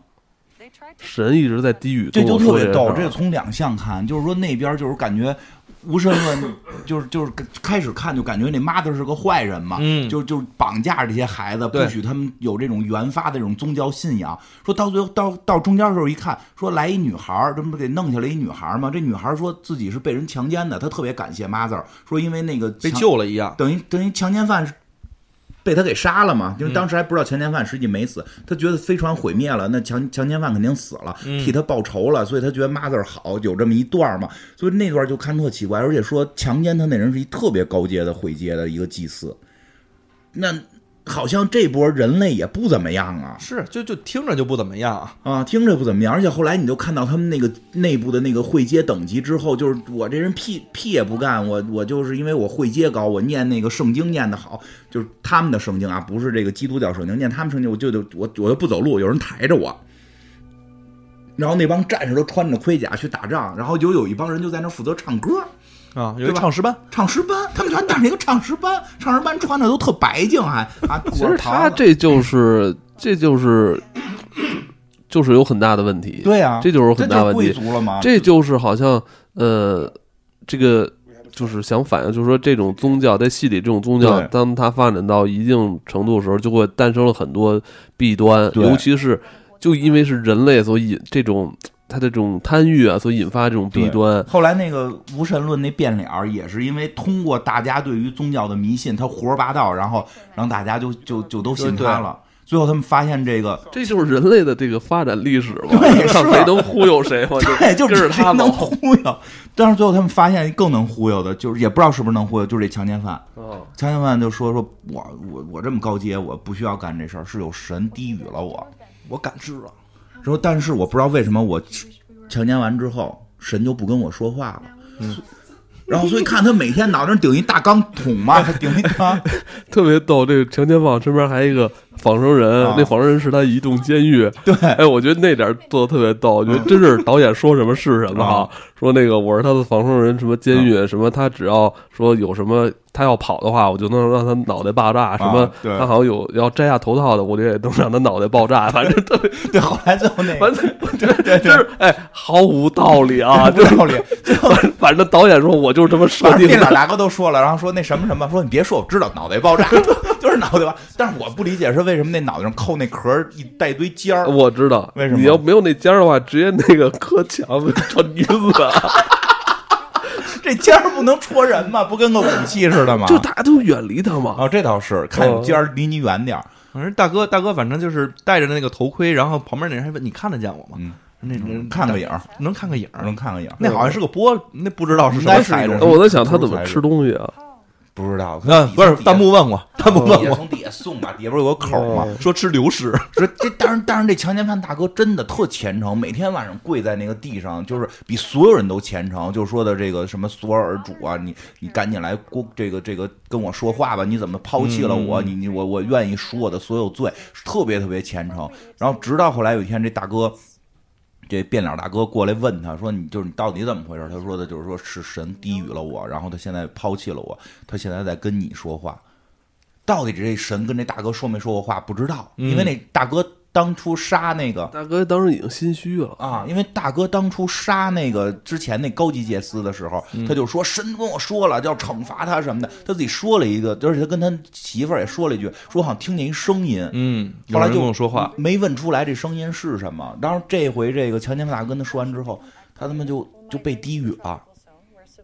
A: 神一直在低语
C: 这
A: 跟
C: 就
A: 我
C: 特
A: 说
C: 别
A: 事
C: 逗
A: 儿。啊
C: 这从两项看，就是说那边就是感觉。无神论就是就是开始看就感觉那 mother 是个坏人嘛，
B: 嗯
C: 就就绑架着这些孩子，不
B: 对
C: 许他们有这种原发的这种宗教信仰。说到最后到到中间的时候一看，说来一女孩儿，这不给弄下来一女孩儿吗？这女孩儿说自己是被人强奸的，她特别感谢 mother，说因为那个
B: 被
C: 强
B: 救了一样。
C: 等于等于强奸犯是被他给杀了嘛，因为当时还不知道强奸犯实际没死，他觉得飞船毁灭了，那强强奸犯肯定死了，替他报仇了，所以他觉得 mother 好，有这么一段嘛，所以那段就看特奇怪，而且说强奸他那人是一特别高阶的会阶的一个祭司，那好像这波人类也不怎么样啊，
B: 是，就就听着就不怎么样啊。
C: 啊，听着不怎么样，而且后来你就看到他们那个内部的那个会接等级之后，就是我这人屁屁也不干，我我就是因为我会接高，我念那个圣经念得好，就是他们的圣经啊，不是这个基督教圣经，念他们圣经我就就我我就不走路，有人抬着我，然后那帮战士都穿着盔甲去打仗，然后就有一帮人就在那负责唱歌，
B: 啊，有
C: 对
B: 一
C: 吧
B: 唱诗班，
C: 唱诗班，他们全当成一个唱诗班，唱诗班穿的都特白净还啊，
A: 其实他这就是这就是就是有很大的问题，
C: 对啊，
A: 这就是有
C: 这
A: 很大
C: 就是
A: 问
C: 贵
A: 题，
C: 族了嘛，
A: 这就是好像呃这个就是想反映，就是说这种宗教在戏里这种宗教
C: 对，
A: 当它发展到一定程度的时候，就会诞生了很多弊端，
C: 对
A: 尤其是就因为是人类所引这种他这种贪欲啊，所引发这种弊
C: 对
A: 端。
C: 后来那个无神论那变脸儿，也是因为通过大家对于宗教的迷信，他胡说八道，然后让大家就就就都信他了。最后他们发现这个，
A: 这就是人类的这个发展历史嘛，
C: 对
A: 看
C: 是
A: 谁能忽悠谁嘛，
C: 对，就
A: 跟着他
C: 能
A: 走。
C: 忽悠。但是最后他们发现更能忽悠的，就是也不知道是不是能忽悠，就是这强奸犯。
A: 哦
C: 强奸犯就说说我我我这么高阶，我不需要干这事儿，是有神低语了我。
B: 我感知了，
C: 然后但是我不知道为什么我强奸完之后，神就不跟我说话了。然后所以看他每天脑袋上顶一大钢桶 嘛，还顶一缸，
A: 特别逗，这个强奸犯身边还有一个仿生人，
C: 啊
A: 那仿生人是他移动监狱。
C: 对，
A: 哎，我觉得那点儿做的特别逗，我 觉得真是导演说什么是什么啊！说那个我是他的仿生人，什么监狱，
C: 啊
A: 什么他只要说有什么他要跑的话，我就能让他脑袋爆炸，什么
C: 啊对
A: 他好像有要摘下头套的，我就也能让他脑袋爆 炸，反正特别
C: 对，后来最后那
A: 反
C: 个
A: 正我觉得真是哎毫无道理 啊！
C: 不
A: 就是
C: 道理，最后
A: 反反正导演说我就是这么设
C: 反正
A: 定
C: 电脑
A: 的，
C: 大哥都说了，然后说那什么什么，说你别说，我知道脑袋爆 炸，就是脑袋爆炸。但是我不理解是为什么那脑袋上扣那壳儿一带堆尖儿，
A: 我知道
C: 为什么
A: 你要没有那尖儿的话，直接那个磕墙 被穿鼻子啊。
C: 这尖儿不能戳人吗？不跟个武器似的吗？
A: 就大家都远离他嘛。
C: 哦，这倒是，看尖儿离你远点儿。
B: 反正大哥大哥，反正就是戴着那个头盔，然后旁边那人还问你看得见我吗？
C: 嗯，
B: 那人
C: 看个影儿，
B: 能看个影儿
C: 能看个影儿，嗯
B: 那好像是个波，那不知道是什
C: 应该
B: 么
C: 是一
B: 材
C: 种
B: 质
A: 那。我在想他怎么吃东西啊？
C: 不知道。
B: 嗯，不是弹幕问我，弹幕问
C: 哦 也
B: 我
C: 从底下送吧，底哦下不是有个口吗？
B: 说吃流食，
C: 说这，当然，当然，这强奸犯大哥真的特虔诚，每天晚上跪在那个地上，就是比所有人都虔诚。就说的这个什么索尔主啊，你你赶紧来过这个这个跟我说话吧，你怎么抛弃了我？你你我我愿意赎我的所有罪，特别特别虔诚。然后直到后来有一天，这大哥。这变脸大哥过来问他说：“你就是你到底怎么回事？”他说的就是说是神低语了我，然后他现在抛弃了我，他现在在跟你说话。到底这神跟这大哥说没说过话不知道，因为
B: 嗯
C: 那大哥当初杀那个
A: 大哥当时已经心虚了，
C: 啊，因为大哥当初杀那个之前那高级杰斯的时候，
B: 嗯
C: 他就说神跟我说了要惩罚他什么的，他自己说了一个，而且他跟他媳妇儿也说了一句，说好像听见一声音，
B: 嗯，
C: 后来
B: 有人
C: 就
B: 跟我说 话，
C: 没问出来这声音是什么。然后这回这个强奸大哥跟他说完之后，他他妈就就被低语了，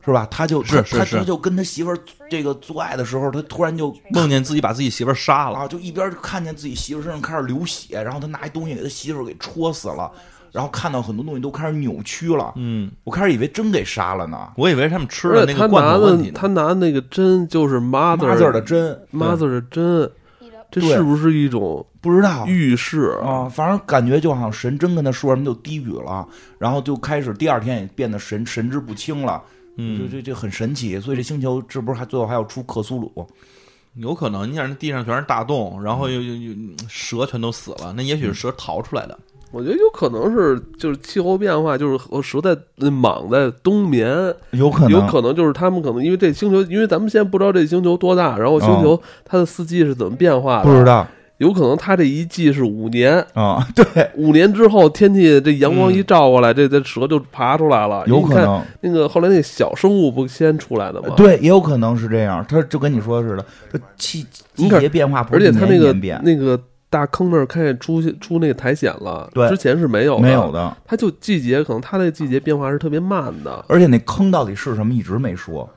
C: 是吧？他就是
B: 是
C: 他
B: 是
C: 他就跟他媳妇儿这个做爱的时候，他突然就
B: 梦见自己把自己媳妇儿杀了，
C: 啊，就一边看见自己媳妇身上开始流血，然后他拿一东西给他媳妇儿给戳死了，然后看到很多东西都开始扭曲了。
B: 嗯，
C: 我开始以为真给杀了呢，
B: 我以为他们吃
A: 而
B: 了
A: 且
B: 那
A: 他
B: 个罐
A: 拿
B: 头问题
A: 的
B: 呢
A: 他拿那个针就是
C: 妈
A: mother
C: 字儿的针
A: mother 的针，这
C: 对
A: 是不是一种
C: 不知道
A: 预示？
C: 啊，反正感觉就好像神真跟他说什么就低语了，然后就开始第二天也变得神神志不清了。
B: 嗯
C: 就这这很神奇，所以这星球是不是还最后还要出克苏鲁？
B: 有可能，你想那地上全是大洞，然后又又又蛇全都死了，那也
C: 嗯
B: 许是蛇逃出来的。
A: 我觉得有可能是就是气候变化，就是和蛇在呃蟒在冬眠，
C: 有可
A: 有可能就是他们可能因为这星球，因为咱们现在不知道这星球多大，然后星球它的四季是怎么变化的，
C: 哦知道
A: 有可能它这一季是五年，
C: 啊， 对，
A: 五年之后天气这阳光一照过来，这这蛇就爬出来了，
C: 有可
A: 你看
C: 能，
A: 那个后来那小生物不先出来的吗？，
C: 对，也有可能是这样。他就跟你说似的，这气季
A: 你看
C: 节变化不
A: 而
C: 是
A: 且
C: 一
A: 它
C: 年
A: 那
C: 一
A: 个
C: 年变，
A: 那个大坑那儿开始出现出那个苔藓了，
C: 对
A: 之前是没有的
C: 没有，的。
A: 它就季节可能它那季节变化是特别慢的，
C: 而且那坑到底是什么一直没说，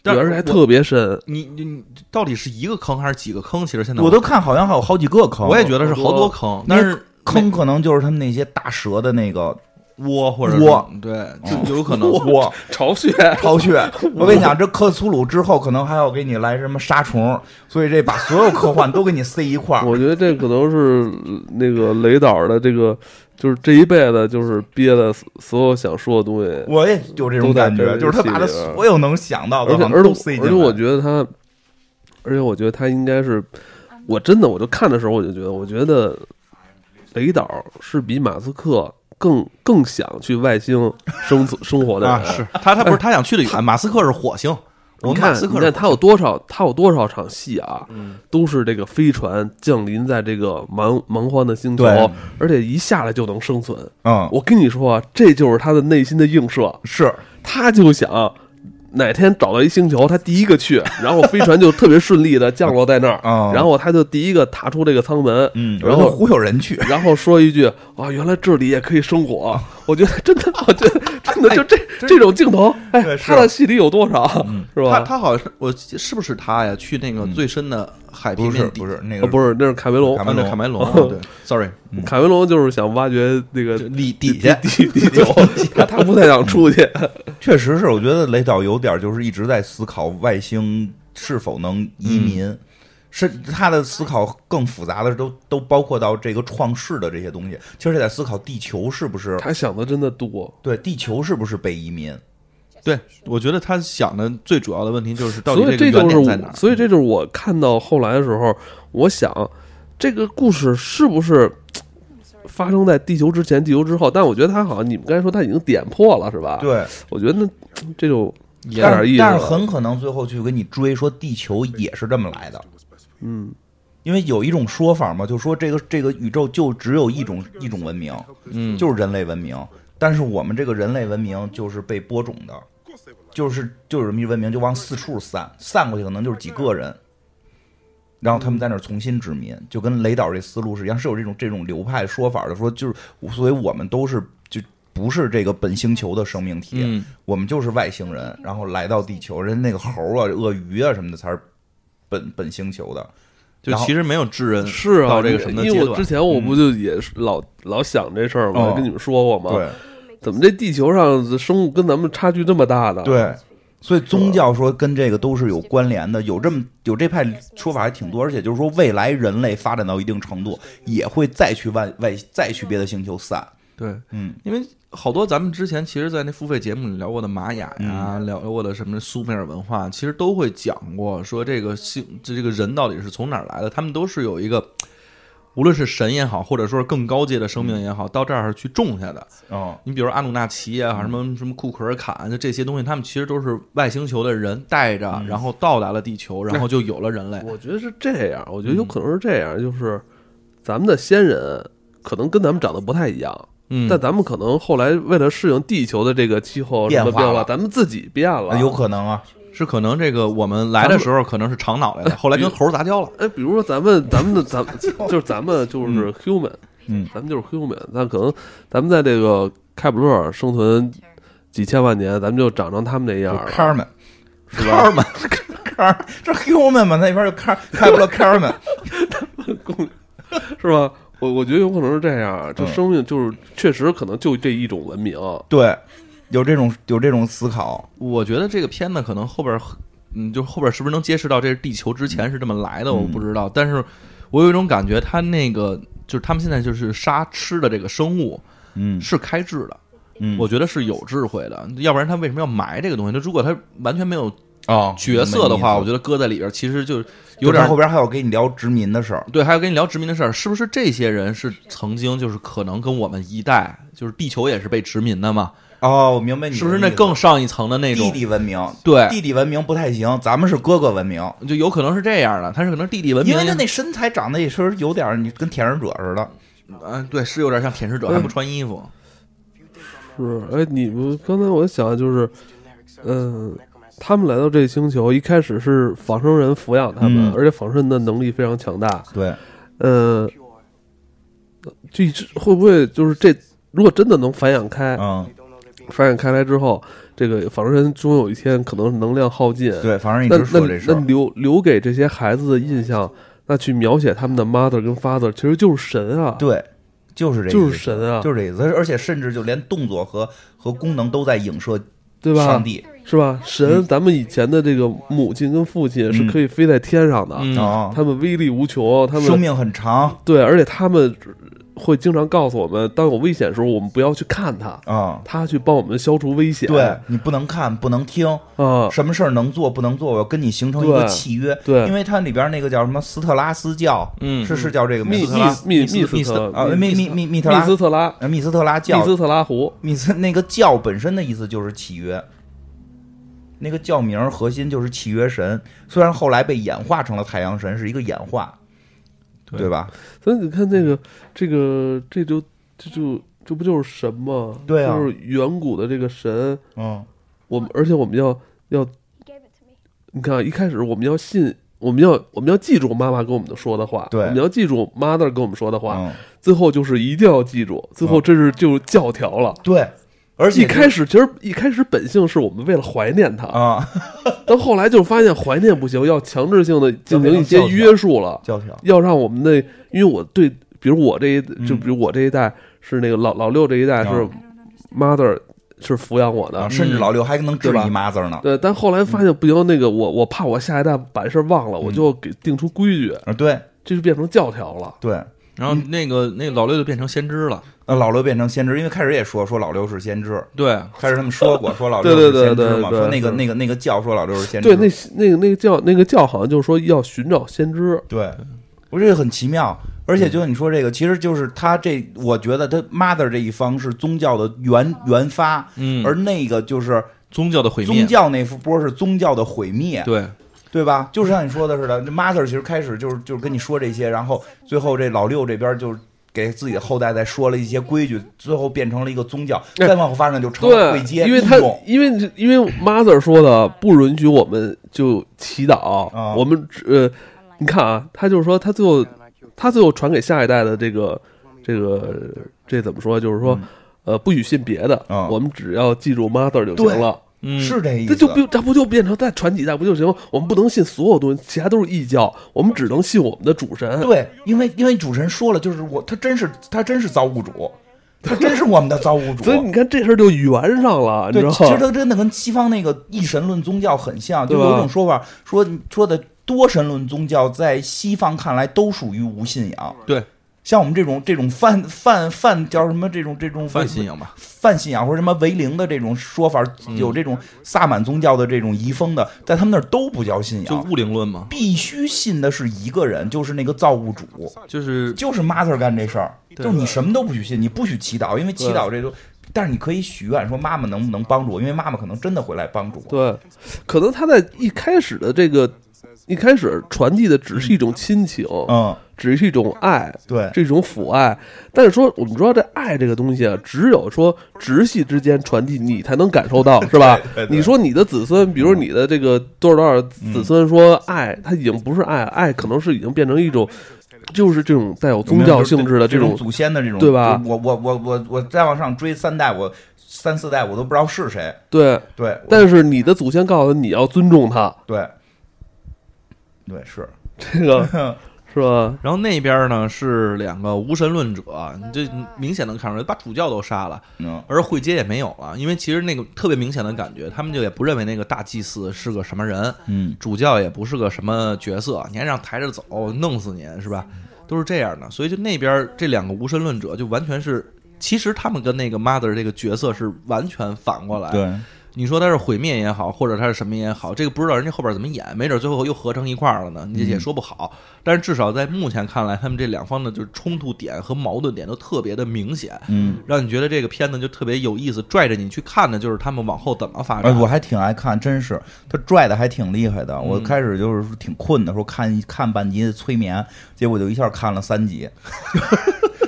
B: 但
A: 而且还
B: 我
A: 特别深。
B: 你你你到底是一个坑还是几个坑？其实现在
C: 我都看好像还有好几个坑。
B: 我也觉得是好多坑，但是
C: 坑可能就是他们那些大蛇的那个
B: 窝或者是哦
C: 窝
B: 对，就有可能
C: 窝
A: 巢穴，
C: 巢穴。我跟你讲，这克苏鲁之后可能还要给你来什么杀虫，所以这把所有科幻都给你塞一块 儿。
A: 我觉得这可能是呃那个雷导的这个，就是这一辈子就是憋的所有想说的东西，
C: 我也有这种感觉，
A: 都在这个
C: 就是他把他
A: 戏里边啊
C: 所有能想到的
A: 而且
C: 好
A: 而
C: 像都
A: 且
C: 塞进
A: 而
C: 来。
A: 且我觉得他，而且我觉得他应该是，我真的我就看的时候我就觉得，我觉得雷导是比马斯克更更想去外星生存生活的人。
B: 啊，是他他不是他想去的远，马斯克是火星，我
A: 你
B: 们马
A: 看，
B: 斯
A: 你
B: 克
A: 看
B: 是嗯
A: 他有多少，他有多少场戏啊，都是这个飞船降临在这个蛮蛮荒的星球
C: 对，
A: 而且一下来就能生存。
C: 嗯，
A: 我跟你说啊，这就是他的内心的映射，
C: 是
A: 他就想哪天找到一星球，他第一个 去，然后飞船就特别顺利的降落在那儿，
C: 啊
A: 然后他就第一个踏出这个舱门，
C: 嗯，
A: 然
C: 有
A: 后
C: 人忽悠人去，
A: 然后说一句啊，原来这里也可以生
C: 哦
A: 火，我觉得真的，我觉得真 的就这这种镜头，哎，
C: 哎对是啊嗯
A: 他的戏里有多少，是
B: 他
A: 吧？
B: 他好像是我记是不是他呀？去那个最深的海平
C: 不是
B: 面底，
C: 呃不是那
A: 哦
C: 个
A: 不是，那是凯梅隆
C: 凯，
B: 啊，那
C: 梅隆
B: 卡梅隆， 对，sorry，
A: 嗯凯梅隆就是想挖掘那个
B: 就里底下
A: 地地 球，他他不太想出去，
C: 确 实是，我觉得雷导有点就是一直在思考外星是否能
A: 嗯
C: 移民，是他的思考更复杂的都都包括到这个创世的这些东西，其实也在思考地球是不是
A: 他啊想的真的多。
C: 对地球是不是被移民，
B: 对，我觉得他想的最主要的问题就是到底
A: 所以
B: 这个
A: 就
B: 原
A: 是
B: 点在哪
A: 我，
B: 儿？嗯
A: 所以这就是我看到后来的时候，我想这个故事是不是发生在地球之前、地球之后？但我觉得他好像你们刚才说他已经点破了，是吧？，
C: 对，
A: 我觉得那这就有
C: 但
A: 点意
C: 是
A: 思
C: 但
A: 了。
C: 是很可能最后去给你追说地球也是这么来的，
A: 嗯，
C: 因为有一种说法嘛，就说这个这个宇宙就只有一种一种文明，
B: 嗯，
C: 就是人类文明，但是我们这个人类文明就是被播种的，就是就是人民文明就往四处散，散过去可能就是几个人，然后他们在那儿重新殖民，就跟雷导这思路是一样，是有这种这种流派说法的，说就是所以我们都是就不是这个本星球的生命体，
B: 嗯
C: 我们就是外星人，然后来到地球，人那个猴啊、鳄鱼啊什么的才是本本星球的，
B: 就其实没有智人
A: 是啊，
B: 嗯到这个什么
A: 因
B: 阶
A: 为我
B: 段嗯
A: 之，前我不就也是老、老想这事儿嘛，
C: 哦
A: 跟你们说过嘛。
C: 对。
A: 怎么这地球上的生物跟咱们差距这么大呢？，
C: 对，所以宗教说跟这个都是有关联的，有这么有这派说法还挺多，而且就是说未来人类发展到一定程度，也会再去外外再去别的星球散。
B: 对，
C: 嗯，
B: 因为好多咱们之前其实，在那付费节目里聊过的玛雅呀，
A: 嗯
B: 聊过的什么苏美尔文化，其实都会讲过，说这个性，这这个人到底是从哪儿来的，他们都是有一个。无论是神也好，或者说是更高阶的生命也
A: 嗯
B: 好，到这儿去种下的。
C: 哦，
B: 你比如阿努纳奇啊，什
A: 嗯
B: 么什么库克尔坎，就这些东西，他们其实都是外星球的人带着，然后到达了地球，然后就有了人类。
A: 嗯我觉得是这样，我觉得
B: 嗯
A: 有可能是这样，就是咱们的先人可能跟咱们长得不太一样，
B: 嗯，
A: 但咱们可能后来为了适应地球的这个气候什么
C: 变化
A: 变化，
C: 了
A: 咱们自己变了。
C: 有可能啊，
B: 是可能这个我们来的时候可能是长脑袋的，后来跟猴杂交了。
A: 哎，比如说咱们咱们的咱们 就是咱们就是 human，
C: 嗯，
A: 咱们就是 human，但可能咱们在这个开普勒生存几千万年，咱们就长成他们那
C: 就
A: 样了。
C: Carmen，是吧？Carmen。Car- 这是 human 嘛，那边就 car 开不了 Carmen，
A: 是吧？我我觉得有可能是这样，就
C: 嗯
A: 生命就是确实可能就这一种文明，
C: 对，有这种有这种思考，
B: 我觉得这个片子可能后边儿，嗯，就后边儿是不是能揭示到这是地球之前是这么来的，我不知道。但是我有一种感觉，它那个就是他们现在就是杀吃的这个生物
C: 嗯
B: 是开智的，
C: 嗯，
B: 我觉得是有智慧的，要不然他为什么要埋这个东西？他如果他完全没有
C: 哦
B: 角色的话，我觉
C: 得
B: 得搁在里边儿其实就有点
C: 后边还有跟你聊殖民的事儿，
B: 对，还有跟你聊殖民的事儿，是不是这些人是曾经就是可能跟我们一代，就是地球也是被殖民的嘛？
C: 哦，我明白你的
B: 是不是那
C: 意思
B: 更上一层的那种？哎
C: 弟弟文明？
B: 对
C: 弟弟文明不太行，咱们是哥哥文明，
B: 就有可能是这样的，他是可能弟弟文明，
C: 因为他那身材长得也确实有点儿，你跟舔舐者似的。
B: 嗯，对，是有点像舔舐
C: 嗯
B: 者，还不穿衣服。
A: 是哎，你不刚才我想就是，嗯、他们来到这星球一开始是仿生人抚养他们，
C: 嗯
A: 而且仿生人的能力非常强大，
C: 对，
A: 呃，就一直会不会就是这如果真的能繁衍开，
C: 嗯，
A: 繁衍开来之后，这个仿生人终有一天可能能量耗尽，
C: 对，反正一
A: 那
C: 直说
A: 那
C: 这事
A: 那
C: 儿。
A: 留留给这些孩子的印象，那去描写他们的 mother 跟 father，其实就是神啊，
C: 对，就是这意思，
A: 就是神啊，
C: 就是这意思。而且甚至就连动作和和功能都在影射
A: 对吧？
C: 上帝
A: 是吧？
C: 嗯
A: 神，咱们以前的这个母亲跟父亲是可以飞在天上的，
B: 嗯，
C: 啊，
A: 他们威力无穷，他
C: 生
A: 们
C: 命很长
A: 对，而且他们会经常告诉我们，当有危险的时候，我们不要去看他，
C: 啊。
A: 他去帮我们消除危险。
C: 对你不能看，不能听，
A: 啊，
C: 什么事儿能做不能做，我要跟你形成一个
A: 对
C: 契约。
A: 对
C: 因为它里边那个叫什么斯特拉斯教，
B: 嗯
C: 是是叫这个
A: 密
C: 名
A: 密
C: 字吧
A: 密
B: 密斯
A: 密斯
B: 特
A: 特
C: 啊，密密密密特
A: 密
C: 拉
A: 斯特拉
C: 呃密斯特拉
A: 密
C: 教
A: 斯特拉湖，
C: 米斯那个教本身的意思就是契约，那个教名儿核心就是契约神，虽然后来被演化成了太阳神，是一个演化，
B: 对
C: 对吧？
A: 所以你看这个这个这就这就这不就是神吗？
C: 对啊
A: 就是远古的这个神，
C: 嗯，
A: 我们而且我们要要，你看啊一开始我们要信，我们要我们要记住妈妈跟我们说的话，
C: 对
A: 我们要记住 mother 跟我们说的话，
C: 嗯，
A: 最后就是一定要记住，最后这是就是教条了。
C: 对，啊而且
A: 一开始其实一开始本性是我们为了怀念他，
C: 啊，
A: 但后来就发现怀念不行，要强制性的进行一些
C: 要变成教条
A: 约束了，
C: 教条，
A: 要让我们那，因为我对，比如我这一，就
C: 嗯
A: 比如我这一代是那个老老六这一代是
C: 啊
A: mother 是抚养我的
C: 啊，甚至老六还能治
A: 对吧
C: 你妈字儿呢，
A: 对，但后来发现不行，那
C: 嗯
A: 个我我怕我下一代把这事儿忘了，我就给定出规矩，
C: 啊，对
A: 这就变成教条了。
C: 对。
B: 然后
C: 嗯
B: 那个那个老六就变成先知了，
C: 那老六变成先知，因为开始也说说老六是先知，
B: 对，
C: 开始他们说过说老六
A: 对
C: 是
A: 对对
C: 先知嘛，
A: 对对
C: 说那个
A: 是
C: 那个那个教说老六是先知，
A: 对，那那个那个教那个教好像就是说要寻找先知，
C: 对，我觉得很奇妙。而且
A: 嗯
C: 就像你说这个，其实就是他这，我觉得他 mother 这一方是宗教的原原发，
B: 嗯
C: 而那个就是
B: 宗教的毁灭
C: 宗，教那波是宗教的毁灭，
B: 对，
C: 对吧？就是像你说的似的，这 mother 其实开始就是就是跟你说这些，然后最后这老六这边就是给自己的后代再说了一些规矩，最后变成了一个宗教，
A: 哎
C: 再往后发展就成了
A: 对
C: 会，接，
A: 因为他
C: 义工
A: 因为因为 mother 说的不允许我们就祈祷，
C: 啊
A: 我们只呃，你看啊，他就是说他最后他最后传给下一代的这个这个这怎么说？啊就是说，呃，不许信别的，
C: 嗯啊
A: 我们只要记住 mother 就
C: 对
A: 行了。
B: 嗯，
C: 是这意
A: 这
C: 思，
A: 就不这不就变成再传几代不就行了？我们不能信所有东西，其他都是异教，我们只能信我们的主神。
C: 对，因为因为主持人说了，就是我他真是他真是造物主，他真是我们的造物主
A: 所以。你看这事儿就圆上了，你
C: 对
A: 知，
C: 其实
A: 道吗？
C: 他真的跟西方那个一神论宗教很像，就
A: 对吧
C: 有一种说法说说的多神论宗教在西方看来都属于无信仰。
B: 对，
C: 像我们这种这种泛泛泛叫什么这种这种
B: 泛信仰嗯吧，
C: 泛信仰或者什么唯灵的这种说法，有这种萨满宗教的这种遗风的，在他们那儿都不叫信
B: 就
C: 仰，
B: 物灵论嘛，
C: 必须信的是一个人，就是那个造物主。
B: 就是
C: 就是 mother 干这事儿，就是你什么都不许信，你不许祈祷，因为祈祷这都，但是你可以许愿说妈妈能不能帮助我，因为妈妈可能真的会来帮助我。
A: 对，可能他在一开始的这个一开始传递的只是一种亲情，
C: 嗯，
A: 只是一种爱，
C: 对
A: 这种父爱。但是说，我们知道这爱这个东西啊，只有说直系之间传递，你才能感受 到，是吧
C: 对对？对嗯
A: 你说你的子孙，比如你的这个多少多少子孙说爱，他已经不是爱，爱可能是已经变成一种，就是这种带有宗教性质的
C: 这
A: 种。
C: 祖先的这种，
A: 对吧
C: 我我我我我再往上追三代，我三四代我都不知道是谁。
A: 对，
C: 对，我
A: 但是你的祖先告诉他，你要尊重他，
C: 对对是，
A: 这 个是吧？
B: 然后那边呢是两个无神论者，你这明显能看出来，把主教都杀了，
C: 嗯
B: 而会接也没有了，因为其实那个特别明显的感觉，他们就也不认为那个大祭司是个什么人，
C: 嗯，
B: 主教也不是个什么角色，你还让抬着走，弄死你是吧？都是这样的，所以就那边这两个无神论者就完全是，其实他们跟那个 mother 这个角色是完全反过来。，
C: 对
B: 你说他是毁灭也好，或者他是什么也好，这个不知道人家后边怎么演，没准最后又合成一块儿了呢，
C: 嗯
B: 你也说不好。但是至少在目前看来，他们这两方的就是冲突点和矛盾点都特别的明显，
C: 嗯。
B: 让你觉得这个片子就特别有意思，拽着你去看的就是他们往后怎么发
C: 哎，
B: 展。
C: 我还挺爱看，真是他拽的还挺厉害的。我开始就是挺困的时候看看半集催眠，结果就一下看了三集，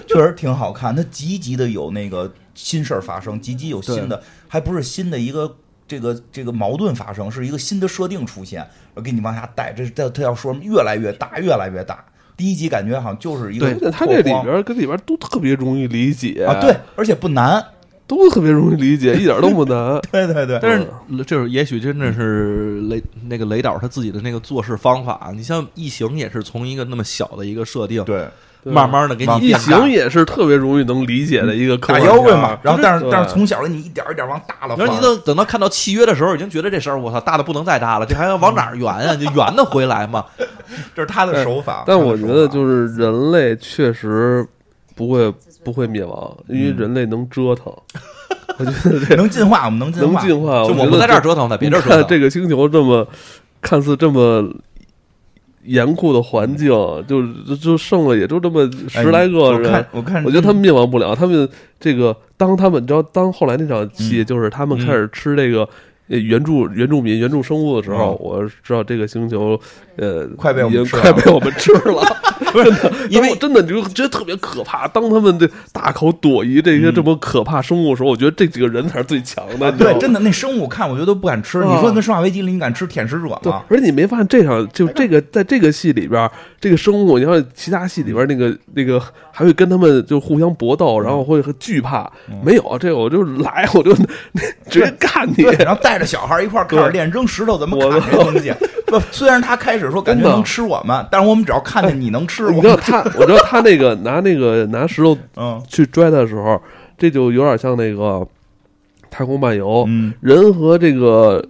C: 确实挺好看。它集集的有那个新事儿发生，集集有新的，还不是新的一个。这个这个矛盾发生是一个新的设定出现，我给你往下带，这这他要说越来越大，越来越大。第一集感觉好像就是一个
A: 而且他
C: 拓
A: 这里
C: 荒
A: 边儿跟里边儿都特别容易理解
C: 啊，对，，而且不难，
A: 都特别容易理解，一点儿都不难。
C: 对对对，
B: 但是就是也许真的是雷那个雷导他自己的那个做事方法，你像《异形》也是从一个那么小的一个设定，
C: 对
A: 对
B: 慢慢的给你
A: 异
B: 变大
A: 形。也是特别容易能理解的一个科
C: 打
A: 幻
C: 摇滚
A: 片
C: 嘛
A: 儿，
C: 然后但是
A: 对
C: 但是从小你一点一点往大了
B: 然
C: 放，
B: 后你等等到看到契约的时候，已经觉得这事儿我操大的不能再大了，这还要往哪儿圆啊？就圆的回来嘛。
C: 这是他的手法。
A: 但我觉得就是是人类确实不会不会灭亡，因为人类能折腾。我觉得这
C: 能进化，我们能进
A: 能
C: 化，
A: 进化，
B: 就
A: 我觉
B: 我不
A: 得
B: 在这儿折腾，在别这儿折
A: 你看这
B: 腾。
A: 个星球这么看似这么严酷的环境，就就就剩了也就这么
C: 哎
A: 十来个
C: 我
A: 人
C: 看。我看，
A: 我觉得他们灭亡不了，他们这个当他们，你知道，当后来那场戏，
C: 嗯
A: 就是他们开始吃这个呃原住原住民原住生物的时候
C: 嗯，
A: 我知道这个星球呃，
C: 快被我们
A: 已经
C: 吃了
A: 快被我们吃 了，真的，因为真的你就觉得特别可怕。当他们这大口朵颐这些这么可怕生物的时候，我觉得这几个人才是最强的，你知道
C: 嗯对，
A: 吗
C: 真的那生物看我觉得都不敢吃。
A: 啊
C: 你说跟《生化危机》里你敢吃舔食者
A: 对
C: 吗，？
A: 而且你没发现这场就这个在这个戏里边儿，这个生物，你看其他戏里边儿那个那个还会跟他们就互相搏斗，然后
C: 嗯
A: 会很惧怕。没有这个，我就来，我就 直接干你。
C: 对， 然后带着小孩一块儿开始
A: 对
C: 练扔石头，怎么
A: 我
C: 砍这东西？ 不，虽然他开始说感觉
A: 真的哎
C: 能吃我们，但是我们只要看见你能吃
A: 你
C: 我
A: 知道
C: 们，
A: 他，我知道他那个拿那个拿石头
C: 嗯
A: 去拽他的时候，这就有点像那个太空漫游，
C: 嗯
A: 人和这个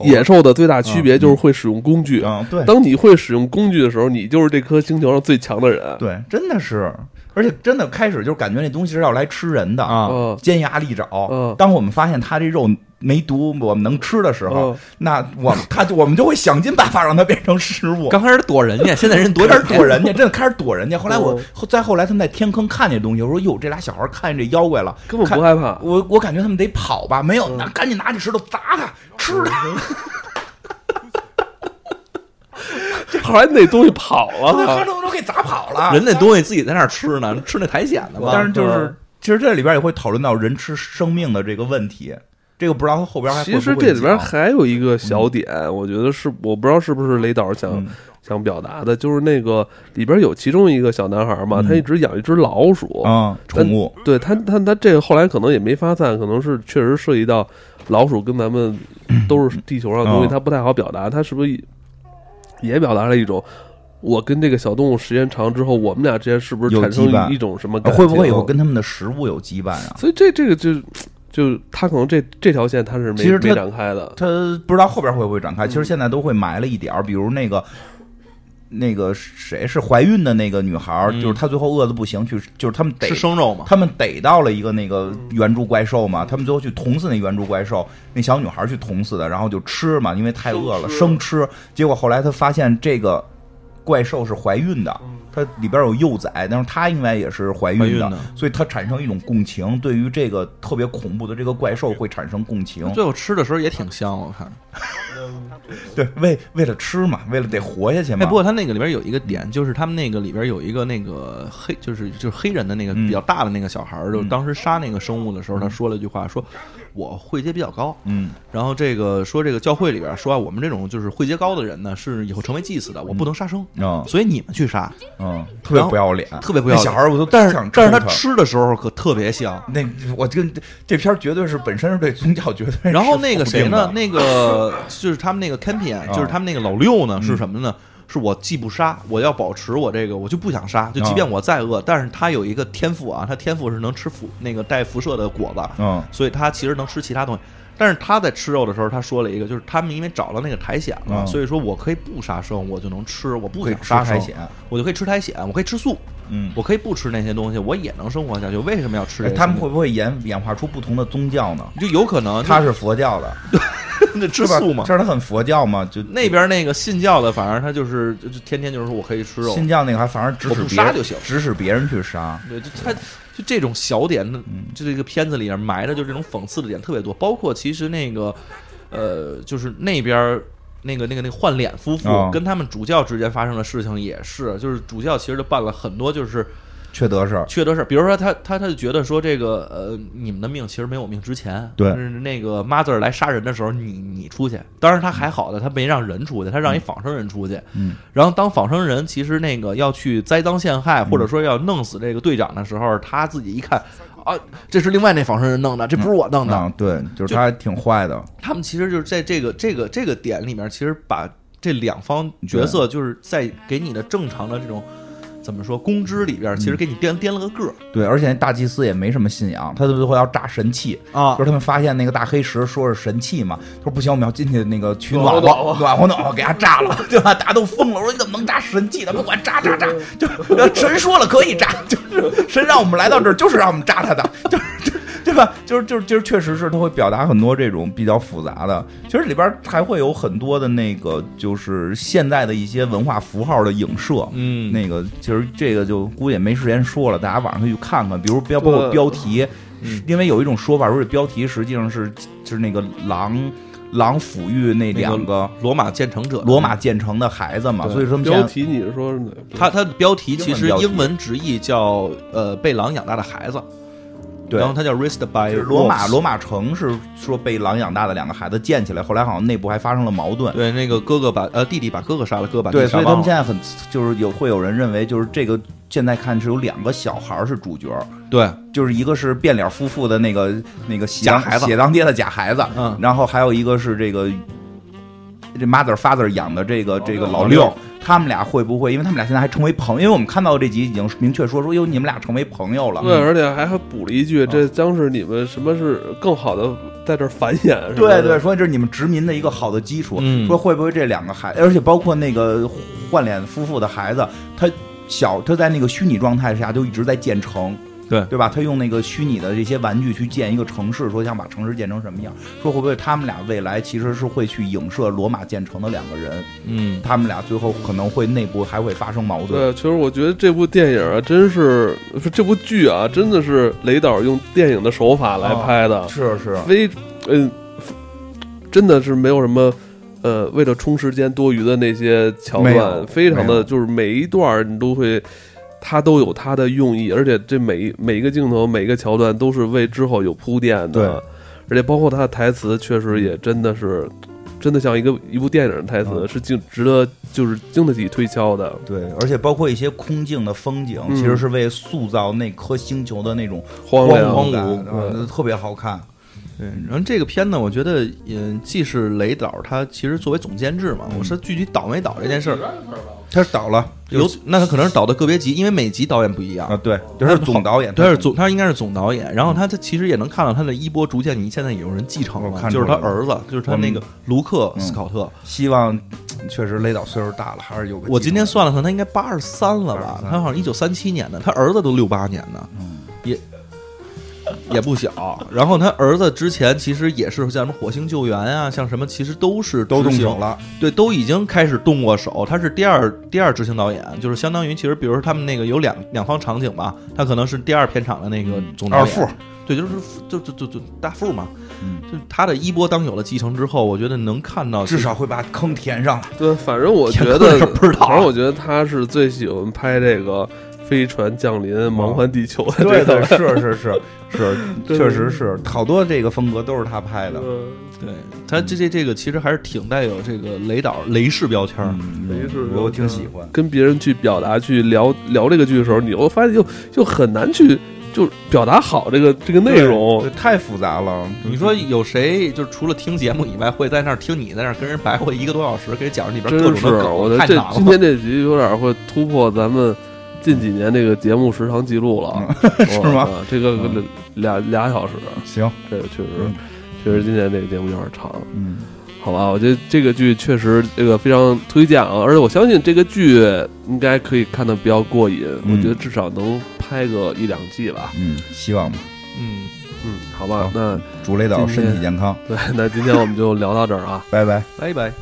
A: 野兽的最大区别就是会使用工具。
C: 嗯，对
A: 当你会使用工具的时候，你就是这颗星球上最强的人。
C: 对，真的是，而且真的开始就是感觉那东西是要来吃人的
B: 啊
A: 嗯
C: 尖牙利爪
A: 嗯。
C: 当我们发现它这肉没毒，我们能吃的时候
A: 嗯，
C: 那我它就我们就会想尽办法让它变成食 物。
B: 刚开始躲人家，现在人躲
C: 躲
B: 你
C: 点 躲人家，真的开始躲人家。后来我
A: 哦
C: 后再后来，他们在天坑看见东西，我说：“哟，这俩小孩看见这妖怪了，
A: 根本
C: 看
A: 不害怕嗯
C: 我我感觉他们得跑吧，没有，那赶紧拿起石头砸他，吃他。
A: 后来那东西跑啊了
C: 他
A: 呢，
C: 都都给砸跑了。
B: 人那东西自己在那儿吃呢，吃那苔藓呢嘛。
C: 但是就
A: 对
C: 是，其实这里边也会讨论到人吃生命的这个问题，这个不知道他后边还会
A: 其
C: 不会
A: 实这里边
C: 讲
A: 还有一个小点，我觉得是我不知道是不是雷导想、
C: 嗯
A: 想表达的，就是那个里边有其中一个小男孩嘛，他一直养一只老鼠，
C: 嗯宠物，
A: 对他他他这个后来可能也没发散，可能是确实涉及到老鼠跟咱们都是地球上的东西，
C: 嗯
A: 他不太好表达，他是不是也表达了一种？我跟这个小动物时间长之后，我们俩之间是不是
C: 有
A: 产
C: 羁绊啊
A: 生一种什么感情？
C: 会不会以后跟他们的食物有羁绊啊？
A: 所以这这个就就他可能这这条线他是没
C: 其实他
A: 没展开的，
C: 他不知道后边会不会展
A: 嗯
C: 开，其实现在都会埋了一点儿，比如那个。那个谁是怀孕的那个女孩儿，
A: 嗯
C: 就是她最后饿的不行，去就是他们逮
B: 吃生肉嘛，
C: 他们逮到了一个那个原著怪兽嘛，他们最后去捅死那原著怪兽，那小女孩去捅死的，然后就吃嘛，因为太饿了，生吃。结果后来她发现这个怪兽是怀孕的，它里边有幼崽，但是她应该也是怀
B: 怀
C: 孕
B: 孕
C: 的
B: 的，
C: 所以她产生一种共情，对于这个特别恐怖的这个怪兽会产生共情。
B: 最后吃的时候也挺香，我看。
C: 对，为为了吃嘛，为了得活下去嘛。
B: 哎，不过他那个里边有一个点，就是他们那个里边有一个那个黑，就是就是黑人的那个
C: 嗯
B: 比较大的那个小孩儿，就当时杀那个生物的时候，他说了一句话，说我会阶比较高。
C: 嗯，
B: 然后这个说这个教会里边说啊，我们这种就是会阶高的人呢，是以后成为祭司的，我不能杀生，
C: 嗯
B: 所以你们去杀，
C: 嗯，特别不要脸，
B: 特别不要
C: 那
B: 脸。
C: 小孩儿我都
B: 但是
C: 想
B: 但是
C: 抽
B: 他吃的时候可特别香。
C: 那我跟这片儿绝对是本身是对宗教绝对是
B: 然后那个谁
C: 否定
B: 呢
C: 的？啊
B: 那个就是他们那个 Campion，就是他们那个老六
C: 嗯
B: 呢，是什么呢？是我既不杀，我要保持我这个，我就不想杀。就
C: 啊
B: 即便我再饿，但是他有一个天赋啊，他天赋是能吃辐那个带辐射的果子，
C: 嗯
B: 所以他其实能吃其他东西。但是他在吃肉的时候，他说了一个，就是他们因为找了那个苔藓了，
C: 嗯
B: 所以说我可以不杀生，我就能吃，我不
C: 可以
B: 想
C: 吃
B: 杀
C: 苔
B: 生
C: 藓，
B: 我就可以吃苔藓，我可以吃素，
C: 嗯
B: 我可以不吃那些东西，我也能生活下去。为什么要吃
C: 哎
B: 这些东西？
C: 他们会不会演演化出不同的宗教呢？
B: 就有可能
C: 他是佛教的，
B: 那吃
C: 是吧
B: 素嘛？
C: 就是他很佛教嘛，就
B: 那边那个信教的，反正他就是就就天天就是说我可以吃肉，
C: 新教那个还反而指使
B: 我不
C: 别
B: 杀
C: 人
B: 就行
C: 指使别人去杀。
B: 对，就他就这种小点，
C: 嗯
B: 就这个片子里面埋的就这种讽刺的点特别多，包括其实那个呃，就是那边儿那个那个那个换脸夫妇、
C: 哦
B: 跟他们主教之间发生的事情也是，就是主教其实就办了很多就是
C: 缺德事儿，
B: 缺德事儿，比如说他他他就觉得说这个呃，你们的命其实没有我命值钱。
C: 对
B: 就是那个 mother 来杀人的时候，你你出去，当然他还好的，他没让人出去，他让一仿生人出去。
C: 嗯，
B: 然后当仿生人其实那个要去栽赃陷害，或
C: 嗯
B: 者说要弄死这个队长的时候，他自己一看啊，这是另外那仿生人弄的，这不是我弄的。
C: 啊，对，就是他还挺坏的，
B: 他们其实就是在这个这个这个点里面，其实把这两方角色就是在给你的正常的这种。怎么说？公知里边
C: 嗯
B: 其实给你掂掂了个个儿
C: 对，而且那大祭司也没什么信仰，他最后要炸神器，
B: 啊
C: 就是他们发现那个大黑石说是神器嘛，他说不行，我们要进去那个取暖
A: 暖和暖
C: 和，暖和暖和，给它炸了， 对吧？大家都疯了，我说你怎么能炸神器呢？ 不管炸炸炸，就是呃神说了可以炸， 就是神让我们来到这儿就是让我们炸他的， 就是。对吧？就是就是就是，确实是他会表达很多这种比较复杂的。其实里边还会有很多的那个，就是现在的一些文化符号的影射。
B: 嗯
C: 那个其实这个就估计也没时间说了，大家网上去看看。比如标包括
A: 对
C: 嗯标题，因为有一种说法说这标题实际上是就是那个狼狼抚育那两个嗯
B: 罗马建成者，
C: 罗马建成的孩子嘛，
A: 对
C: 啊所以说我们现
A: 标
C: 在
A: 题你是说哪个
B: 它它的标题其
C: 英文
B: 实
C: 标题
B: 英文直译叫呃被狼养大的孩子，
C: 对
B: 然后它叫 raised
C: 就
B: by
C: 是罗马
B: wolves
C: 罗马城是说被狼养大的两个孩子建起来，后来好像内部还发生了矛盾。
B: 对那个哥哥把呃弟弟把哥哥杀了，哥哥把弟
C: 对，
B: 弟杀
C: 所以他
B: 忘
C: 们现
B: 了。
C: 在很就是有会有人认为就是这个现在看是有两个小孩儿是主角，
B: 对，
C: 就是一个是变脸夫妇的那个那个喜
B: 假
C: 当
B: 孩子
C: 血当爹的假孩子，
B: 嗯，
C: 然后还有一个是这个这 mother father 养的这个
A: 老
C: 这
A: 六
C: 个老六，他们俩会不会？因为他们俩现在还成为朋友，因为我们看到这集已经明确说说，哟，你们俩成为朋友了。嗯
A: 对，而且还还补了一句，这将是你们什么是更好的在这儿繁衍？是吧
C: 对对，，说这是你们殖民的一个好的基础。
B: 嗯
C: 说会不会这两个孩，而且包括那个换脸夫妇的孩子，他小他在那个虚拟状态下就一直在建城，
B: 对
C: 对吧？他用那个虚拟的这些玩具去建一个城市，说想把城市建成什么样？说会不会他们俩未来其实是会去影射罗马建成的两个人？
B: 嗯，
C: 他们俩最后可能会内部还会发生矛盾。
A: 对，其实我觉得这部电影啊，真是是这部剧啊，真的是雷导用电影的手法
C: 啊
A: 来拍的，啊
C: 是是，
A: 非嗯、真的是没有什么呃，为了充时间多余的那些桥
C: 没有
A: 段，非常
C: 没有
A: 的就是每一段儿你都会。它都有它的用意，而且这每一每一个镜头、每一个桥段都是为之后有铺垫的。
C: 对
A: 而且包括他的台词，确实也真的是，真的像一个一部电影的台词，
C: 嗯
A: 是经值得就是经得起推敲的。
C: 对，而且包括一些空镜的风景，
A: 嗯
C: 其实是为塑造那颗星球的那种
A: 荒
C: 荒
A: 凉
C: 芜
B: 荒芜
C: 感啊
A: 对
C: 特别好看。
B: 对。呃然后这个片呢，我觉得嗯，既是雷导他其实作为总监制嘛，
C: 嗯
B: 我说具体导没导这件事儿，
C: 他是倒了
B: 有那他可能是导的个别集，因为每集导演不一样
C: 啊，。对，就是总导演，
B: 他是总，他应该是总导演。然后他他其实也能看到他的衣钵逐渐，你现在也有人继承
C: 我
B: 了，
C: 看
B: 就是
C: 出
B: 他
C: 来了嗯
B: 儿子，就是他那个卢克斯考特。
C: 希望确实雷导岁数大了，还是有个。
B: 我今天，算了算，他应该八十三了吧？
C: 83
B: 他好像一九三七年的，他儿子都六八年的，
C: 嗯
B: 也也不小。然后他儿子之前其实也是像什么火星救援啊，像什么其实都是
C: 都动
B: 执行
C: 手了，
B: 对，都已经开始动过手。他是第二第二执行导演，就是相当于其实比如说他们那个有两两方场景吧，他可能是第二片场的那个总导
C: 嗯二
B: 演
C: 副，
B: 对，就是就就就就大副嘛，
C: 嗯
B: 就他的衣钵当有了继承之后，我觉得能看到
C: 至少会把坑填上来。
A: 对，反正我觉
B: 也可能
A: 得
B: 是不知道啊
A: 反正我觉得他是最喜欢拍这个飞船降临、
B: 嗯
A: 盲环地球的这
C: 对对，
A: 个。
C: 是是是是，
A: 真的
C: 确实是，好多这个风格都是他拍的。
A: 嗯
B: 对他这这这个其实还是挺带有这个雷导雷式标签儿。
A: 没事
C: 嗯，我挺喜欢。
A: 跟别人去表达、去聊聊这个剧的时候，你又发现就就很难去就表达好这个这个内容
C: 对。对太复杂了。
B: 你说有谁就除了听节目以外，会在那儿听你在那儿跟人白活一个多小时，给人讲里边
A: 真
B: 各种
A: 是，
B: 的梗？
A: 我觉
B: 太
A: 得
B: 难
A: 这今
B: 了。
A: 天这集有点会突破咱们近几年这个节目时长记录
B: 嗯
A: 了， 是
C: 吗？
A: 这个俩俩小时，
C: 行，
A: 这个确实
C: 嗯
A: 确实今天这个节目有点长，
C: 嗯，
A: 好吧？我觉得这个剧确实这个非常推荐啊，而且我相信这个剧应该可以看的比较过瘾，
C: 嗯
A: 我觉得至少能拍个一两季吧。
C: 嗯，希望吧。
B: 嗯，
A: 嗯，好吧
C: 好，
A: 那
C: 祝雷导身
A: 今
C: 体
A: 天
C: 健康，
A: 对，那今天我们就聊到这儿啊。
C: 拜拜。
B: 拜拜。